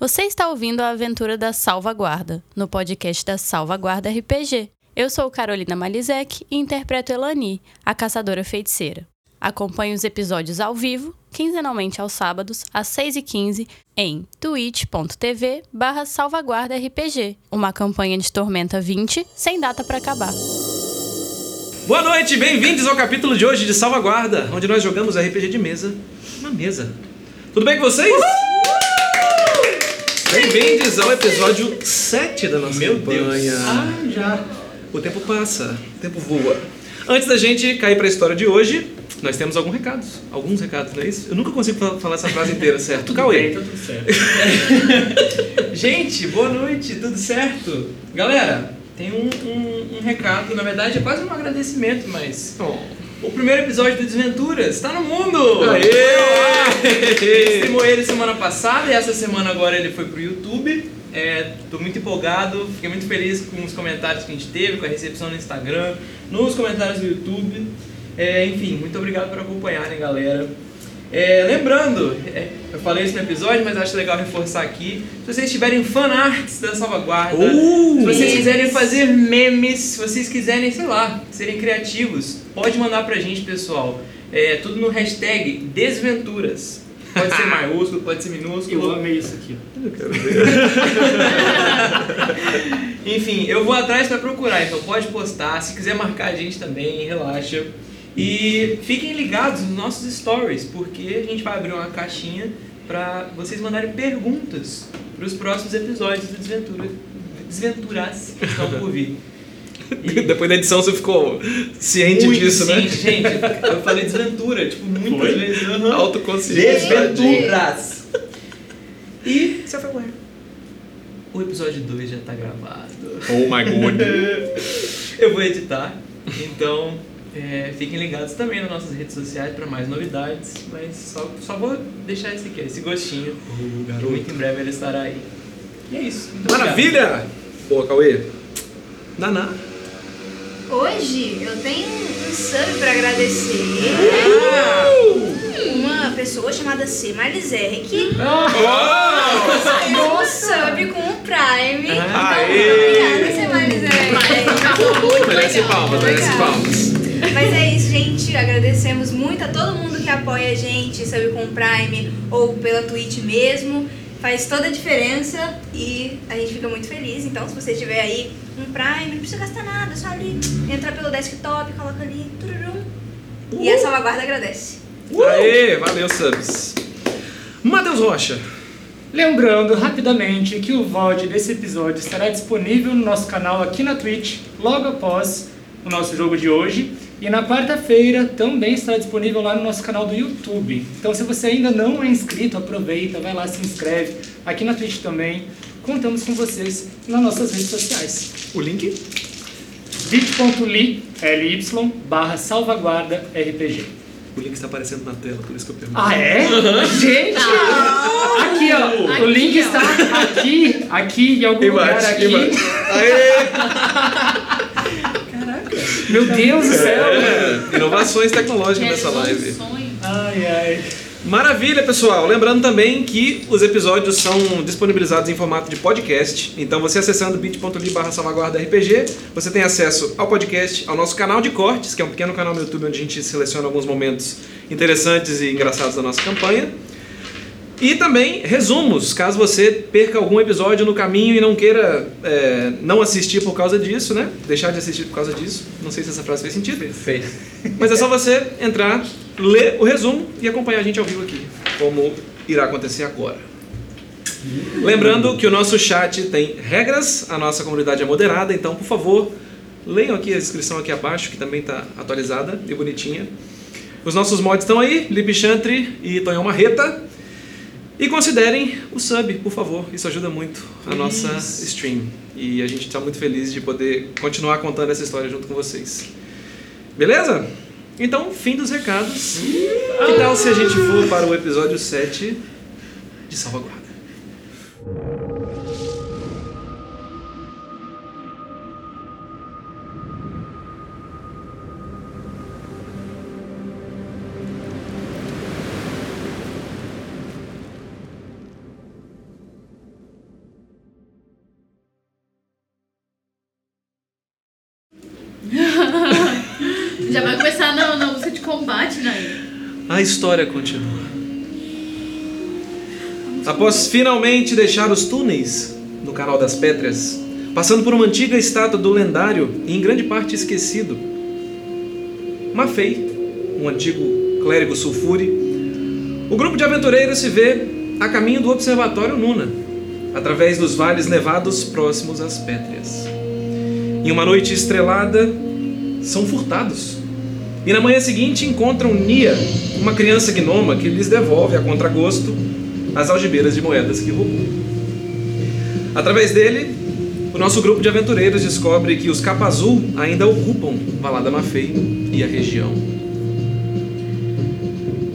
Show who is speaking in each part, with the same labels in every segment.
Speaker 1: Você está ouvindo a aventura da Salvaguarda, no podcast da Salvaguarda RPG. Eu sou Carolina Malizek e interpreto Elani, a caçadora feiticeira. Acompanhe os episódios ao vivo, quinzenalmente aos sábados, às 6h15, em twitch.tv barra salvaguarda RPG, uma campanha de Tormenta 20 sem data para acabar.
Speaker 2: Boa noite, bem-vindos ao capítulo de hoje de Salvaguarda, onde nós jogamos RPG de mesa na mesa. Tudo bem com vocês? Bem-vindos ao episódio 7 da nossa Meu campanha. Ah, já. O tempo passa, o tempo voa. Antes da gente cair para a história de hoje, nós temos alguns recados. Alguns recados, não é isso? Eu nunca consigo fa- falar essa frase inteira, certo? Cauê.
Speaker 3: tudo certo. Gente, boa noite, tudo certo? Galera, tem um, um- um recado, na verdade é quase um agradecimento, mas. O primeiro episódio do Desventuras está no mundo!
Speaker 2: Aê!
Speaker 3: Streamou ele semana passada e essa semana agora ele foi pro YouTube. É, tô muito empolgado, fiquei muito feliz com os comentários que a gente teve, com a recepção no Instagram, nos comentários do YouTube. É, enfim, muito obrigado por acompanharem, galera. É, lembrando, é, eu falei isso no episódio, mas acho legal reforçar aqui. Se vocês tiverem fanarts da Salvaguarda,
Speaker 2: Uh!
Speaker 3: se vocês quiserem fazer memes, se vocês quiserem, sei lá, serem criativos, pode mandar pra gente, pessoal. É tudo no hashtag Desventuras. Pode ser maiúsculo, pode ser minúsculo. Enfim, eu vou atrás pra procurar, então pode postar. Se quiser marcar a gente também, relaxa. E fiquem ligados nos nossos stories, porque a gente vai abrir uma caixinha pra vocês mandarem perguntas pros próximos episódios do Desventura, Desventuras que estão por vir. E-
Speaker 2: Depois da edição você ficou ciente
Speaker 3: Muito,
Speaker 2: disso,
Speaker 3: sim,
Speaker 2: né?
Speaker 3: Gente, eu falei desventura, tipo, muitas
Speaker 2: Foi?
Speaker 3: vezes. aham.
Speaker 2: Autoconsciente.
Speaker 3: Desventuras! E só foi o erro. O episódio 2 já tá gravado.
Speaker 2: Oh my god.
Speaker 3: Eu vou editar, então é, fiquem ligados também nas nossas redes sociais para mais novidades, mas só, só vou deixar esse aqui, esse gostinho. Muito em breve ele estará aí. E é isso. Muito
Speaker 2: Maravilha! Boa, Cauê. Naná.
Speaker 4: Hoje eu tenho um sub pra agradecer. Uma pessoa chamada C. Malizek. Saiu um sub com o Prime.
Speaker 2: Aê!
Speaker 4: Então, obrigada, C. Malizek.
Speaker 2: Merece palmas, merece palmas.
Speaker 4: Mas é isso, gente. Agradecemos muito a todo mundo que apoia a gente, sabe, com o Prime ou pela Twitch mesmo. Faz toda a diferença e a gente fica muito feliz. Então, se você tiver aí um Prime, não precisa gastar nada, é só ali entrar pelo desktop, coloca ali, tururum. E a salvaguarda agradece.
Speaker 3: Uh!
Speaker 2: Aê, valeu, subs. Matheus Rocha.
Speaker 5: Lembrando rapidamente que o VOD desse episódio estará disponível no nosso canal aqui na Twitch logo após o nosso jogo de hoje. E na quarta-feira também estará disponível lá no nosso canal do YouTube. Então, se você ainda não é inscrito, aproveita, vai lá, se inscreve. Aqui na Twitch também. Contamos com vocês nas nossas redes sociais.
Speaker 2: O link?
Speaker 5: bit.ly, ly, barra salvaguarda RPG.
Speaker 2: O link está aparecendo na tela, por isso que eu pergunto.
Speaker 5: Ah, é? Gente! Ah. Aqui, ó. o link está aqui, aqui, em algum lugar aqui.
Speaker 2: Aê!
Speaker 5: Meu Deus do céu!
Speaker 2: É, inovações tecnológicas nessa live.
Speaker 5: Ai, ai.
Speaker 2: Maravilha, pessoal. Lembrando também que os episódios são disponibilizados em formato de podcast. Então, você acessando bit.ly barra salvaguarda RPG, você tem acesso ao podcast, ao nosso canal de cortes, que é um pequeno canal no YouTube onde a gente seleciona alguns momentos interessantes e engraçados da nossa campanha. E também resumos, caso você perca algum episódio no caminho e não queira é, não assistir por causa disso, né? Deixar de assistir por causa disso. Não sei se essa frase fez sentido.
Speaker 3: Fez.
Speaker 2: Mas é só você entrar, ler o resumo e acompanhar a gente ao vivo aqui, como irá acontecer agora. Lembrando que o nosso chat tem regras, a nossa comunidade é moderada, então por favor, leiam aqui a descrição aqui abaixo, que também está atualizada e bonitinha. Os nossos mods estão aí, Lipe Chantre e Tonhão Marreta. E considerem o sub, por favor, isso ajuda muito a nossa stream. E a gente está muito feliz de poder continuar contando essa história junto com vocês. Beleza? Então, fim dos recados. Que tal se a gente for para o episódio 7 de Salvaguarda?
Speaker 6: Já vai começar na, na música de combate, né?
Speaker 2: A história continua. Após finalmente deixar os túneis no Canal das Pedras, passando por uma antiga estátua do lendário e em grande parte esquecido, Mafei, um antigo clérigo sulfure, o grupo de aventureiros se vê a caminho do Observatório Nuna, através dos vales nevados próximos às Pétreas. Em uma noite estrelada, são furtados e na manhã seguinte encontram Nia, uma criança gnoma que lhes devolve a contragosto as algibeiras de moedas que roubou. Através dele, o nosso grupo de aventureiros descobre que os Capa Azul ainda ocupam Valada Mafei e a região.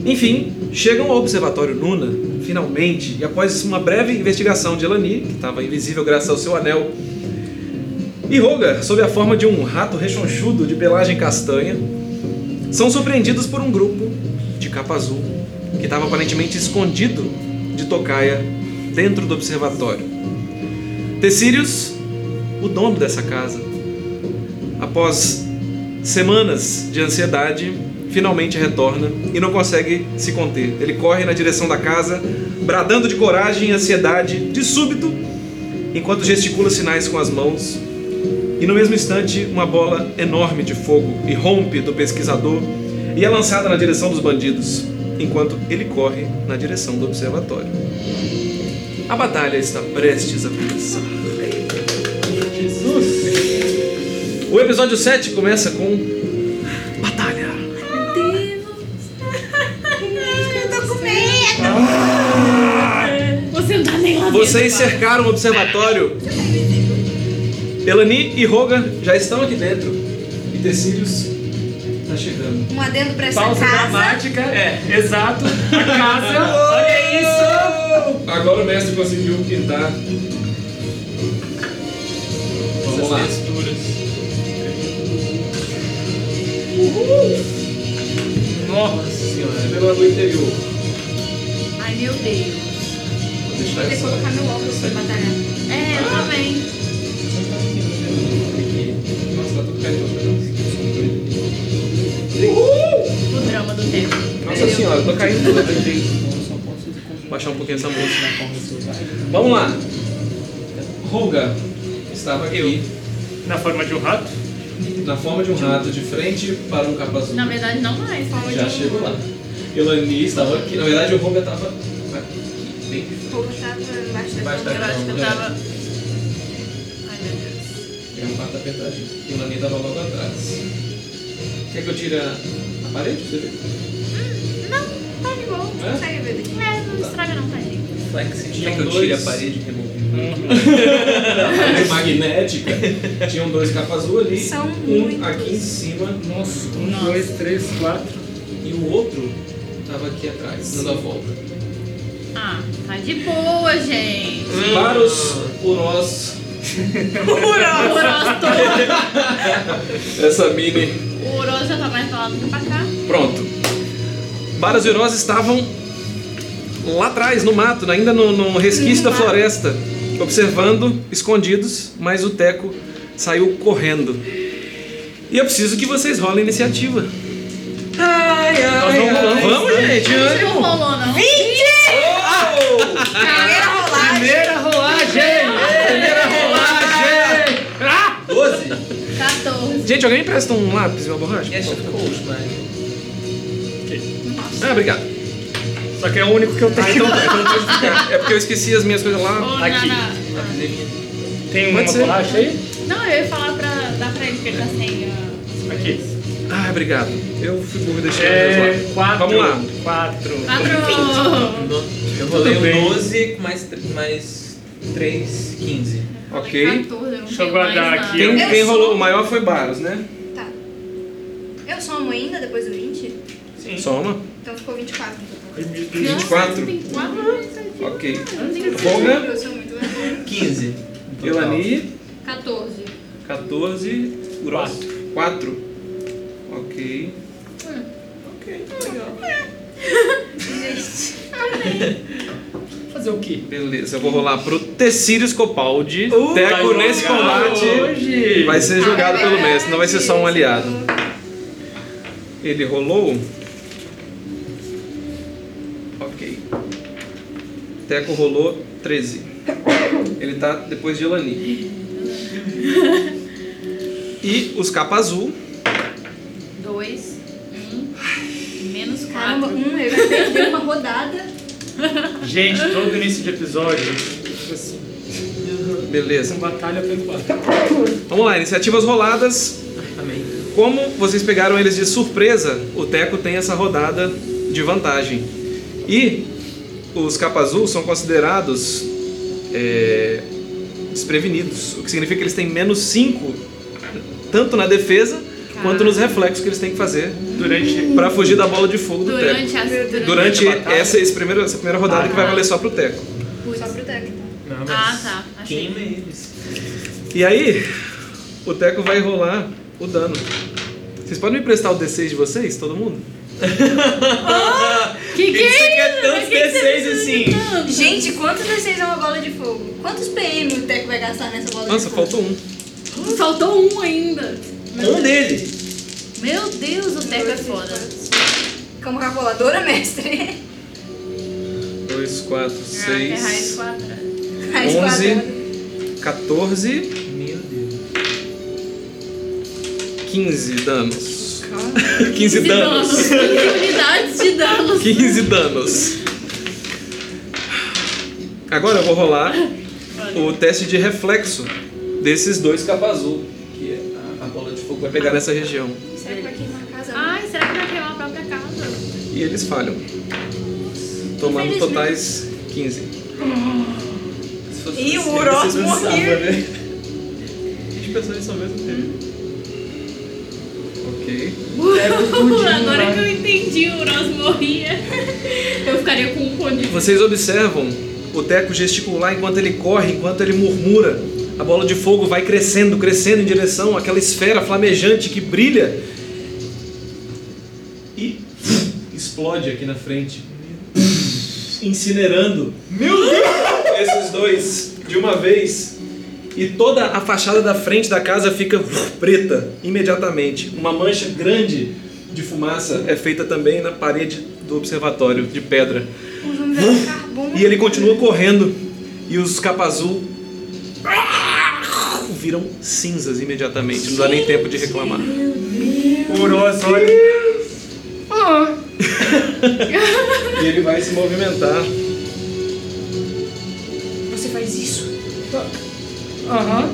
Speaker 2: Enfim, chegam ao Observatório Nuna, finalmente, e após uma breve investigação de Elani, que estava invisível graças ao seu anel, e Rogar, sob a forma de um rato rechonchudo de pelagem castanha, são surpreendidos por um grupo de capa azul que estava aparentemente escondido de tocaia dentro do observatório. Tecírios, o dono dessa casa, após semanas de ansiedade, finalmente retorna e não consegue se conter. Ele corre na direção da casa, bradando de coragem e ansiedade, de súbito, enquanto gesticula sinais com as mãos e no mesmo instante, uma bola enorme de fogo irrompe do pesquisador e é lançada na direção dos bandidos, enquanto ele corre na direção do observatório. A batalha está prestes a começar. Jesus! O episódio 7 começa com. Batalha!
Speaker 6: Você não tá nem lá
Speaker 2: Ah! Vocês
Speaker 6: dentro.
Speaker 2: cercaram o observatório. Elani e Rogan já estão aqui dentro. E Tecílios está chegando.
Speaker 4: Um adendo pra essa
Speaker 5: Pausa
Speaker 4: casa.
Speaker 5: dramática.
Speaker 3: É.
Speaker 5: Exato. A casa. Olha isso.
Speaker 2: Oh! Agora o mestre conseguiu pintar. Vamos lá.
Speaker 3: Essas texturas.
Speaker 2: Nossa senhora, é revelador interior.
Speaker 6: Ai, meu Deus.
Speaker 2: Vou deixar
Speaker 4: Vou ter que
Speaker 2: essa.
Speaker 4: colocar meu óculos pra batalhar.
Speaker 6: É, eu também.
Speaker 2: Nossa, tá tudo caindo.
Speaker 6: O drama do tempo.
Speaker 2: Nossa senhora, eu tô caindo tudo. Vou Baixar um pouquinho essa música. Vamos lá. Ruga estava aqui
Speaker 5: Na forma de um rato.
Speaker 2: na forma de um rato de frente para um capa azul.
Speaker 6: Na verdade, não mais. Forma
Speaker 2: Já
Speaker 6: de-
Speaker 2: chegou lá. Elani estava aqui. Na verdade, o Ruga estava aqui, bem de
Speaker 4: Vou botar pra embaixo da
Speaker 2: Embaixo da
Speaker 6: Eu acho que eu
Speaker 2: É.
Speaker 6: tava. Ai, meu Deus.
Speaker 2: É um quarto apertado. E o Nani tava logo atrás. Quer que eu tire a a parede pra você ver?
Speaker 6: Não, tá de boa.
Speaker 2: É?
Speaker 4: Consegue ver daqui?
Speaker 6: É, não estraga não, tadinho.
Speaker 2: Tinha um
Speaker 3: Quer que eu
Speaker 2: dois-
Speaker 3: tire a parede e remover?
Speaker 2: A parede É magnética. Tinham dois capas azul ali.
Speaker 4: São
Speaker 2: um
Speaker 4: muitos.
Speaker 2: aqui em cima
Speaker 5: Nossa. Um, dois, três, quatro.
Speaker 2: e o outro tava aqui atrás, dando a volta.
Speaker 6: Ah, tá de boa, gente.
Speaker 2: Para os Urós,
Speaker 6: O Uros todo.
Speaker 2: essa mini.
Speaker 6: O Uros já tá mais pra lá do que pra cá.
Speaker 2: Pronto. Para os Urós estavam lá atrás, no mato, ainda no, no resquício da floresta, observando, escondidos, mas o Teco saiu correndo. E eu preciso que vocês rolem a iniciativa.
Speaker 3: Ai, ai, ai.
Speaker 2: Vamos, gente!
Speaker 6: A gente não rolou, não.
Speaker 4: Primeira rolagem.
Speaker 5: Primeira rolagem. Primeira rolagem.
Speaker 3: 12?
Speaker 6: 14.
Speaker 2: Gente, alguém empresta um lápis e uma borracha?
Speaker 3: E a Chico Coach, mano.
Speaker 2: Ah, obrigado.
Speaker 5: Só que é o único que eu tenho.
Speaker 2: Ah, então tá, então pode ficar. É porque eu esqueci as minhas coisas lá.
Speaker 6: Ô,
Speaker 5: Aqui.
Speaker 6: Nana.
Speaker 5: Tem
Speaker 2: Pode
Speaker 5: uma
Speaker 2: ser.
Speaker 5: bolacha aí?
Speaker 6: Não, eu ia falar pra dar pra ele que ele tá sem. ah,
Speaker 5: Aqui.
Speaker 2: Ah, obrigado. Eu fui burro e deixei meus
Speaker 5: É,
Speaker 2: lá.
Speaker 5: quatro.
Speaker 2: Vamos lá.
Speaker 5: Quatro.
Speaker 6: Quatro.
Speaker 3: Eu rolei
Speaker 5: Tudo
Speaker 3: um
Speaker 5: bem.
Speaker 3: 12 com mais, tre- mais 3, 15.
Speaker 2: Ok.
Speaker 6: 14, eu não
Speaker 5: Deixa eu
Speaker 6: tenho mais
Speaker 5: guardar
Speaker 6: nada.
Speaker 5: aqui.
Speaker 2: Quem,
Speaker 4: Eu
Speaker 2: quem
Speaker 4: sou-
Speaker 2: rolou? O maior foi Baros, né?
Speaker 4: Tá. Eu somo ainda depois do 20?
Speaker 3: Sim.
Speaker 2: Soma.
Speaker 4: Então ficou 24.
Speaker 6: Nossa,
Speaker 2: 24.
Speaker 6: Tem 4.
Speaker 2: Ok.
Speaker 6: Não tem
Speaker 4: Uhum.
Speaker 2: Folga.
Speaker 4: Eu sou muito ruim.
Speaker 3: 15.
Speaker 2: Elani.
Speaker 6: 14.
Speaker 2: 14. Uros. 4. Ok.
Speaker 3: Ok, legal.
Speaker 4: Gente.
Speaker 5: Fazer o quê?
Speaker 2: Beleza, eu vou rolar pro Tecírios Copaldi.
Speaker 3: Uh,
Speaker 2: Teco
Speaker 3: vai
Speaker 2: nesse
Speaker 3: jogar
Speaker 2: combate
Speaker 5: Hoje.
Speaker 2: vai ser jogado pelo mestre, não vai ser só um aliado. Ele rolou. Ok. Teco rolou 13. Ele tá depois de Elani. E os capa azul.
Speaker 7: Dois, um, menos
Speaker 4: Caramba,
Speaker 7: quatro.
Speaker 4: um, eu já perdi uma rodada.
Speaker 5: Gente, todo início de episódio, assim,
Speaker 2: Beleza.
Speaker 5: são batalha pelo quatro.
Speaker 2: Vamos lá, iniciativas roladas. Como vocês pegaram eles de surpresa, o Teco tem essa rodada de vantagem. E os capa azul são considerados é, desprevenidos, o que significa que eles têm menos 5, tanto na defesa quanto nos reflexos que eles têm que fazer
Speaker 5: Durante
Speaker 2: para fugir da bola de fogo do Teco.
Speaker 7: Durante a.
Speaker 2: Durante
Speaker 5: a batalha?
Speaker 2: essa, esse primeiro- essa primeira rodada que vai valer só pro Teco.
Speaker 4: Só pro Teco.
Speaker 3: Não,
Speaker 4: então.
Speaker 3: mas
Speaker 7: Ah, tá. Achei.
Speaker 3: Queima eles.
Speaker 2: E aí, o Teco vai rolar o dano. Vocês podem me emprestar o D6 de vocês, todo mundo?
Speaker 7: Que que
Speaker 3: Você
Speaker 7: é
Speaker 3: quer
Speaker 7: isso?
Speaker 3: tantos
Speaker 7: Que que você
Speaker 3: D6
Speaker 7: precisa
Speaker 3: assim?
Speaker 7: de tanto?
Speaker 4: Gente, quantos D6 é uma bola de fogo? Quantos PM o Teco vai gastar nessa bola
Speaker 2: Nossa,
Speaker 4: de fogo?
Speaker 2: faltou um.
Speaker 7: Faltou um ainda.
Speaker 3: Um dele.
Speaker 7: Meu Deus, o Teco é foda.
Speaker 4: Como calculadora, mestre?
Speaker 2: 2, 4,
Speaker 7: Caraca, é raiz
Speaker 2: 6,
Speaker 7: quadrada.
Speaker 4: Raiz
Speaker 2: Onze.
Speaker 4: quadrada.
Speaker 2: 14,
Speaker 3: Meu Deus.
Speaker 2: 15 danos. 15 danos.
Speaker 7: 15 unidades de danos.
Speaker 2: 15 danos. Agora eu vou rolar o teste de reflexo desses dois capa azul, que é a- a bola de fogo vai pegar nessa região.
Speaker 4: Será que vai queimar a casa?
Speaker 7: Ai, será que vai queimar a própria casa?
Speaker 2: E eles falham. Tomando totais 15.
Speaker 3: Se fosse
Speaker 4: E
Speaker 3: assim,
Speaker 4: o Uros
Speaker 3: você dançava,
Speaker 4: morreu.
Speaker 3: né? A gente pensou nisso ao mesmo tempo.
Speaker 2: Ok.
Speaker 7: Agora que eu entendi, o Ross morria. Eu ficaria com um coninho.
Speaker 2: Vocês observam o Teco gesticular enquanto ele corre, enquanto ele murmura. A bola de fogo vai crescendo, crescendo em direção àquela esfera flamejante que brilha e explode aqui na frente, incinerando. Meu Deus! Esses dois de uma vez. E toda a fachada da frente da casa fica preta imediatamente. Uma mancha grande de fumaça é feita também na parede do observatório de pedra.
Speaker 4: Vamos ver o carbono.
Speaker 2: E ele continua correndo. E os capa azul viram cinzas imediatamente. Não dá nem tempo de reclamar.
Speaker 5: Uroz, olha.
Speaker 2: E ele vai se movimentar.
Speaker 4: Você faz isso.
Speaker 5: Aham.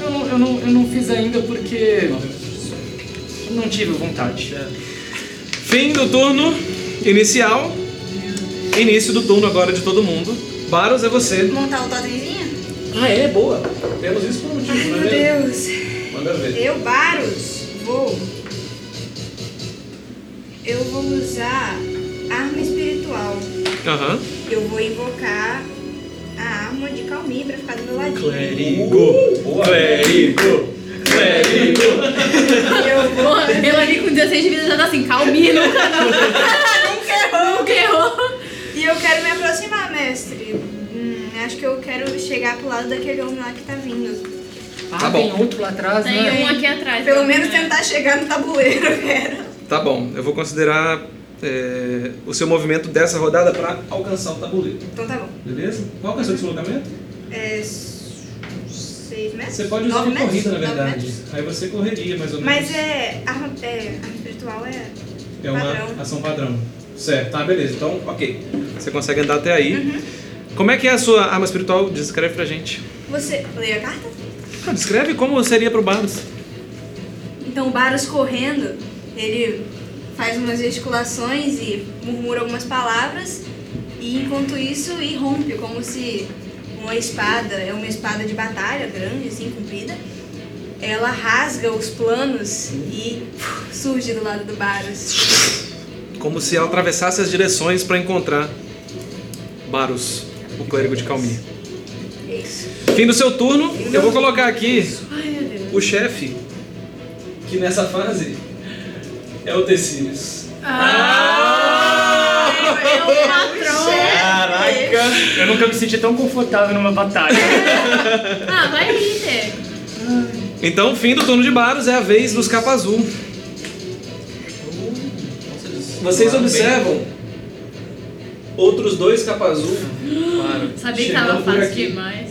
Speaker 5: Eu, não, eu, não, eu não fiz ainda porque. Não tive vontade.
Speaker 2: Fim do turno inicial. Início do turno agora de todo mundo. Baros é você.
Speaker 4: Montar o totemzinho?
Speaker 2: Ah, é? Boa. Temos isso por um motivo,
Speaker 4: Ai,
Speaker 3: né?
Speaker 4: meu Deus.
Speaker 2: Manda ver.
Speaker 4: Eu, Baros, vou. Eu vou usar arma espiritual.
Speaker 2: Aham.
Speaker 4: Eu vou invocar a arma de Calmi pra ficar do meu ladinho. Uh!
Speaker 2: Clérigo. Clérigo. Clérigo.
Speaker 4: Eu vou.
Speaker 7: Eu ali com 16 de vida já tá assim, calminha, nunca,
Speaker 4: Nunca errou.
Speaker 7: nunca errou.
Speaker 4: E eu quero me aproximar, mestre. Hum, acho que eu quero chegar pro lado daquele homem lá que tá vindo.
Speaker 5: Ah,
Speaker 2: Tá bom.
Speaker 5: tem outro lá atrás,
Speaker 7: Tem
Speaker 5: né?
Speaker 7: um aqui atrás.
Speaker 4: Pelo
Speaker 7: né?
Speaker 4: menos tentar chegar no tabuleiro, eu quero.
Speaker 2: Tá bom, eu vou considerar é, o seu movimento dessa rodada pra alcançar o tabuleiro.
Speaker 4: Então tá bom.
Speaker 2: Beleza? Qual que é o seu deslocamento?
Speaker 4: É. s- Seis metros?
Speaker 2: Você pode usar
Speaker 4: Nove
Speaker 2: uma corrida, na
Speaker 4: metros? Nove
Speaker 2: verdade.
Speaker 4: metros?
Speaker 2: Aí você correria, mais ou menos.
Speaker 4: Mas é arma, é. arma espiritual é.
Speaker 2: É uma
Speaker 4: padrão.
Speaker 2: ação padrão. Certo, tá, beleza. Então, ok. Você consegue andar até aí.
Speaker 4: Uhum.
Speaker 2: Como é que é a sua arma espiritual? Descreve pra gente.
Speaker 4: Você. Leia a carta?
Speaker 2: Ah, Descreve como seria pro Bardos.
Speaker 4: Então o Baros correndo, ele faz umas gesticulações e murmura algumas palavras e enquanto isso irrompe como se uma espada, é uma espada de batalha grande, assim, comprida. Ela rasga os planos e uf, surge do lado do Baros.
Speaker 2: Como se ela atravessasse as direções pra encontrar Barus, o clérigo de Calmir.
Speaker 4: É isso.
Speaker 2: Fim do seu turno, eu vou colocar aqui o chefe, que nessa fase é o Tecílios.
Speaker 7: É o patrão.
Speaker 3: Caraca!
Speaker 5: Eu nunca me senti tão confortável numa batalha.
Speaker 7: Ah, vai, Peter.
Speaker 2: Então, fim do turno de Baros, é a vez dos capa azul. Vocês observam outros dois capa azul
Speaker 3: Claro.
Speaker 7: Sabia que tava
Speaker 2: Chegando por
Speaker 7: fácil
Speaker 2: aqui.
Speaker 7: demais.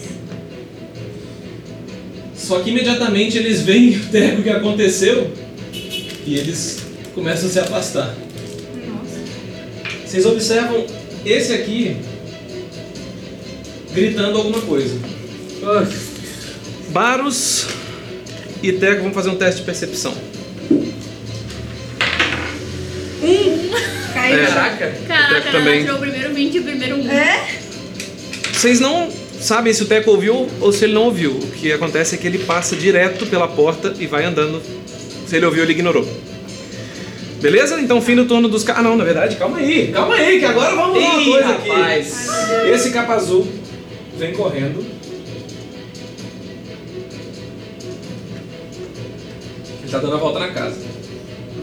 Speaker 2: Só que imediatamente eles veem o termo que aconteceu e eles começam a se afastar. Vocês observam esse aqui gritando alguma coisa. Baros e Teco vão fazer um teste de percepção.
Speaker 4: Caiu.
Speaker 3: Caraca.
Speaker 7: Caraca, ela
Speaker 2: também.
Speaker 7: tirou o primeiro 20 e o primeiro 1.
Speaker 4: É?
Speaker 2: Vocês não sabem se o Teco ouviu ou se ele não ouviu. O que acontece é que ele passa direto pela porta e vai andando. Se ele ouviu, ele ignorou. Beleza? Então, fim do turno dos... ca- Ah, não, na verdade, calma aí. Calma aí, que agora vamos lá uma
Speaker 3: Ih,
Speaker 2: coisa aqui.
Speaker 3: rapaz.
Speaker 2: Esse capa azul vem correndo. Ele tá dando a volta na casa.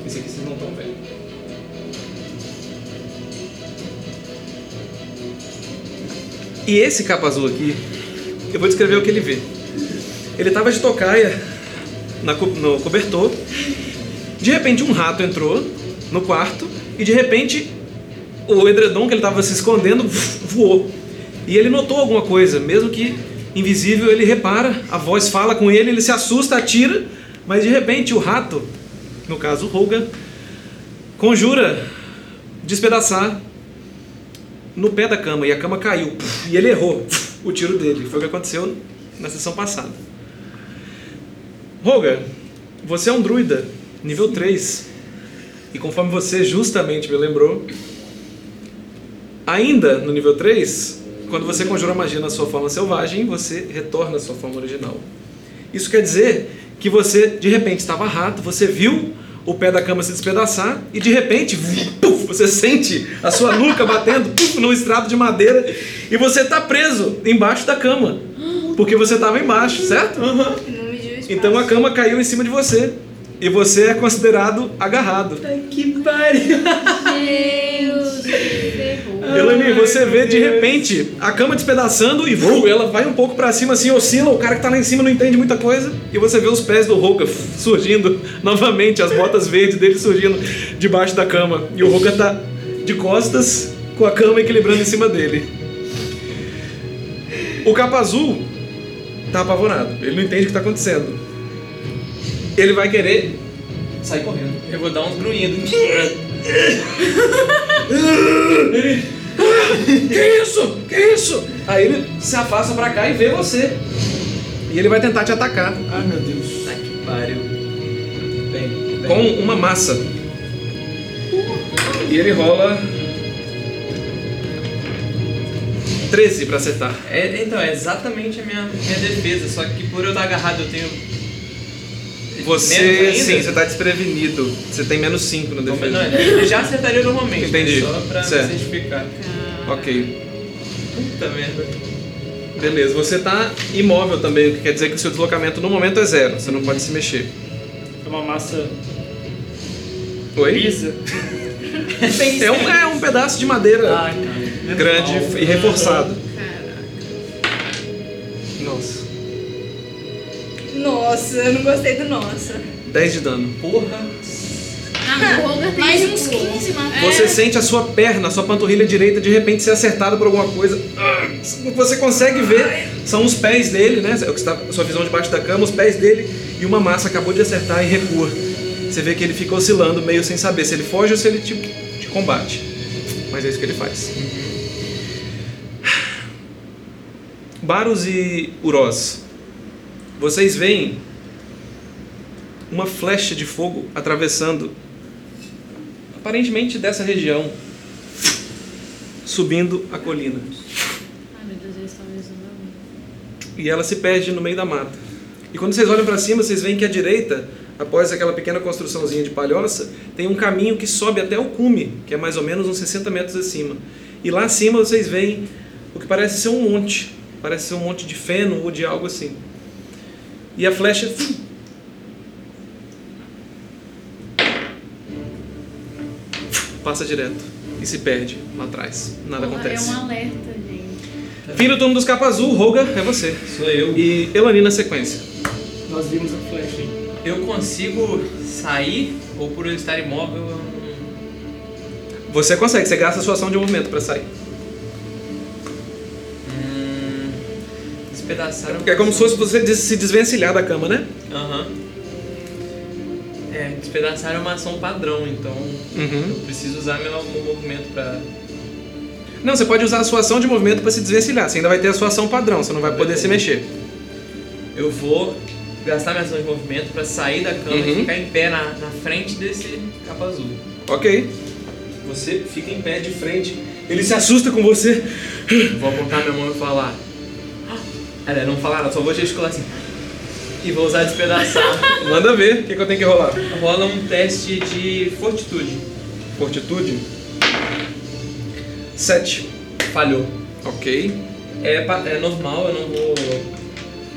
Speaker 2: Esse aqui vocês não estão vendo. E esse capa azul aqui, eu vou descrever o que ele vê. Ele tava de tocaia na co- no cobertor. De repente um rato entrou no quarto e de repente o edredom que ele estava se escondendo voou. E ele notou alguma coisa, mesmo que invisível, ele repara, a voz fala com ele, ele se assusta, atira, mas de repente o rato, no caso o Holga, conjura despedaçar no pé da cama e a cama caiu. E ele errou o tiro dele. Foi o que aconteceu na sessão passada. Holga, você é um druida, nível 3. E conforme você justamente me lembrou, Ainda no nível 3, quando você conjura a magia na sua forma selvagem, você retorna à sua forma original. Isso quer dizer que você, de repente, estava rato, você viu o pé da cama se despedaçar e, de repente, puf, você sente a sua nuca batendo puf, num estrado de madeira e você está preso embaixo da cama. Porque você estava embaixo, certo?
Speaker 4: Não me diz.
Speaker 2: Então a cama caiu em cima de você e você é considerado agarrado.
Speaker 3: Que pariu.
Speaker 7: Deus, ferrou.
Speaker 2: Elani, você vê de repente a cama despedaçando e vum, ela vai um pouco pra cima assim, oscila, o cara que tá lá em cima não entende muita coisa, e você vê os pés do Roca surgindo novamente, as botas verdes dele surgindo debaixo da cama, e o Roca tá de costas com a cama equilibrando em cima dele. O capa azul tá apavorado, ele não entende o que tá acontecendo. Ele vai querer sair correndo.
Speaker 3: Eu vou dar uns grunhidos.
Speaker 2: Que isso? Que isso? Aí ele se afasta pra cá e vê você. E ele vai tentar te atacar
Speaker 3: Ah, meu Deus. Tá que pariu. Bem, bem.
Speaker 2: com uma massa. E ele rola 13 pra acertar.
Speaker 3: É, então, é exatamente a minha, minha defesa, só que por eu estar agarrado eu tenho.
Speaker 2: Você,
Speaker 3: Menos
Speaker 2: sim,
Speaker 3: ainda?
Speaker 2: você tá desprevenido. Você tem menos 5 na
Speaker 3: Não, mas não,
Speaker 2: defesa.
Speaker 3: eu já acertaria normalmente.
Speaker 2: Entendi.
Speaker 3: Só pra
Speaker 2: Certo.
Speaker 3: me certificar.
Speaker 2: Ok.
Speaker 3: Puta merda.
Speaker 2: Beleza, você tá imóvel também, o que quer dizer que o seu deslocamento no momento é zero. Você não pode se mexer.
Speaker 6: É uma massa
Speaker 2: Oi?
Speaker 6: lisa.
Speaker 2: É um, é um pedaço de madeira
Speaker 6: cara.
Speaker 2: grande e reforçado.
Speaker 7: Caraca.
Speaker 2: Nossa.
Speaker 4: Nossa, eu não gostei do nossa.
Speaker 2: 10 de dano.
Speaker 3: Porra.
Speaker 7: Ah, o Roger tem
Speaker 4: Mais
Speaker 7: isso,
Speaker 4: uns
Speaker 7: pô.
Speaker 4: 15, mano.
Speaker 7: É.
Speaker 2: Você sente a sua perna, a sua panturrilha direita de repente ser acertada por alguma coisa. Ah, Você consegue ver, são os pés dele, né? É o que está- a sua visão debaixo da cama, os pés dele e uma massa acabou de acertar e recua. Você vê que ele fica oscilando, meio sem saber se ele foge ou se ele te, te combate. Mas é isso que ele faz. Baros e Uroz, vocês veem uma flecha de fogo atravessando aparentemente dessa região, subindo a colina.
Speaker 7: Ai, meu Deus, eles estão me zoando.
Speaker 2: E ela se perde no meio da mata. E quando vocês olham para cima, vocês veem que à direita, após aquela pequena construçãozinha de palhoça, tem um caminho que sobe até o cume, que é mais ou menos uns 60 metros acima. E lá acima vocês veem o que parece ser um monte. Parece ser um monte de feno ou de algo assim. E a flecha passa direto e se perde lá atrás. Nada
Speaker 7: Porra,
Speaker 2: acontece.
Speaker 7: É um alerta, gente.
Speaker 2: Fim do turno dos capa azul, Roga, é você.
Speaker 3: Sou eu.
Speaker 2: E Elani na sequência.
Speaker 5: Nós vimos o Flash aí.
Speaker 3: Eu consigo sair ou por eu estar imóvel eu não-
Speaker 2: Você consegue, você gasta a sua ação de movimento pra sair.
Speaker 3: Hum, despedaçar eu-
Speaker 2: Porque é como se fosse você des- se desvencilhar da cama, né?
Speaker 3: Aham. É, despedaçar é uma ação padrão, então
Speaker 2: Uhum.
Speaker 3: eu preciso usar meu, meu movimento pra.
Speaker 2: Não, você pode usar a sua ação de movimento pra se desvencilhar. Você ainda vai ter a sua ação padrão, você não vai poder se mexer.
Speaker 3: Eu vou gastar minha ação de movimento pra sair da cama e
Speaker 2: Uhum.
Speaker 3: ficar em pé na, na frente desse capa azul.
Speaker 2: Ok. Você fica em pé de frente. Ele se assusta com você.
Speaker 3: Vou apontar minha mão e falar. Ah, Ela não falar, eu só vou gesticular assim. E vou usar despedaçar.
Speaker 2: Manda ver o que, que eu tenho que rolar.
Speaker 3: Rola um teste de fortitude.
Speaker 2: Fortitude. 7.
Speaker 3: Falhou.
Speaker 2: Ok.
Speaker 3: É, pa- é normal, eu não vou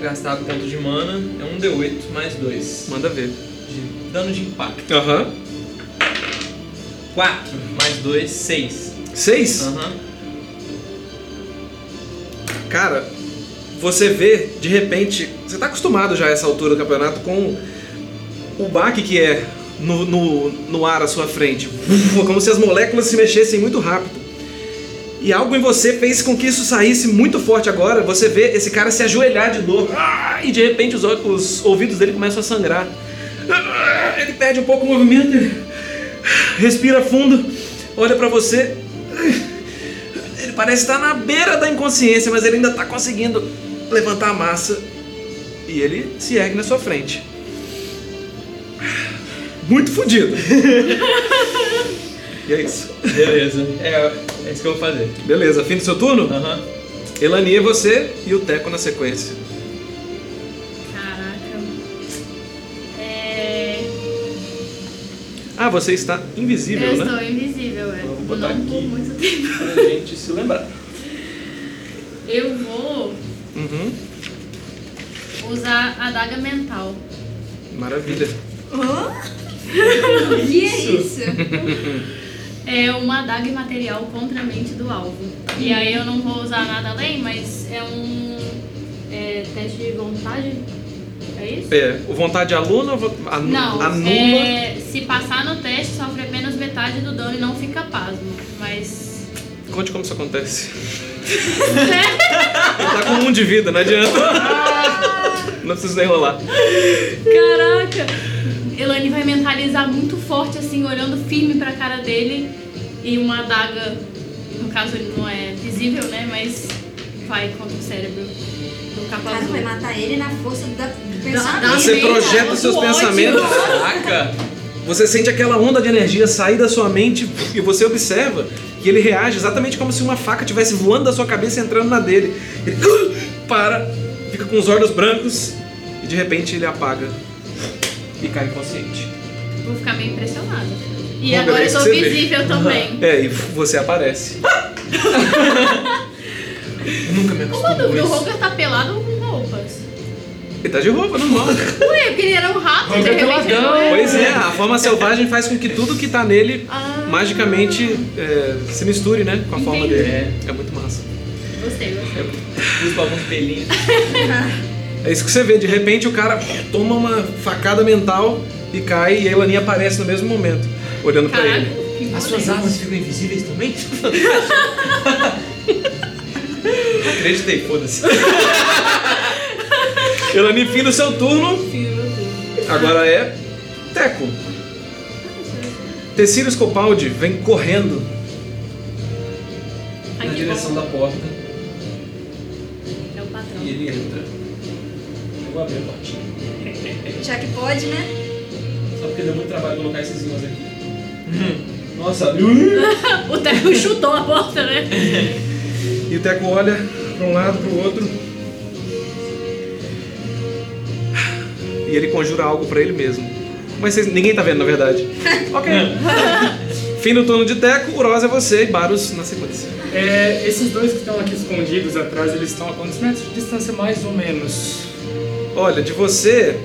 Speaker 3: gastar ponto de mana. É um D8 mais 2.
Speaker 2: Manda ver.
Speaker 3: De dano de impacto.
Speaker 2: Aham.
Speaker 3: 4 mais 2, 6.
Speaker 2: 6?
Speaker 3: Aham.
Speaker 2: Cara, você vê, de repente, você tá acostumado já a essa altura do campeonato com o baque que é no, no, no ar à sua frente. Como se as moléculas se mexessem muito rápido. E algo em você fez com que isso saísse muito forte agora. Você vê esse cara se ajoelhar de novo. Ah, E de repente os, olhos- os ouvidos dele começam a sangrar. Ah, Ele perde um pouco o movimento. ele Respira fundo. Olha pra você. Ele parece estar na beira da inconsciência, mas ele ainda tá conseguindo levantar a massa. E ele se ergue na sua frente. Muito fudido. e é isso.
Speaker 3: Beleza. É, é isso que eu vou fazer.
Speaker 2: Beleza, fim do seu turno?
Speaker 3: Aham.
Speaker 2: Elani é você e o Teco na sequência.
Speaker 7: Caraca. É.
Speaker 2: Ah, você está invisível,
Speaker 7: eu
Speaker 2: né?
Speaker 7: estou invisível, é.
Speaker 2: Vou
Speaker 7: Não
Speaker 2: botar
Speaker 7: por
Speaker 2: aqui.
Speaker 7: muito tempo.
Speaker 2: Pra gente se lembrar.
Speaker 7: Eu vou
Speaker 2: Uhum.
Speaker 7: usar a daga mental.
Speaker 2: Maravilha.
Speaker 4: O que é isso?
Speaker 7: É uma adaga imaterial contra a mente do alvo. E aí eu não vou usar nada além, mas é um é, teste de vontade. É isso?
Speaker 2: É, o vontade aluna, vo- anu-
Speaker 7: Não,
Speaker 2: anula.
Speaker 7: é, se passar no teste, sofre apenas metade do dano e não fica pasmo. Mas.
Speaker 2: Conte como isso acontece. Ele tá com um de vida, não adianta. Não preciso nem rolar.
Speaker 7: Caraca! Elane vai mentalizar muito forte, assim, olhando firme pra cara dele. E uma adaga, no caso ele não é visível, né? Mas vai contra o cérebro do
Speaker 4: O cara
Speaker 7: capaz.
Speaker 4: vai matar ele na força da- do
Speaker 7: dá
Speaker 4: pensamento.
Speaker 2: Você
Speaker 7: Sim,
Speaker 2: projeta
Speaker 7: cara,
Speaker 2: seus
Speaker 7: do ódio.
Speaker 2: pensamentos,
Speaker 3: Caraca!
Speaker 2: você sente aquela onda de energia sair da sua mente e você observa que ele reage exatamente como se uma faca estivesse voando da sua cabeça e entrando na dele. Ele "Ah!" para, fica com os olhos brancos e de repente ele apaga e cai inconsciente.
Speaker 7: Vou ficar meio impressionada. E
Speaker 2: Bom,
Speaker 7: agora
Speaker 2: beleza,
Speaker 7: eu sou
Speaker 2: você vê.
Speaker 7: visível também.
Speaker 2: É, e você aparece.
Speaker 3: Nunca me
Speaker 7: Como o
Speaker 3: acostumo
Speaker 7: do
Speaker 3: com isso.
Speaker 7: Roger tá pelado ou com roupas?
Speaker 2: Ele tá de roupa, normal.
Speaker 7: Ué, porque ele era um rato, de
Speaker 5: Roger
Speaker 7: repente ele
Speaker 5: peladão.
Speaker 7: não é.
Speaker 2: Pois é, a forma selvagem faz com que tudo que tá nele magicamente é, se misture, né? Com a forma
Speaker 7: Entendi.
Speaker 2: dele. É, é muito massa.
Speaker 7: Gostei, gostei.
Speaker 3: Uso alguns pelinhos.
Speaker 2: É isso que você vê, de repente o cara toma uma facada mental e cai e a Elaninha aparece no mesmo momento, olhando pra
Speaker 7: Caraca,
Speaker 2: ele.
Speaker 7: que
Speaker 3: As
Speaker 7: bonito.
Speaker 3: suas armas ficam invisíveis também? Acreditei, foda-se.
Speaker 2: Elaninha, fim do seu turno. Agora é Teco. Tecílio Scopaldi vem correndo.
Speaker 3: Na
Speaker 7: Aqui,
Speaker 3: direção da porta
Speaker 7: É o patrão.
Speaker 3: e ele entra. Eu vou abrir a portinha.
Speaker 4: Já que pode, né?
Speaker 8: Só porque deu muito trabalho colocar esses ímãs aqui. Nossa, abriu.
Speaker 7: O Teco chutou a porta, né?
Speaker 2: E o Teco olha pra um lado, pro outro. E ele conjura algo pra ele mesmo. Mas vocês- ninguém tá vendo, na verdade. ok. Fim do turno de Teco, Uroz é você e Baros na sequência.
Speaker 5: É, esses dois que estão aqui escondidos atrás, eles estão a quantos metros de distância mais ou menos?
Speaker 2: Olha, de você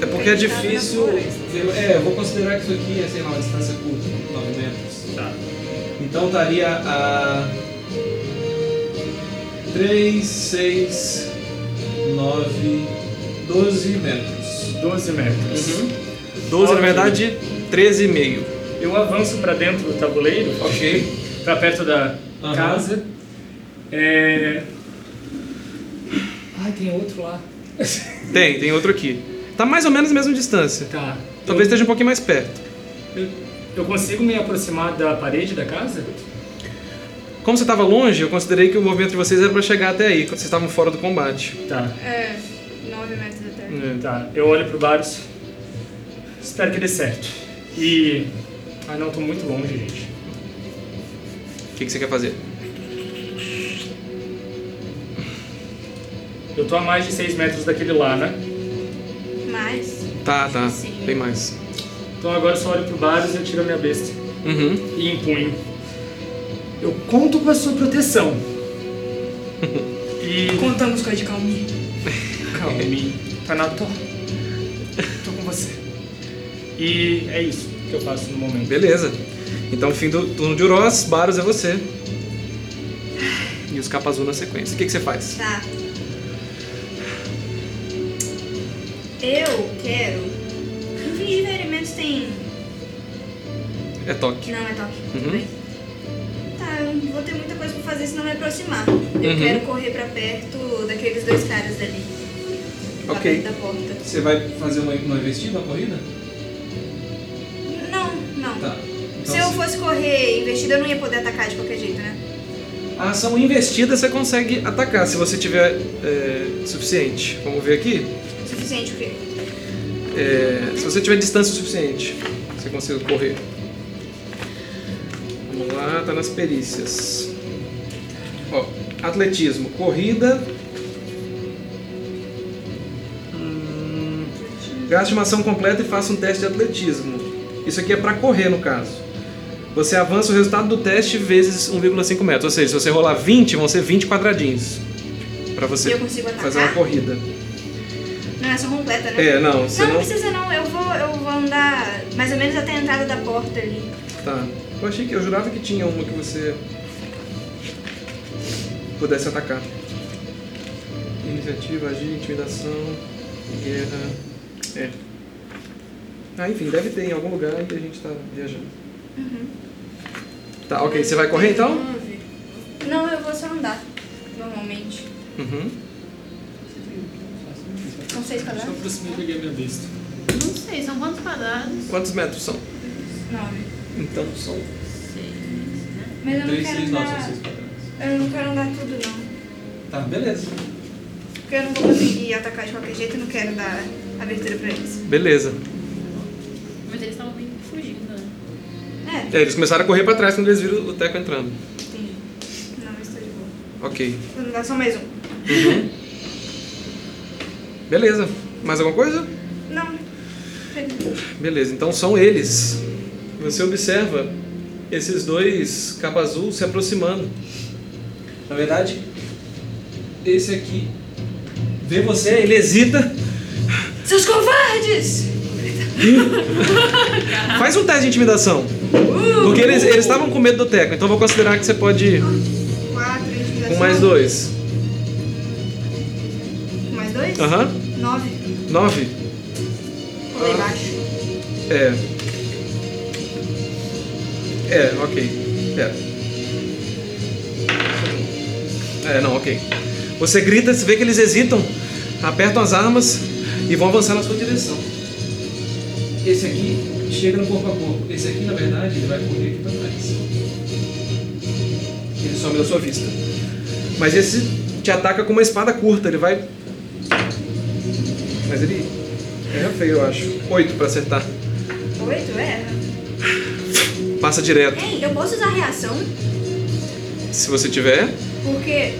Speaker 2: é porque é difícil.
Speaker 8: Eu- é, eu vou considerar que isso aqui é, sei lá, uma distância curta, 9 metros. Tá. Então estaria a. 3, 6, 9,
Speaker 9: 12 metros.
Speaker 5: 12 metros.
Speaker 2: Uhum.
Speaker 3: 12, na
Speaker 5: Ok.
Speaker 3: verdade, 13,5.
Speaker 5: Eu avanço pra dentro do tabuleiro,
Speaker 9: Ok.
Speaker 5: pra perto da
Speaker 9: Aham.
Speaker 5: casa. É... Ai, tem outro lá.
Speaker 3: Tem, tem outro aqui. Tá mais ou menos a mesma distância.
Speaker 5: Tá.
Speaker 3: Talvez esteja um pouquinho mais perto.
Speaker 5: Eu, eu consigo me aproximar da parede da casa?
Speaker 3: Como você estava longe, eu considerei que o movimento de vocês era para chegar até aí, quando vocês estavam fora do combate.
Speaker 5: Tá.
Speaker 4: É, 9 metros até.
Speaker 5: Tá, eu olho pro Barus. Espero que dê certo. E. Ah não, tô muito longe, gente.
Speaker 3: O que, que você quer fazer?
Speaker 5: Eu tô a mais de 6 metros daquele lá, né?
Speaker 4: Mas,
Speaker 3: Tá, tá.
Speaker 7: Sim.
Speaker 3: Tem mais.
Speaker 5: Então agora eu só olho pro Barus e eu tiro a minha besta.
Speaker 3: Uhum.
Speaker 5: E empunho. Eu conto com a sua proteção. e.
Speaker 4: contamos com a de Calmi.
Speaker 5: Calme. Tanato. Tá Tô com você. E é isso que eu faço no momento.
Speaker 3: Beleza. Então, fim do turno de Uroz, Baros é você. E os capa azul na sequência. O que, que você faz?
Speaker 4: Tá. Eu quero. Infligir ferimentos tem.
Speaker 3: É toque.
Speaker 4: Não, é toque.
Speaker 3: Uhum.
Speaker 4: Tudo bem. Tá, eu não vou ter muita coisa pra fazer se não me aproximar. Eu
Speaker 3: Uhum.
Speaker 4: quero correr pra perto daqueles dois caras ali. Pra
Speaker 3: Ok.
Speaker 4: perto da porta.
Speaker 9: Você vai fazer uma, uma investida, uma corrida?
Speaker 4: Não, não.
Speaker 9: Tá. Então,
Speaker 4: Se eu
Speaker 9: você-
Speaker 4: fosse correr investida, eu não ia poder atacar de qualquer jeito, né?
Speaker 3: A ação investida Ah, você consegue atacar se você tiver é, suficiente. Vamos ver aqui.
Speaker 4: Suficiente o quê?
Speaker 3: É, se você tiver distância o suficiente, você consegue correr. Vamos lá, tá nas perícias. Ó, atletismo, corrida. Hum, Gaste uma ação completa e faça um teste de atletismo. Isso aqui é pra correr, no caso. Você avança o resultado do teste vezes 1,5 metros. Ou seja, se você rolar 20, vão ser 20 quadradinhos. Pra
Speaker 4: E
Speaker 3: você
Speaker 4: eu consigo atacar?
Speaker 3: fazer uma corrida.
Speaker 4: Não é ação completa, né?
Speaker 3: É, não, você
Speaker 4: Não, não
Speaker 3: não.
Speaker 4: precisa não, eu vou, eu vou andar mais ou menos até a entrada da porta ali.
Speaker 3: Tá. Eu achei que eu jurava que tinha uma que você pudesse atacar. Iniciativa, agir, intimidação, guerra. É. Ah, enfim, deve ter em algum lugar que a gente tá viajando. Tá, ok. Você vai correr então?
Speaker 4: Não, eu vou só andar, normalmente.
Speaker 3: Uhum.
Speaker 4: São seis
Speaker 5: Só
Speaker 4: quadrados?
Speaker 5: aproximei e peguei a minha besta.
Speaker 7: Não sei, são quantos quadrados?
Speaker 3: Quantos metros são?
Speaker 4: Nove.
Speaker 3: Então são.
Speaker 7: Seis, né?
Speaker 4: Mas eu não
Speaker 9: 3,
Speaker 4: quero
Speaker 9: 6, 9, são
Speaker 4: andar.
Speaker 9: 6 quadrados.
Speaker 4: Eu não quero andar tudo não.
Speaker 9: Tá, beleza.
Speaker 4: Porque eu não vou conseguir atacar de qualquer jeito, eu não quero dar abertura pra eles.
Speaker 3: Beleza.
Speaker 7: Mas eles estavam bem fugindo, né?
Speaker 4: É,
Speaker 3: É, eles começaram a correr pra trás quando eles viram o Teco entrando.
Speaker 4: entendi. Não, mas tô de boa.
Speaker 3: Ok.
Speaker 4: Vou andar só mais um.
Speaker 3: Beleza. Mais alguma coisa?
Speaker 4: Não.
Speaker 3: Beleza, então são eles. Você observa esses dois capa azul se aproximando.
Speaker 9: Na verdade, esse aqui vê você, ele hesita.
Speaker 4: Seus covardes!
Speaker 3: Faz um teste de intimidação. Porque eles eles estavam com medo do Teco, então eu vou considerar que você pode ir
Speaker 4: Quatro,
Speaker 3: com
Speaker 4: intimidação.
Speaker 3: mais dois.
Speaker 4: um, Com mais dois?
Speaker 3: Aham.
Speaker 4: Nove.
Speaker 3: Nove?
Speaker 4: Rolei baixo.
Speaker 3: É. É, ok. É. É, não, ok. Você grita, você vê que eles hesitam, apertam as armas e vão avançar na sua direção.
Speaker 9: Esse aqui chega no corpo a corpo. Esse aqui, na verdade, ele vai correr aqui pra trás.
Speaker 3: Ele some da sua vista. Mas esse te ataca com uma espada curta, ele vai. Mas ele. É feio, eu acho. Oito pra acertar.
Speaker 4: Oito, é.
Speaker 3: Passa direto.
Speaker 4: Ei, eu posso usar reação?
Speaker 3: Se você tiver,
Speaker 4: Porque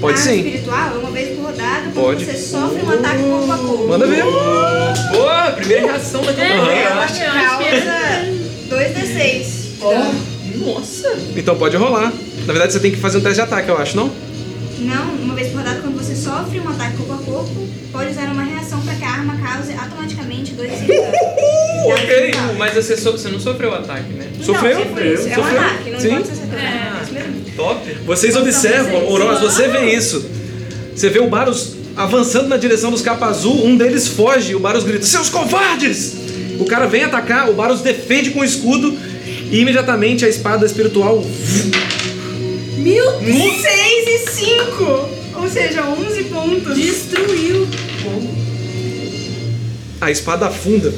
Speaker 3: pode
Speaker 4: a
Speaker 3: sim.
Speaker 4: espiritual é uma vez por rodada quando
Speaker 3: Pode.
Speaker 4: você sofre um ataque corpo a corpo.
Speaker 3: Manda ver.
Speaker 2: Boa, primeira reação da
Speaker 4: É,
Speaker 2: campanha.
Speaker 4: ela causa 2 D6.
Speaker 2: Nossa!
Speaker 3: Então pode rolar. Na verdade, você tem que fazer um teste de ataque, eu acho, não?
Speaker 4: Não, uma vez por rodada, quando você sofre um ataque corpo a corpo, pode usar uma reação para que a arma cause automaticamente 2 D6 de dano. Dá um
Speaker 3: ok.
Speaker 4: total.
Speaker 2: Mas você, so- você não sofreu o ataque, né?
Speaker 4: Não,
Speaker 3: Sofreu?
Speaker 4: é por isso, É um
Speaker 3: Sofreu?
Speaker 4: ataque, não
Speaker 3: Sim.
Speaker 4: pode ser acertado.
Speaker 7: É.
Speaker 4: É isso mesmo.
Speaker 2: Top!
Speaker 3: Vocês
Speaker 7: Então,
Speaker 3: observam,
Speaker 7: vocês-
Speaker 3: Oroz, você vê isso. Você vê o Baros avançando na direção dos capa azul, um deles foge, o Baros grita: Seus covardes! O cara vem atacar, o Baros defende com o escudo e imediatamente a espada espiritual.
Speaker 4: Mil
Speaker 3: Nu-
Speaker 4: 6 e 5! Ou seja, 11 pontos.
Speaker 7: Destruiu.
Speaker 3: A espada afunda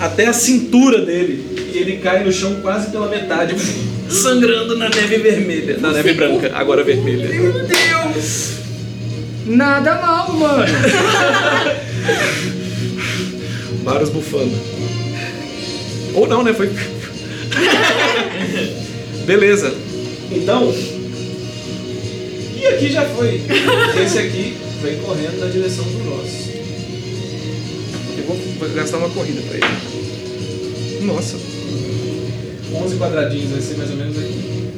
Speaker 3: até a cintura dele e ele cai no chão quase pela metade, sangrando na neve vermelha. Na neve branca, agora vermelha.
Speaker 4: Meu Deus!
Speaker 5: Nada mal, mano.
Speaker 3: Baros bufando. Ou não, né? Foi. Beleza.
Speaker 9: Então. E aqui já foi. Esse aqui vem correndo na direção do nosso.
Speaker 3: Eu vou, vou gastar uma corrida pra ele. Nossa.
Speaker 9: 11 quadradinhos, vai ser mais ou menos aqui.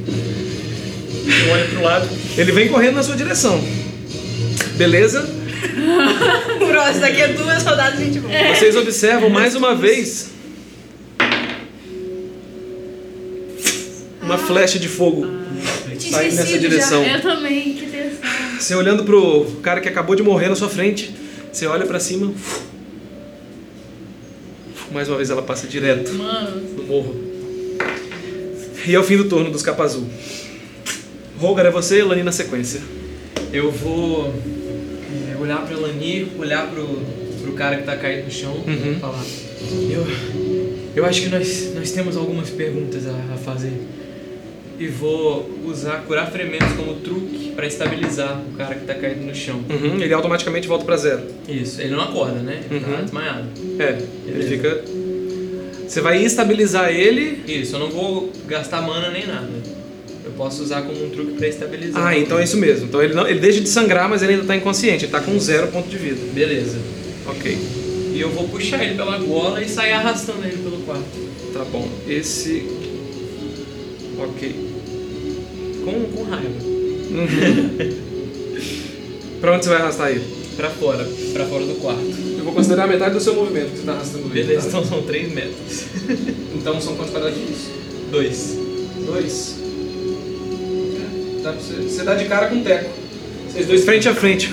Speaker 3: Eu olho pro lado. Ele vem correndo na sua direção. Beleza?
Speaker 4: Próximo, daqui a duas rodadas a gente volta.
Speaker 3: É. Vocês observam mais uma vez. Uma flecha de fogo saindo
Speaker 4: Te
Speaker 3: nessa
Speaker 4: Ah. esquecido É.
Speaker 3: direção.
Speaker 7: Eu também, que tensão.
Speaker 3: Você olhando pro cara que acabou de morrer na sua frente, você olha pra cima. Mais uma vez ela passa direto
Speaker 7: Mano,
Speaker 3: no morro. E é o fim do turno dos capa azul. Rogar é você, Lani na sequência.
Speaker 2: Eu vou é, olhar pra Elani, olhar pro, pro cara que tá caído no chão
Speaker 3: Uhum.
Speaker 2: e falar. Eu, eu acho que nós, nós temos algumas perguntas a, a fazer. E vou usar curar frementos como truque pra estabilizar o cara que tá caído no chão.
Speaker 3: Uhum, ele automaticamente volta pra zero.
Speaker 2: Isso, ele não acorda, né? Ele tá
Speaker 3: Uhum.
Speaker 2: desmaiado.
Speaker 3: É, ele
Speaker 2: Beleza.
Speaker 3: fica. Você vai estabilizar ele.
Speaker 2: Isso, eu não vou gastar mana nem nada. Eu posso usar como um truque pra estabilizar.
Speaker 3: Ah, então é isso mesmo. Então ele, não, ele deixa de sangrar, mas ele ainda tá inconsciente. Ele tá com zero ponto de vida.
Speaker 2: Beleza.
Speaker 3: Ok,
Speaker 2: E eu vou puxar ele pela gola e sair arrastando ele pelo quarto.
Speaker 3: tá bom. Esse. Ok.
Speaker 2: Com, com raiva.
Speaker 9: Uhum.
Speaker 3: Pra onde você vai arrastar ele?
Speaker 2: Pra fora, pra fora do quarto.
Speaker 9: Eu vou considerar metade do seu movimento que você tá arrastando ele,
Speaker 2: Beleza,
Speaker 9: tá?
Speaker 2: então são 3 metros.
Speaker 9: Então são quantos quadradinhos?
Speaker 2: 2.
Speaker 9: Dois. Dá pra você, você dá de cara com o Teco. Vocês dois
Speaker 3: Frente a frente.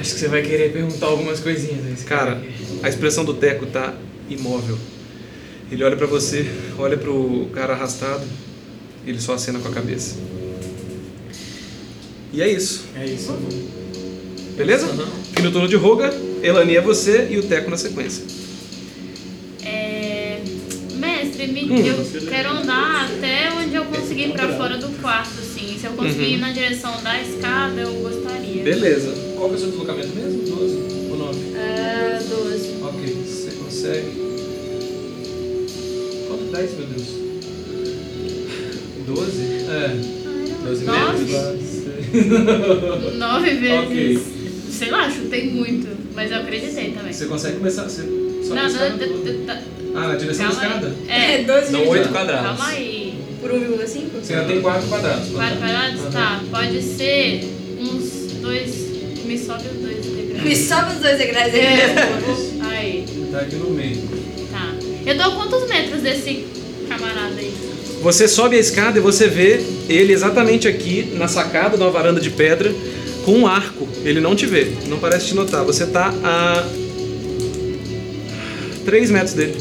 Speaker 2: Acho que você vai querer perguntar algumas coisinhas a esse
Speaker 3: Cara, a expressão do Teco tá imóvel. Ele olha pra você, olha pro cara arrastado, ele só acena com a cabeça. E é isso.
Speaker 2: É isso.
Speaker 3: Beleza?
Speaker 2: Aham.
Speaker 3: Fim do turno de Roga, Elani é você e o Teco na sequência.
Speaker 7: é... Mestre, me...
Speaker 3: Hum.
Speaker 7: eu quero andar até onde eu conseguir ir pra fora do quarto, assim. Se eu conseguir
Speaker 9: Uhum.
Speaker 7: ir na direção da escada, eu gostaria.
Speaker 3: Beleza.
Speaker 9: Qual que é o seu deslocamento mesmo? 12 ou 9?
Speaker 7: Ah, 12.
Speaker 9: Ok, você consegue. Quanto 10, meu Deus? 12? É. 12
Speaker 7: Nove?
Speaker 9: metros?
Speaker 7: Nove vezes. Sei lá, chutei muito. Mas eu acreditei também.
Speaker 9: Você consegue começar. Você só
Speaker 7: Não,
Speaker 9: escada
Speaker 7: não,
Speaker 9: toda.
Speaker 7: d- d- d-
Speaker 9: Ah, na direção da
Speaker 7: calma
Speaker 9: escada?
Speaker 7: aí.
Speaker 4: É,
Speaker 7: É,
Speaker 4: 12
Speaker 2: São
Speaker 4: minutos
Speaker 2: 8 quadrados.
Speaker 7: calma aí.
Speaker 4: por 1,5?
Speaker 3: é
Speaker 9: Você ainda tem 4 quadrados.
Speaker 7: Quatro quadrados?
Speaker 9: Aham.
Speaker 7: Tá, pode ser uns dois. Me sobe os dois integrantes.
Speaker 4: Me sobe os dois degraus aí.
Speaker 7: É, aí.
Speaker 9: Tá aqui no meio.
Speaker 7: Tá. Eu dou quantos metros desse camarada aí?
Speaker 3: Você sobe a escada e você vê ele exatamente aqui na sacada de uma varanda de pedra com um arco. Ele não te vê, não parece te notar. Você tá a 3 metros dele.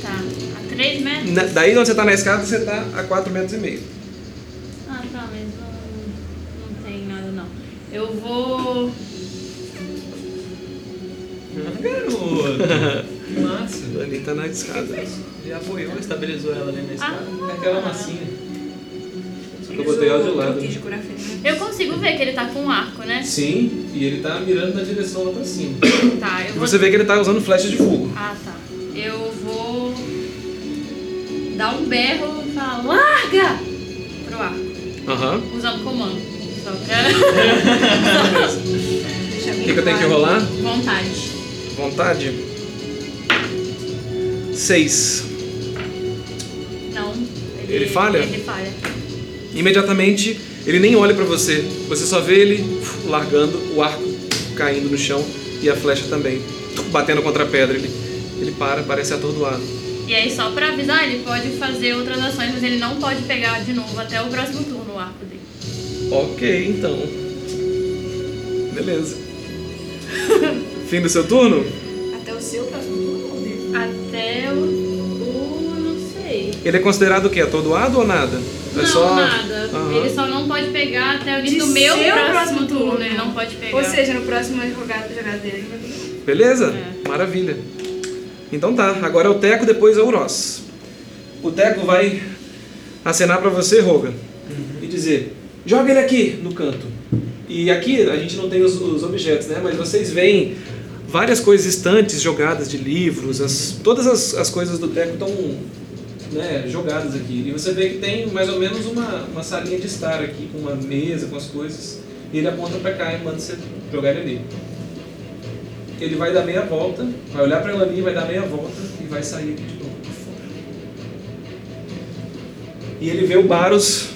Speaker 7: Tá. A 3 metros?
Speaker 3: Na- daí onde você tá na escada, você tá a 4 metros e meio.
Speaker 7: Ah, tá, mas não, não tem nada não. Eu vou.
Speaker 2: Ah, garoto! Que massa!
Speaker 3: Ele tá na escada.
Speaker 2: Já apoiou, estabilizou ela ali na escada.
Speaker 7: Ah.
Speaker 2: Aquela massinha.
Speaker 9: Só que eu botei ela de lado.
Speaker 4: de curar ferimentos.
Speaker 7: Eu consigo ver que ele tá com um arco, né?
Speaker 9: Sim, e ele tá mirando na direção lá pra cima.
Speaker 7: Tá, eu vou.
Speaker 3: Você vê que ele tá usando flecha de fogo.
Speaker 7: Ah, tá. Eu vou. dar um berro e falar: larga! pro arco.
Speaker 3: Aham.
Speaker 7: Usando comando. Só quero.
Speaker 4: Deixa
Speaker 3: O que, que eu tenho que rolar?
Speaker 7: vontade.
Speaker 3: Vontade? 6.
Speaker 7: Não.
Speaker 3: Ele falha?
Speaker 7: Ele falha.
Speaker 3: Imediatamente, ele nem olha pra você. Você só vê ele uf, largando, o arco caindo no chão e a flecha também, tum, batendo contra a pedra. Ele, ele para, parece atordoado.
Speaker 7: E aí, só pra avisar, ele pode fazer outras ações, mas ele não pode pegar de novo até o próximo turno o arco dele.
Speaker 3: Ok, então. Beleza. Fim do seu turno?
Speaker 4: Até o seu próximo turno, ou dele?
Speaker 7: Até o. o- não sei.
Speaker 3: Ele é considerado o quê? Atordoado ou nada? É
Speaker 7: não,
Speaker 3: só-
Speaker 7: nada.
Speaker 3: Aham.
Speaker 7: Ele só não pode pegar até alguém
Speaker 4: De
Speaker 7: do meu
Speaker 4: seu
Speaker 7: próximo,
Speaker 4: próximo
Speaker 7: turno.
Speaker 4: turno.
Speaker 7: Ele não pode pegar.
Speaker 4: Ou seja, no próximo jogado, jogado dele, ele vai ganhar.
Speaker 3: Beleza? Maravilha. Então tá, agora é o Teco, depois é o Uros. O Teco vai acenar pra você, Roga, e dizer: joga ele aqui no canto. E aqui a gente não tem os, os objetos, né? Mas vocês veem várias coisas, estantes jogadas de livros, as- todas as, as coisas do Teco estão né, jogadas aqui. E você vê que tem mais ou menos uma, uma salinha de estar aqui, com uma mesa, com as coisas. E ele aponta pra cá e manda você jogar ele ali. Ele vai dar meia volta, vai olhar pra ela ali, vai dar meia volta e vai sair aqui de novo pra fora. E ele vê o Baros.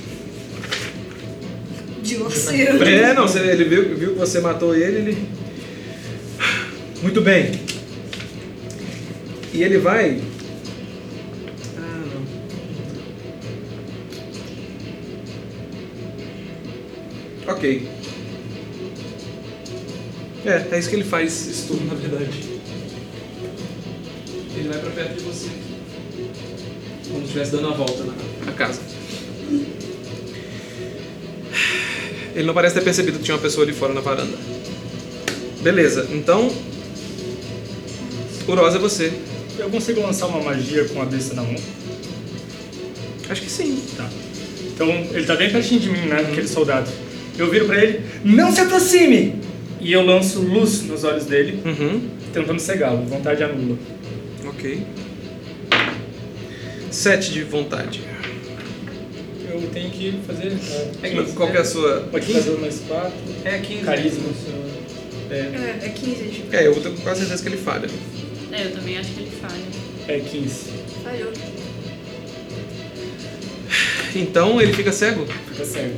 Speaker 4: Divorciou.
Speaker 3: É, não, você- ele viu, viu que você matou ele, ele. Muito bem. E ele vai. Ah, não. Ok. É, é isso que ele faz, isso tudo, na verdade. Ele vai pra perto de você. Como se estivesse dando a volta na, na casa. Ele não parece ter percebido que tinha uma pessoa ali fora na varanda. Beleza, então. Urosa é você.
Speaker 5: Eu consigo lançar uma magia com a besta na mão?
Speaker 3: Acho que sim.
Speaker 5: Tá. Então, ele tá bem pertinho de mim, né? Aquele soldado. Eu viro pra ele, não se aproxime! E eu lanço luz nos olhos dele,
Speaker 3: Uhum,
Speaker 5: tentando cegá-lo. Vontade anula.
Speaker 3: ok. Sete de vontade.
Speaker 5: Eu tenho que fazer... tá?
Speaker 3: É que- Qual que é a sua.
Speaker 5: Modificador mais 4,
Speaker 3: É 15.
Speaker 5: carisma.
Speaker 4: É, é 15, tipo,
Speaker 3: É, eu tenho quase certeza que ele falha.
Speaker 7: É, eu também acho que ele falha.
Speaker 5: É 15.
Speaker 4: falhou.
Speaker 3: Então ele fica cego?
Speaker 5: Fica cego.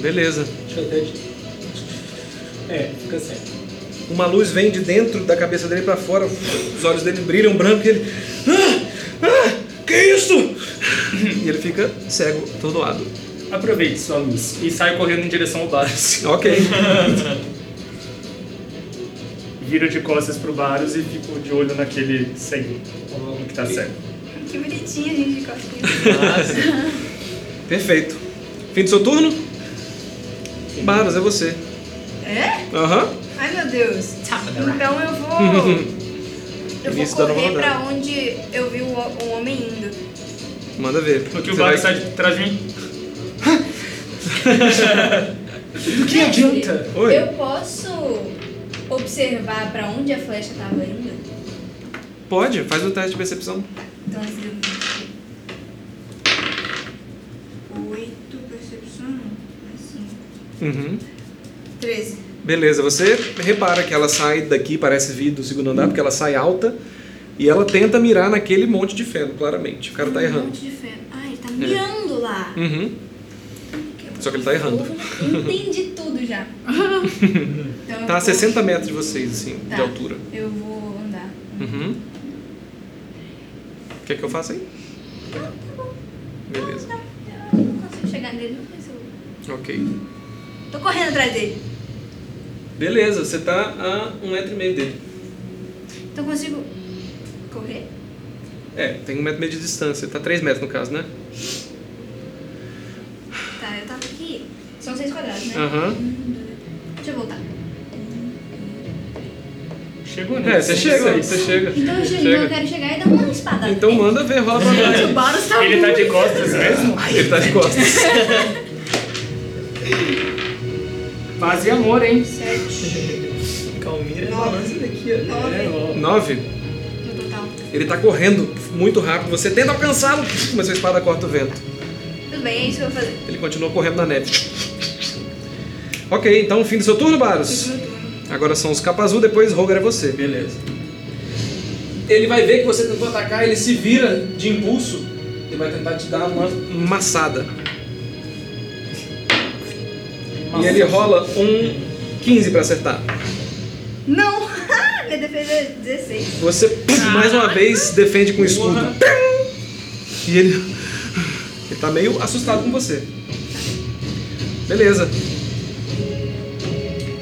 Speaker 3: Beleza.
Speaker 5: Deixa eu até... É, fica cego.
Speaker 3: Uma luz vem de dentro da cabeça dele pra fora, os olhos dele brilham branco e ele. Ah! Ah! Que isso? E ele fica cego, atordoado.
Speaker 5: Aproveite sua luz e sai correndo em direção ao Baros.
Speaker 3: Ok.
Speaker 5: Viro de costas pro Baros e fico de olho naquele ceguinho. no que tá cego.
Speaker 4: Que bonitinho, gente, de costinha.
Speaker 3: Perfeito. Fim do seu turno? Baros, é você.
Speaker 4: É?
Speaker 3: Aham.
Speaker 4: Ai, meu Deus. Então eu vou... Eu
Speaker 3: Início
Speaker 4: vou
Speaker 3: da nova
Speaker 4: correr
Speaker 3: rodada.
Speaker 4: pra onde eu vi o, o homem indo.
Speaker 3: Manda ver.
Speaker 5: No que o
Speaker 3: Você
Speaker 5: Baros
Speaker 3: vai-
Speaker 5: sai de trás de mim. Do que adianta?
Speaker 3: Oi.
Speaker 4: Eu posso observar pra onde a flecha tava indo?
Speaker 3: Pode, faz o teste de percepção.
Speaker 4: Então, assim, eu... Oito percepção? Assim.
Speaker 3: Uhum.
Speaker 4: Treze.
Speaker 3: Beleza, você repara que ela sai daqui, parece vir do segundo andar, porque ela sai alta e ela tenta mirar naquele monte de feno, claramente. O cara tá
Speaker 4: Um
Speaker 3: errando. É.
Speaker 4: monte de ferro. Ah, ele tá mirando lá.
Speaker 3: Uhum. Só que ele tá errando.
Speaker 4: Entendi tudo já. Então eu
Speaker 3: Tá a
Speaker 4: vou-
Speaker 3: 60 metros de vocês, assim,
Speaker 4: Tá.
Speaker 3: de altura.
Speaker 4: Eu vou andar.
Speaker 3: Uhum. Quer que eu faça aí? Tá, Beleza.
Speaker 4: Eu não consigo chegar nele, não consigo.
Speaker 3: Ok.
Speaker 4: Tô correndo atrás dele.
Speaker 3: Beleza, você tá a um metro e meio dele.
Speaker 4: Então eu consigo correr?
Speaker 3: É, tem um metro e meio de distância. Tá três metros no caso, né?
Speaker 4: Tá, eu tava aqui. São seis quadrados, né?
Speaker 3: Aham.
Speaker 4: Deixa eu voltar.
Speaker 5: Chegou, né?
Speaker 3: É, você chega, você chega.
Speaker 4: Então eu, che- então eu
Speaker 3: chega.
Speaker 4: quero chegar e dar uma espada.
Speaker 3: Então manda ver, rola pra
Speaker 7: Gente, o
Speaker 3: nós.
Speaker 7: Baros tá
Speaker 5: Ele tá
Speaker 7: muito...
Speaker 5: de costas mesmo?
Speaker 3: Ele tá de costas.
Speaker 5: Paz e amor, hein?
Speaker 2: Calminha.
Speaker 3: É, Nove.
Speaker 4: No total.
Speaker 3: Ele tá correndo muito rápido. Você tenta alcançá-lo, mas sua espada corta o vento.
Speaker 4: Tudo bem, é isso que eu vou fazer.
Speaker 3: Ele continua correndo na neve. Ok, então fim do seu turno, Baros. Agora são os capa azul, depois Roger é você.
Speaker 9: Beleza. Ele vai ver que você tentou atacar, ele se vira de impulso. Ele vai tentar te dar uma.
Speaker 3: Massada. E ele rola um 15 pra acertar.
Speaker 4: Não! Minha defesa é 16.
Speaker 3: Você puf, mais uma vez defende com o escudo. E ele. Ele tá meio assustado com você. Beleza.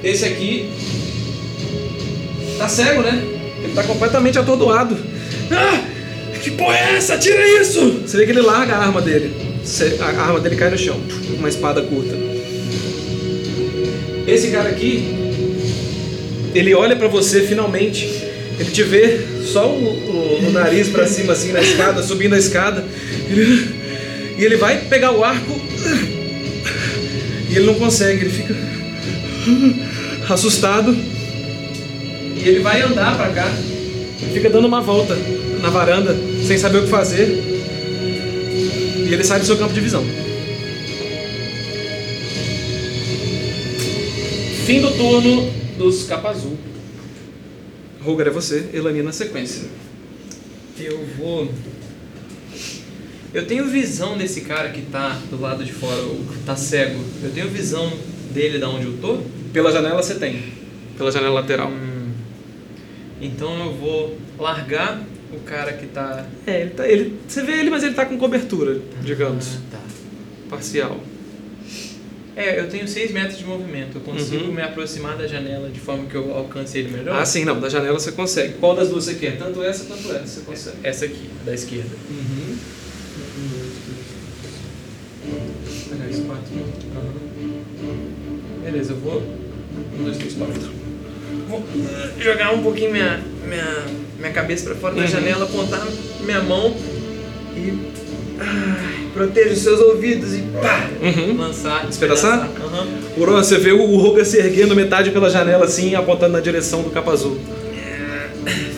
Speaker 9: Esse aqui. Tá cego, né?
Speaker 3: Ele tá completamente atordoado. Ah! Que porra é essa? Tira isso! Você vê que ele larga a arma dele. Você- A a arma dele cai no chão. Uma espada curta.
Speaker 9: Esse cara aqui.
Speaker 3: Ele olha pra você finalmente. Ele te vê só o, o- o nariz pra cima, assim, na escada, subindo a escada. Ele- E ele vai pegar o arco. E ele não consegue, ele fica. assustado.
Speaker 9: E ele vai andar pra cá.
Speaker 3: Fica dando uma volta na varanda, sem saber o que fazer. E ele sai do seu campo de visão.
Speaker 9: Fim do turno dos capa azul.
Speaker 3: Ruger é você, Elani na sequência.
Speaker 2: Eu vou. Eu tenho visão desse cara que tá do lado de fora, o que tá cego. Eu tenho visão dele da onde eu tô. Hum.
Speaker 3: Pela janela você tem. Pela janela lateral.
Speaker 2: Então eu vou largar o cara que tá.
Speaker 3: É, ele tá, ele, você vê ele, mas ele tá com cobertura, digamos,
Speaker 2: Ah, tá.
Speaker 3: parcial.
Speaker 2: É, eu tenho 6 metros de movimento. Eu consigo
Speaker 3: Uhum.
Speaker 2: me aproximar da janela de forma que eu alcance ele melhor?
Speaker 3: Ah, sim, não, da janela você consegue.
Speaker 9: Qual das duas você quer? Tanto essa quanto essa. Você consegue.
Speaker 2: Essa aqui, da esquerda.
Speaker 9: Uhum. Um, dois, três. Pegar esse tá? quatro. Aham.
Speaker 2: Beleza, eu vou
Speaker 9: Um, dois, três, quatro.
Speaker 2: Vou jogar um pouquinho minha, minha, minha cabeça pra fora da
Speaker 9: Uhum.
Speaker 2: janela, apontar minha mão e. ah, proteja os seus ouvidos e pá!
Speaker 3: Uhum.
Speaker 2: Lançar.
Speaker 3: Despedaçar?
Speaker 2: despedaçar. Aham.
Speaker 3: Uron, você vê o Ruger se erguendo metade pela janela, assim, apontando na direção do capa azul.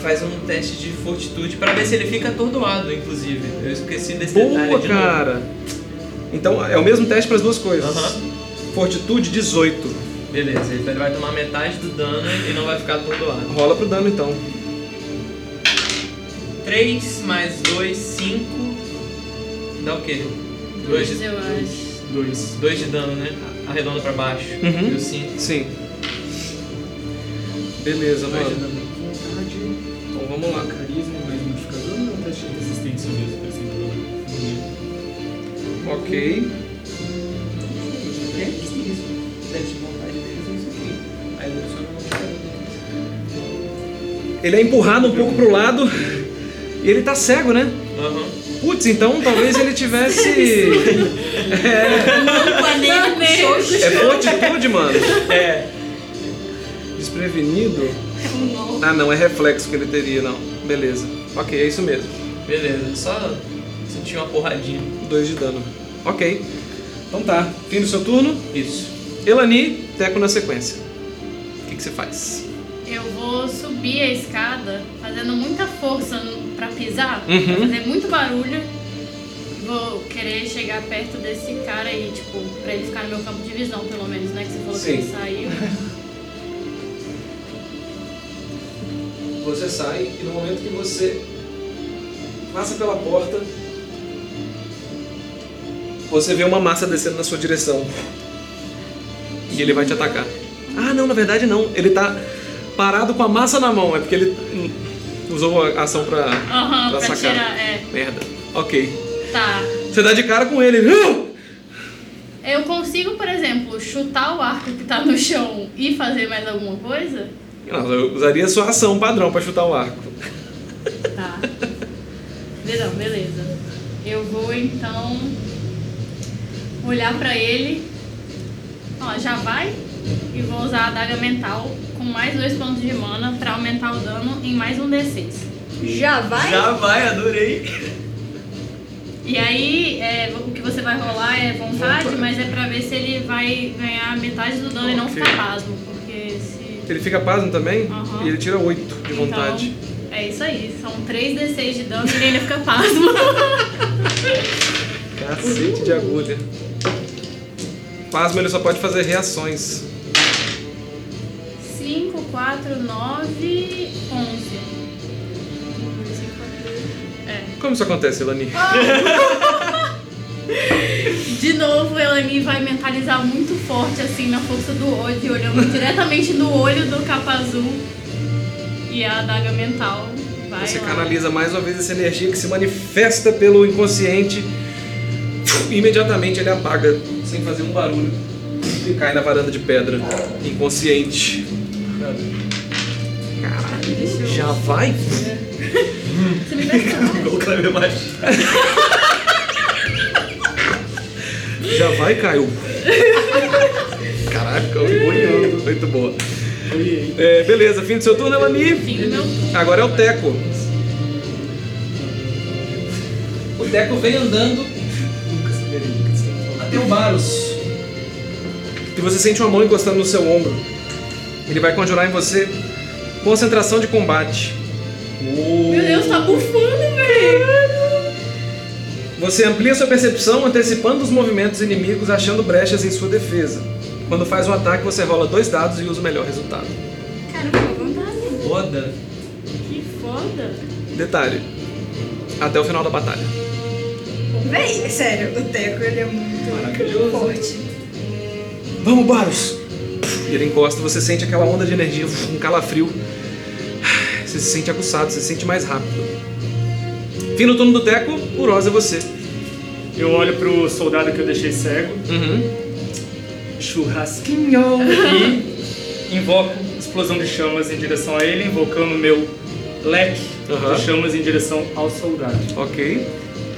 Speaker 2: Faz um teste de fortitude pra ver se ele fica atordoado, inclusive. Eu esqueci desse detalhe
Speaker 3: Boa,
Speaker 2: de novo.
Speaker 3: cara! Então, é o mesmo teste para as duas coisas.
Speaker 2: Aham.
Speaker 3: Fortitude 18.
Speaker 2: Beleza, então ele vai tomar metade do dano e não vai ficar atordoado.
Speaker 3: Rola pro dano, então.
Speaker 2: 3 mais 2, 5. Dá o quê? 2 de,
Speaker 7: eu acho.
Speaker 3: 2.
Speaker 2: dois de dano, né? Arredonda pra baixo.
Speaker 3: Uhum.
Speaker 2: E o 5.
Speaker 3: Sim. Beleza,
Speaker 2: Dois de
Speaker 3: mano.
Speaker 2: dano.
Speaker 9: Vontade,
Speaker 3: Então vamos lá.
Speaker 9: carisma, mais modificador ou um teste de resistência mesmo? Percebeu?
Speaker 3: Ok.
Speaker 2: É
Speaker 3: Ele é empurrado um pouco pro lado e ele tá cego, né?
Speaker 2: Aham.
Speaker 3: Putz, então talvez ele tivesse.
Speaker 7: Não, né?
Speaker 3: É fortitude, mano.
Speaker 2: É.
Speaker 3: Desprevenido? Ah, não, é reflexo que ele teria, não. Beleza. Ok, é isso mesmo.
Speaker 2: Beleza, só senti uma porradinha.
Speaker 3: Dois de dano. Ok. Então tá. Fim do seu turno? Isso. Elani, teco na sequência. O que, que você faz?
Speaker 7: Eu vou subir a escada fazendo muita força no- pra pisar,
Speaker 3: Uhum.
Speaker 7: pra fazer muito barulho. Vou querer chegar perto desse cara e, tipo, pra ele ficar no meu campo de visão, pelo menos, né? Que você falou
Speaker 3: Sim.
Speaker 7: que ele saiu.
Speaker 9: Você sai e no momento que você passa pela porta,
Speaker 3: Você vê uma massa descendo na sua direção. E ele vai te atacar. Ah, não, na verdade não. Ele tá parado com a massa na mão. É porque ele hum, usou a ação pra,
Speaker 7: Aham,
Speaker 3: pra
Speaker 7: pra
Speaker 3: sacar.
Speaker 7: tirar. É,
Speaker 3: Merda. Ok.
Speaker 7: tá.
Speaker 3: Você dá de cara com ele. Ah!
Speaker 7: Eu consigo, por exemplo, chutar o arco que tá no chão e fazer mais alguma coisa?
Speaker 3: Não, eu usaria a sua ação padrão pra chutar o arco.
Speaker 7: Tá. Não, beleza. Eu vou então olhar pra ele. Ó, já vai. E vou usar a adaga mental com mais dois pontos de mana pra aumentar o dano em mais um D6.
Speaker 4: Já vai?
Speaker 2: Já vai, adorei.
Speaker 7: E aí, é, o que você vai rolar é vontade, mas é pra ver se ele vai ganhar metade do dano e não
Speaker 3: Ok.
Speaker 7: ficar pasmo. Porque se.
Speaker 3: Ele fica pasmo também
Speaker 7: Aham.
Speaker 3: e ele tira 8 de vontade.
Speaker 7: Então, é isso aí. São 3 D6 de dano e ele fica pasmo.
Speaker 3: Cacete de agulha. Pasmo ele só pode fazer reações.
Speaker 7: 5, 4, 9, 11. É.
Speaker 3: Como isso acontece, Elani?
Speaker 7: De novo, Elani vai mentalizar muito forte, assim, na força do ódio, olhando diretamente no olho do capa azul. E a adaga mental vai.
Speaker 3: Você
Speaker 7: lá.
Speaker 3: canaliza mais uma vez essa energia que se manifesta pelo inconsciente. Imediatamente ele apaga
Speaker 9: sem fazer um barulho,
Speaker 3: e cai na varanda de pedra, inconsciente.
Speaker 7: Deixa eu-
Speaker 3: Já vai?
Speaker 7: Você me percebeu?
Speaker 2: Vou colocar minha magia.
Speaker 3: Já vai, Caio. Caraca, olhando. Muito boa. É, beleza, fim do seu turno, Elani.
Speaker 7: Fim do meu turno.
Speaker 3: Agora é o Teco.
Speaker 9: O Deco vem andando até o Baros.
Speaker 3: E você sente uma mão encostando no seu ombro. Ele vai conjurar em você concentração de combate.
Speaker 7: Meu Deus, tá bufando, velho.
Speaker 3: Você amplia sua percepção antecipando os movimentos inimigos, achando brechas em sua defesa. Quando faz um ataque, você rola dois dados e usa o melhor resultado.
Speaker 4: Caramba, vamos lá.
Speaker 9: Roda.
Speaker 7: Que foda.
Speaker 3: Detalhe: até o final da batalha.
Speaker 4: Véi, sério, o Teco ele é muito forte.
Speaker 3: Vamos, Baros! E ele encosta, você sente aquela onda de energia, um calafrio. Você se sente aguçado, você se sente mais rápido. Fim do turno do Teco, Urosa é você.
Speaker 5: Eu olho pro soldado que eu deixei cego,
Speaker 3: Uhum.
Speaker 5: churrasquinho, e invoco explosão de chamas em direção a ele, invocando meu leque
Speaker 3: Aham.
Speaker 5: de chamas em direção ao soldado.
Speaker 3: Ok.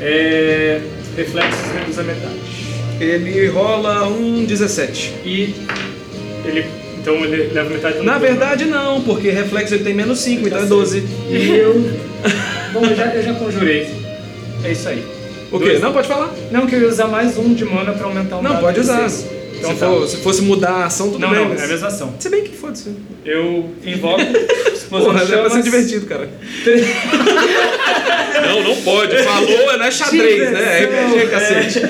Speaker 5: É, reflexos reduz a metade.
Speaker 3: Ele rola um 17.
Speaker 5: E ele. Então ele leva metade do
Speaker 3: Na
Speaker 5: meu dano.
Speaker 3: verdade, não, porque reflexo ele tem menos 5, então é 12.
Speaker 5: E eu. Bom, eu já, eu já conjurei. É isso aí.
Speaker 3: O quê?
Speaker 5: Dois.
Speaker 3: Não, pode falar.
Speaker 5: Não, que eu ia usar mais um de mana pra aumentar o
Speaker 3: Não,
Speaker 5: dado
Speaker 3: pode
Speaker 5: de
Speaker 3: usar.
Speaker 5: seis.
Speaker 3: Se,
Speaker 5: Então, tá.
Speaker 3: for- se fosse mudar a ação, tudo
Speaker 5: Não,
Speaker 3: bem.
Speaker 5: não,
Speaker 3: mas-
Speaker 5: é a mesma ação.
Speaker 3: Se bem que foda-se.
Speaker 5: Eu invoco explosão
Speaker 3: Porra,
Speaker 5: de
Speaker 3: é pra
Speaker 5: chamas.
Speaker 3: ser divertido, cara. não, não pode. Falou, não é xadrez, né? É RPG, cacete.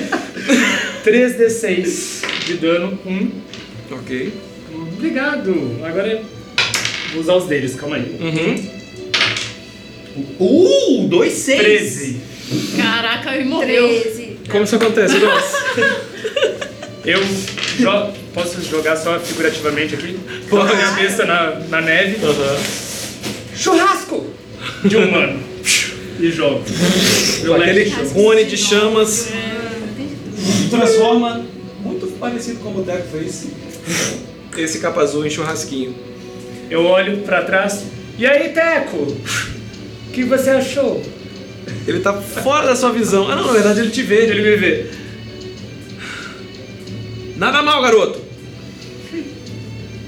Speaker 5: 3d6 de dano, 1.
Speaker 3: É. Ok.
Speaker 5: Obrigado! Agora eu vou usar os deles, calma aí.
Speaker 3: Uhum.
Speaker 2: Uh, 2, 6.
Speaker 5: 13.
Speaker 7: Caraca, ele morreu.
Speaker 4: 13.
Speaker 3: Como isso acontece, Douglas?
Speaker 5: Eu jo- posso jogar só figurativamente aqui? Coloco a minha besta na, na neve. Churrasco! De um humano. e jogo.
Speaker 3: Com Aquele cone de chamas.
Speaker 9: Transforma muito parecido com o Deco fez.
Speaker 3: Esse capa azul em churrasquinho.
Speaker 5: Eu olho pra trás. E aí, Teco? O que você achou?
Speaker 3: Ele tá fora da sua visão. Ah, não, na verdade ele te vê, ele me vê. Nada mal, garoto.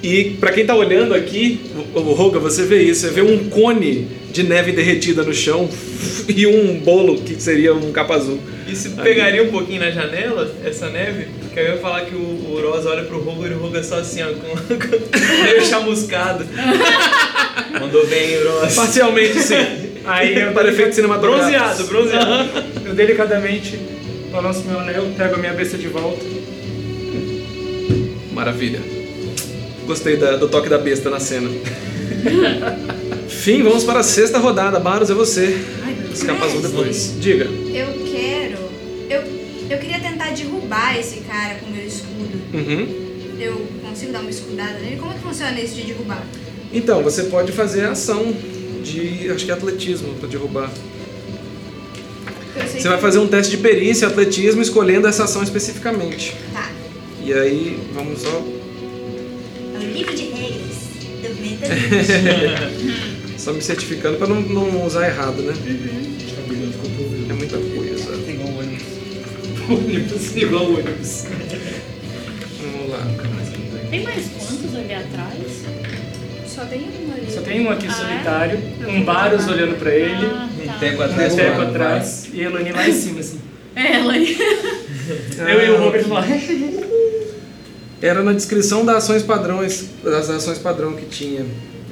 Speaker 3: E pra quem tá olhando aqui, o o Roga, você vê isso. Você vê um cone de neve derretida no chão e um bolo que seria um capa azul.
Speaker 2: Isso pegaria um pouquinho na janela, essa neve? Porque aí eu ia falar que o, o Rosa olha pro Rogo e o Rogo é só assim, ó, com, com meio chamuscado. Mandou bem,
Speaker 3: é
Speaker 2: Rosa.
Speaker 3: Parcialmente, sim.
Speaker 5: Aí eu
Speaker 3: Para efeito cinematográfico.
Speaker 2: Bronzeado, bronzeado.
Speaker 5: Uhum. Eu delicadamente balanço meu anel, né? pego a minha besta de volta.
Speaker 3: Maravilha. Gostei da- do toque da besta na cena. Fim, vamos para a sexta rodada. Baros, é você. Escapa azul depois. Diga.
Speaker 4: Eu quero. Eu, eu queria tentar derrubar esse cara com meu escudo.
Speaker 3: Uhum.
Speaker 4: Eu consigo dar uma escudada nele? Como é que funciona isso de derrubar?
Speaker 3: Então, você pode fazer a ação de, acho que é atletismo, pra derrubar.
Speaker 4: Porque eu sei
Speaker 3: Você vai
Speaker 4: que-
Speaker 3: fazer um teste de perícia, atletismo, escolhendo essa ação especificamente.
Speaker 4: Tá.
Speaker 3: E aí, vamos só...
Speaker 4: É o livro de regras do Meta.
Speaker 3: Só me certificando pra não, não usar errado, né?
Speaker 5: Uhum.
Speaker 3: É muita coisa.
Speaker 5: um Ônibus, igual ônibus.
Speaker 3: Vamos lá.
Speaker 7: Tem mais quantos ali atrás?
Speaker 4: Só tem uma ali.
Speaker 5: Só tem um aqui
Speaker 7: Ah, é?
Speaker 5: solitário, um Baros olhando pra ele,
Speaker 7: Ah, tá.
Speaker 9: Teco
Speaker 5: um
Speaker 9: atrás.
Speaker 5: Teco
Speaker 9: Baros.
Speaker 5: atrás e a Elani lá em cima, assim. Ah.
Speaker 7: É, Ela aí.
Speaker 5: Eu e o Robert lá.
Speaker 3: Era na descrição das ações padrões, das ações padrão que tinha.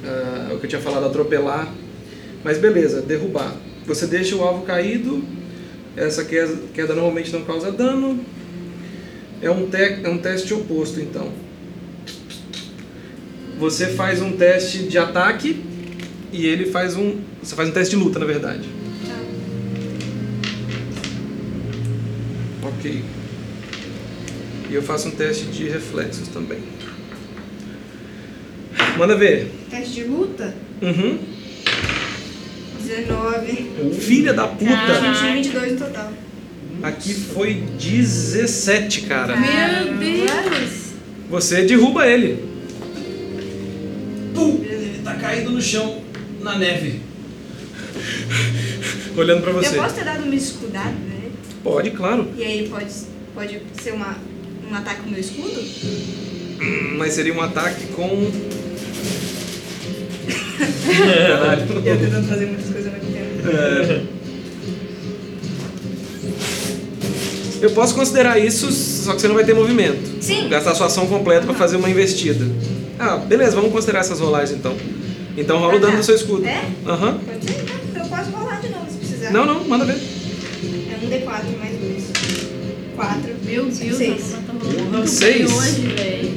Speaker 3: ah, o que eu tinha falado, atropelar. Mas beleza, derrubar. Você deixa o alvo caído. Essa queda, queda normalmente não causa dano. É um, te- é um teste oposto, então. Você faz um teste de ataque e ele faz um. Você faz um teste de luta, na verdade. Ok. E eu faço um teste de reflexos também. Manda ver.
Speaker 4: Teste de luta?
Speaker 3: Uhum.
Speaker 4: 19.
Speaker 3: Filha da puta!
Speaker 7: Caraca.
Speaker 4: Tinha 22 no total.
Speaker 3: Aqui foi 17, cara.
Speaker 7: Meu Deus.
Speaker 3: Você derruba ele.
Speaker 9: Pum! Ele tá caído no chão, na neve.
Speaker 3: Olhando pra você.
Speaker 4: Eu posso ter dado uma escudada né?
Speaker 3: Pode, claro.
Speaker 4: E aí pode, pode ser uma, um ataque com o meu escudo?
Speaker 3: Mas seria um ataque com.
Speaker 4: Eu tentando fazer muitas coisas ao mesmo tempo.
Speaker 3: Eu posso considerar isso, só que você não vai ter movimento.
Speaker 4: Sim.
Speaker 3: Gastar sua ação completa pra fazer uma investida. Ah, beleza, vamos considerar essas rolagens então. Então rola o dano do seu escudo.
Speaker 4: É?
Speaker 3: Aham.
Speaker 4: Pode ser? Tá, Eu posso rolar de novo se precisar.
Speaker 3: Não, não, manda ver.
Speaker 4: É um D4 mais dois. Quatro.
Speaker 7: Meu Deus,
Speaker 4: Seis.
Speaker 7: a Amanda tá rolando muito bem
Speaker 3: Seis.
Speaker 7: hoje, velho.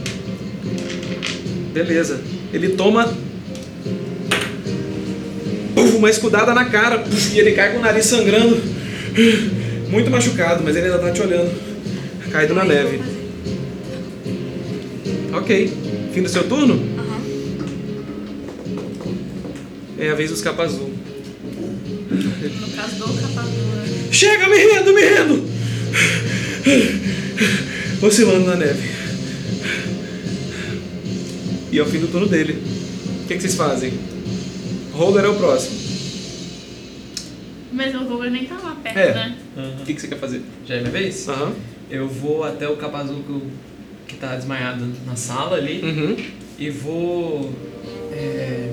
Speaker 3: Beleza. Ele toma. Puf, Uma escudada na cara puf, e ele cai com o nariz sangrando. Muito machucado, mas ele ainda tá te olhando. Caído na
Speaker 4: Aí eu vou
Speaker 3: neve.
Speaker 4: fazer.
Speaker 3: Ok. Fim do seu turno?
Speaker 4: Aham.
Speaker 3: É a vez dos capa azul.
Speaker 7: No caso do né? capadura.
Speaker 3: Chega, me rendo, me rendo! Oscilando na neve. E é o fim do turno dele. O que, que vocês fazem? Roller é o próximo.
Speaker 7: Mas o Google nem tá lá perto,
Speaker 3: É.
Speaker 7: né?
Speaker 3: O que, que você quer fazer?
Speaker 2: Já é minha vez?
Speaker 3: Aham.
Speaker 2: Eu vou até o capazul que, eu- que tá desmaiado na sala ali
Speaker 3: Uhum.
Speaker 2: e vou é,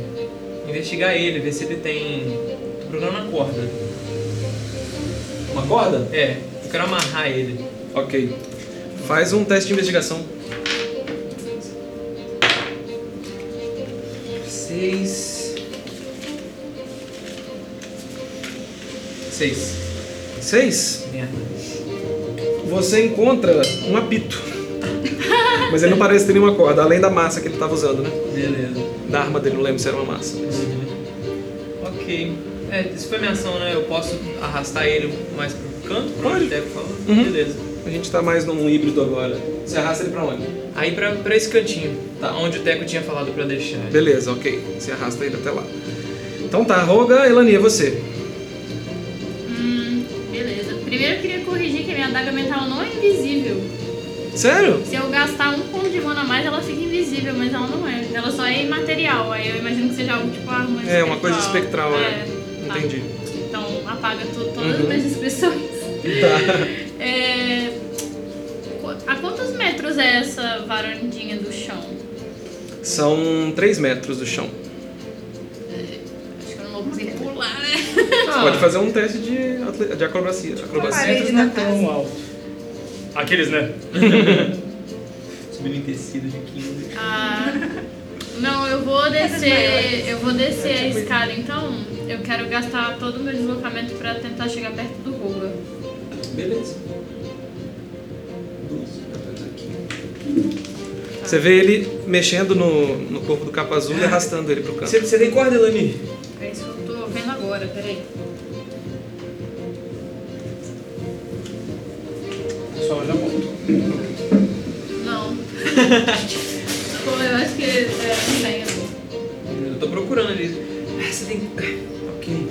Speaker 2: investigar ele, ver se ele tem. Tô procurando uma corda.
Speaker 3: Uma corda?
Speaker 2: É, eu quero amarrar ele.
Speaker 3: Ok. Faz um teste de investigação.
Speaker 2: 6. 6.
Speaker 3: Seis.
Speaker 2: Merda.
Speaker 3: Você encontra um apito. Mas ele não parece ter nenhuma corda, além da massa que ele estava usando, né?
Speaker 2: Beleza.
Speaker 3: Da arma dele, não lembro se era uma massa.
Speaker 2: Ok. É, isso foi minha ação, né? Eu posso arrastar ele mais pro canto, pro
Speaker 3: Pode.
Speaker 2: onde o Teco falou?
Speaker 3: Uhum.
Speaker 2: Beleza.
Speaker 3: A gente tá mais num híbrido agora. Você arrasta ele pra onde?
Speaker 2: Aí pra, pra esse cantinho, tá? Onde o Teco tinha falado pra eu deixar. ele.
Speaker 3: Beleza, ok. Você arrasta ele até lá. Então tá, Roga, Elani, é você.
Speaker 7: Hum, beleza. Primeiro eu queria corrigir que a minha adaga mental não é invisível.
Speaker 3: Sério?
Speaker 7: Se eu gastar um ponto de mana a mais, ela fica invisível, mas ela não é. Ela só é imaterial. Aí eu imagino que seja algo tipo arma
Speaker 3: É, uma coisa espectral, é.
Speaker 7: tá.
Speaker 3: Entendi.
Speaker 7: Então apaga tu- todas
Speaker 3: Uhum.
Speaker 7: as minhas expressões.
Speaker 3: Tá.
Speaker 7: É, qu- A quantos metros é essa varandinha do chão?
Speaker 3: São 3 metros do chão.
Speaker 7: Acho que eu não vou conseguir pular, né?
Speaker 3: Você pode fazer um teste de, atle- de acrobacia.
Speaker 2: Tipo,
Speaker 3: acrobacia.
Speaker 4: parede
Speaker 5: Centros
Speaker 4: da
Speaker 5: não tão
Speaker 4: casa.
Speaker 5: alto. Aqueles, né?
Speaker 2: Subindo em tecido de 15.
Speaker 7: Ah, não, eu vou descer. Eu vou descer a escada então. Eu quero gastar todo o meu deslocamento pra tentar chegar perto do Ruga.
Speaker 9: Beleza. 12, 14, 15.
Speaker 3: Você vê ele mexendo no, no corpo do capa azul e arrastando ele pro canto.
Speaker 9: Você, você tem corda, Elani?
Speaker 7: É isso que eu tô vendo agora, peraí.
Speaker 5: Só olha muito.
Speaker 7: Não. Bom, eu acho que é, não tem agora.
Speaker 2: Eu tô procurando ali. Ah, você tem. Ok.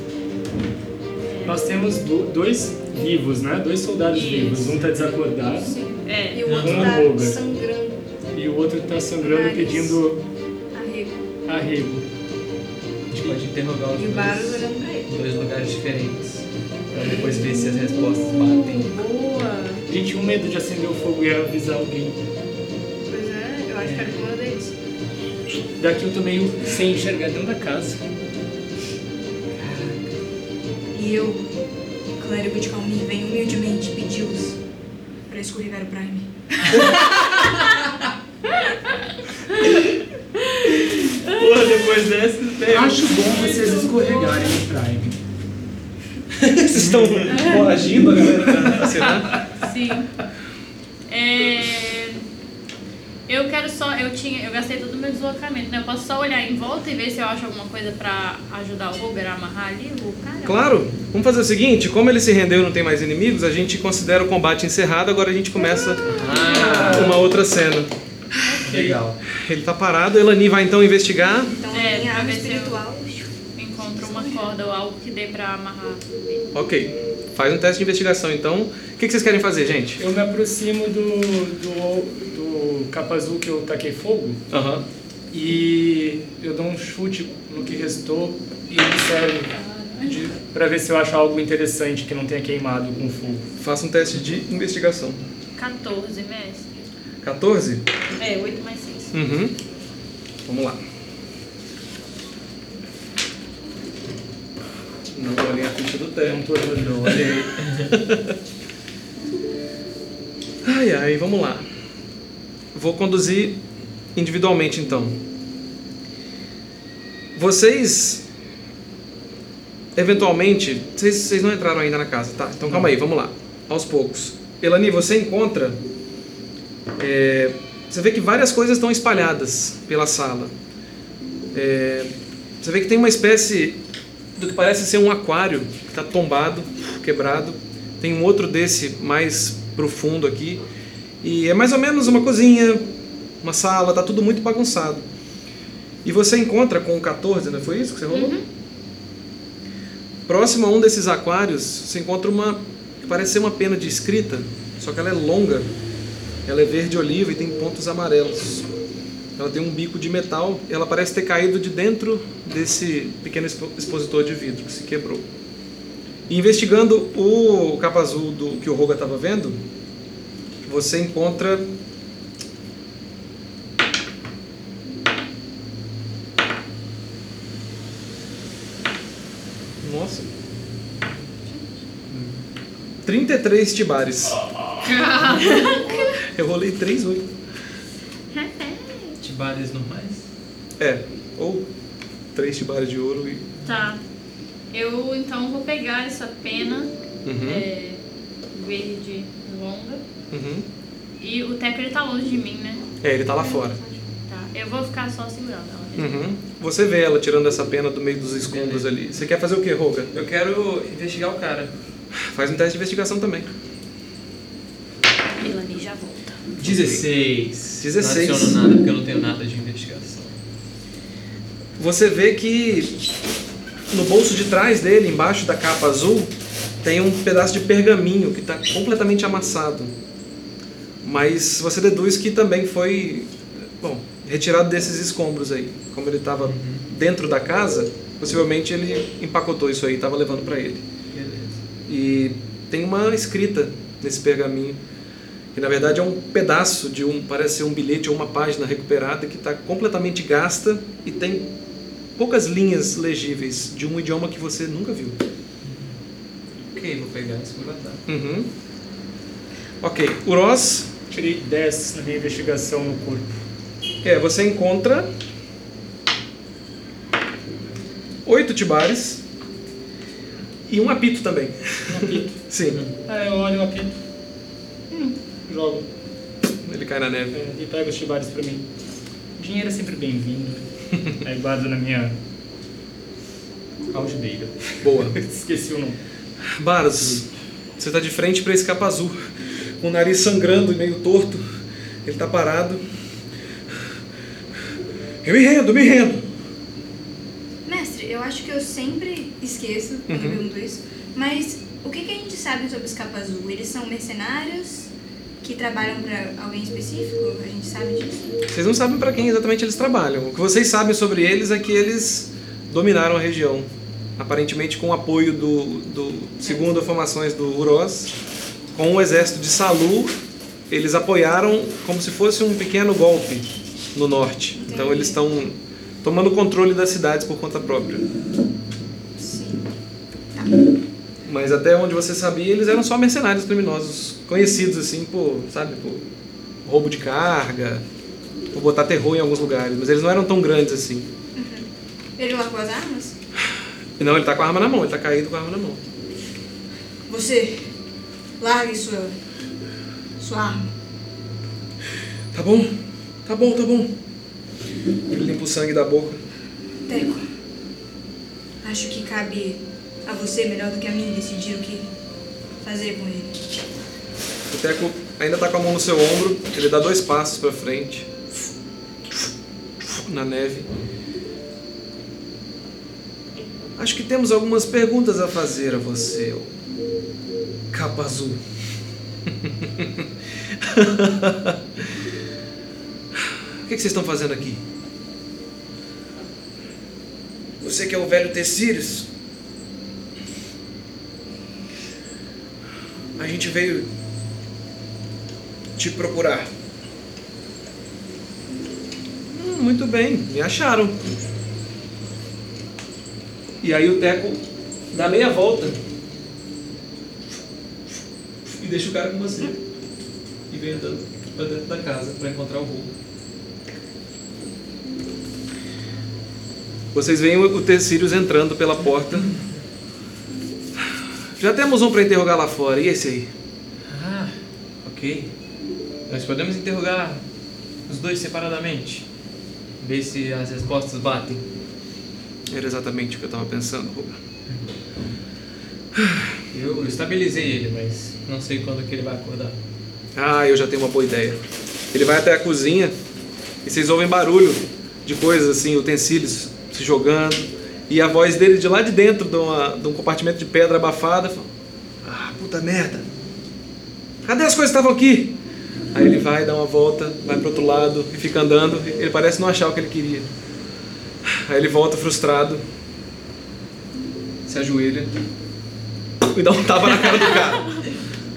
Speaker 5: Nós temos do- dois vivos, né? Dois soldados
Speaker 7: Isso.
Speaker 5: vivos. Um tá desacordado
Speaker 7: É.
Speaker 4: E o outro
Speaker 5: Não,
Speaker 4: tá
Speaker 5: boba.
Speaker 4: sangrando.
Speaker 5: e o outro tá sangrando
Speaker 4: Nariz.
Speaker 5: pedindo
Speaker 4: Arrego.
Speaker 5: arrego.
Speaker 2: A gente pode interrogar os
Speaker 4: E o Baros
Speaker 2: dois,
Speaker 4: olhando pra ele.
Speaker 2: dois lugares diferentes. Pra depois ver se as respostas batem.
Speaker 7: Boa.
Speaker 5: Gente, um medo de acender o fogo e avisar alguém.
Speaker 4: Pois é, eu acho que era com uma deles.
Speaker 5: Daqui eu tô meio sem enxergar dentro da casa.
Speaker 4: E eu, clérigo de Calmin, venho humildemente pedi-los pra escorregar o Prime.
Speaker 2: Porra, depois dessa,
Speaker 3: um
Speaker 2: né?
Speaker 5: Acho bom vocês escorregarem no Prime.
Speaker 3: Vocês estão reagindo, a galera tá acenando?
Speaker 7: Sim. É, Eu quero só. Eu tinha. Eu gastei todo o meu deslocamento, né? Eu posso só olhar em volta e ver se eu acho alguma coisa pra ajudar o Ruger a amarrar ali o cara.
Speaker 3: Claro, vamos fazer o seguinte: como ele se rendeu e não tem mais inimigos, a gente considera o combate encerrado. Agora a gente começa
Speaker 2: Ah.
Speaker 3: uma outra cena.
Speaker 9: Legal.
Speaker 3: Ele tá parado, Elani vai então investigar.
Speaker 4: Então,
Speaker 7: É,
Speaker 4: a minha
Speaker 7: pra
Speaker 4: arma
Speaker 7: ver se eu-
Speaker 4: espiritual.
Speaker 7: Encontro uma corda ou algo que dê pra amarrar.
Speaker 3: Ok, faz um teste de investigação então. O que, que vocês querem fazer, gente?
Speaker 5: Eu me aproximo do. do. do do capa azul que eu taquei fogo.
Speaker 3: Aham.
Speaker 5: E eu dou um chute no que restou e observo de, pra ver se eu acho algo interessante que não tenha queimado com fogo.
Speaker 3: Faça um teste de investigação.
Speaker 7: 14, mestre.
Speaker 3: 14?
Speaker 7: É, 8 mais 6.
Speaker 3: Uhum. Vamos lá. Não olhei a ficha do
Speaker 5: Eu não
Speaker 3: tempo.
Speaker 5: tô olhando, olha aí.
Speaker 3: Ai, ai, vamos lá. Vou conduzir individualmente então. Vocês. Eventualmente. Vocês, vocês não entraram ainda na casa, tá? Então calma aí, vamos lá. Aos poucos. Elani, você encontra. é, você vê que várias coisas estão espalhadas pela sala. É, você vê que tem uma espécie do que parece ser um aquário que está tombado, quebrado. Tem um outro desse mais profundo aqui. E é mais ou menos uma cozinha, uma sala, tá tudo muito bagunçado. E você encontra com o 14, não foi isso que você rolou? Próximo a um desses aquários, você encontra uma que parece ser uma pena de escrita, só que ela é longa. Ela é verde oliva e tem pontos amarelos. Ela tem um bico de metal. Ela parece ter caído de dentro desse pequeno expo- expositor de vidro que se quebrou. E investigando o capa azul do que o Roga estava vendo, você encontra Nossa. Hum. 33 tibares. Eu rolei 3 8.
Speaker 2: Tibares normais?
Speaker 3: É, ou 3 tibares de ouro e
Speaker 7: Tá. Eu então vou pegar essa pena
Speaker 3: Uhum.
Speaker 7: é, verde longa.
Speaker 3: Uhum.
Speaker 7: E o Teco ele tá longe de mim, né?
Speaker 3: É, ele tá lá fora.
Speaker 7: Tá. Eu vou ficar só segurando ela. mesmo.
Speaker 3: Uhum. Você vê ela tirando essa pena do meio dos escombros ali. Você quer fazer o quê, Roga?
Speaker 2: Eu quero investigar o cara.
Speaker 3: Faz um teste de investigação também.
Speaker 7: Elani já volta.
Speaker 2: 16.
Speaker 3: 16.
Speaker 2: Não adiciono nada porque eu não tenho nada de investigação.
Speaker 3: Você vê que no bolso de trás dele, embaixo da capa azul, tem um pedaço de pergaminho que está completamente amassado. Mas você deduz que também foi, bom, retirado desses escombros aí. Como ele estava dentro da casa, possivelmente ele empacotou isso aí, estava levando para ele.
Speaker 2: Beleza.
Speaker 3: E tem uma escrita nesse pergaminho, que na verdade é um pedaço de um, parece ser um bilhete ou uma página recuperada que está completamente gasta e tem poucas linhas legíveis de um idioma que você nunca viu.
Speaker 2: Ok, vou pegar isso e vou guardar.
Speaker 3: Uhum. Ok, Uros,
Speaker 5: Tirei 10 na minha investigação no corpo.
Speaker 3: é, você encontra oito tibares e um apito também.
Speaker 5: Um apito.
Speaker 3: Sim,
Speaker 5: Ah, eu olho o apito. Hum, Jogo.
Speaker 3: ele cai na neve.
Speaker 5: É, e pega os chibares pra mim. Dinheiro é sempre bem-vindo. Aí guardo na minha algibeira.
Speaker 3: Boa.
Speaker 5: Esqueci o nome.
Speaker 3: Baros, você tá de frente para esse capa azul, com o nariz sangrando e meio torto. Ele tá parado. Eu me rendo, me rendo.
Speaker 4: Mestre, eu acho que eu sempre esqueço quando
Speaker 3: Uhum.
Speaker 4: pergunto isso, mas o que, que a gente sabe sobre os capa azul? Eles são mercenários que trabalham pra alguém específico? A gente sabe disso?
Speaker 3: Vocês não sabem para quem exatamente eles trabalham. O que vocês sabem sobre eles é que eles dominaram a região. Aparentemente com o apoio do, do segundo informações do Uroz, com o exército de Salu, eles apoiaram como se fosse um pequeno golpe no norte. Então
Speaker 4: Entendi.
Speaker 3: eles estão tomando controle das cidades por conta própria.
Speaker 4: Sim.
Speaker 3: Mas até onde você sabia, eles eram só mercenários criminosos, conhecidos assim por, sabe, por roubo de carga, por botar terror em alguns lugares, mas eles não eram tão grandes assim.
Speaker 4: Ele largou as armas?
Speaker 3: E não, ele tá com a arma na mão, ele tá caído com a arma na mão.
Speaker 4: Você, largue sua, sua arma.
Speaker 3: Tá bom? Tá bom, tá bom. Ele limpa o sangue da boca.
Speaker 4: Teco, acho que cabe a você, melhor do que a mim, decidir o que fazer com ele.
Speaker 3: O Teco ainda tá com a mão no seu ombro, ele dá dois passos pra frente. Na neve. Acho que temos algumas perguntas a fazer a você, ô capa azul. que, que vocês estão fazendo aqui?
Speaker 10: Você que é o velho Tessírios? A gente veio te procurar.
Speaker 3: Hum, muito bem, me acharam. E aí o Teco dá meia volta e deixa o cara com você. E vem andando pra dentro da casa pra encontrar o Hulk. Vocês veem o Tessírios entrando pela porta. Já temos um pra interrogar lá fora, e esse aí?
Speaker 2: Ah, ok. Nós podemos interrogar os dois separadamente. Ver se as respostas batem.
Speaker 3: Era exatamente o que eu tava pensando, Ruben.
Speaker 2: Eu estabilizei ele, mas não sei quando que ele vai acordar.
Speaker 3: Ah, eu já tenho uma boa ideia. Ele vai até a cozinha e vocês ouvem barulho de coisas assim, utensílios se jogando. E a voz dele de lá de dentro de, uma- de um compartimento de pedra abafada fala, Ah, puta merda! Cadê as coisas que estavam aqui? Aí ele vai, dá uma volta, vai pro outro lado e fica andando. Ele parece não achar o que ele queria. Aí ele volta frustrado, se ajoelha e dá um tapa na cara do cara.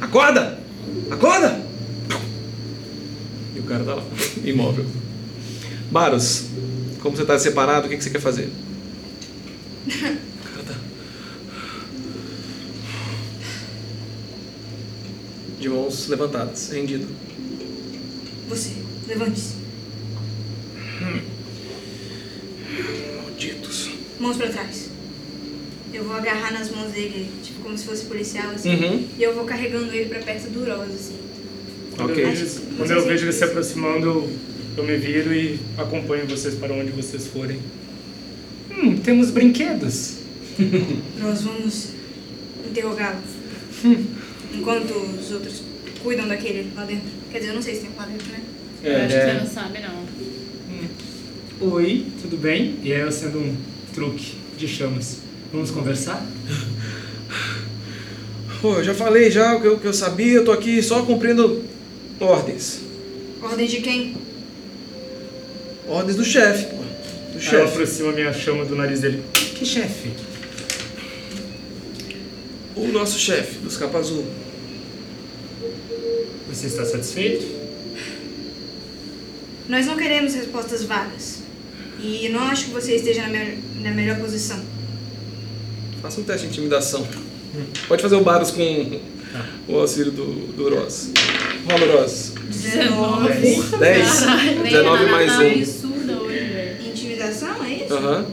Speaker 3: Acorda! Acorda! E o cara tá lá, imóvel. Baros, como você tá separado, o que, que você quer fazer? O cara tá. De mãos levantadas, rendido.
Speaker 4: Você, levante-se.
Speaker 3: Malditos.
Speaker 4: Mãos pra trás. Eu vou agarrar nas mãos dele, tipo, como se fosse policial, assim.
Speaker 3: Uhum.
Speaker 4: E eu vou carregando ele pra perto do Rose, assim.
Speaker 5: Quando,
Speaker 3: Ok.
Speaker 5: eu, vejo, quando eu vejo ele se aproximando, eu, eu me viro e acompanho vocês para onde vocês forem. Hum, temos brinquedos.
Speaker 4: Nós vamos interrogá-lo. Enquanto os outros cuidam daquele lá dentro. Quer dizer, eu não sei se tem um lá dentro, né?
Speaker 7: Eu
Speaker 2: É.
Speaker 7: acho que você não sabe, não.
Speaker 5: Oi, tudo bem? E aí eu sendo um truque de chamas. Vamos conversar?
Speaker 10: Pô, eu já falei já o que eu, o que eu sabia, eu tô aqui só cumprindo ordens.
Speaker 4: Ordem de quem?
Speaker 10: Ordens do chefe, pô. Do
Speaker 5: Aí eu
Speaker 10: chefe.
Speaker 5: aproximo a minha chama do nariz dele. Que chefe?
Speaker 10: O nosso chefe, dos capa azul.
Speaker 5: Você está satisfeito?
Speaker 4: Nós não queremos respostas vagas. E não acho que você esteja na, me- na melhor posição.
Speaker 3: Faça um teste de intimidação. Pode fazer o Baros com o auxílio do, do Ross. Rola, Ross.
Speaker 4: 19.
Speaker 3: 10?
Speaker 7: Caralho,
Speaker 3: 19 mais
Speaker 10: um.
Speaker 7: Renata, Tá
Speaker 3: 1.
Speaker 7: absurda hoje, velho.
Speaker 4: Intimidação, é isso?
Speaker 3: Aham.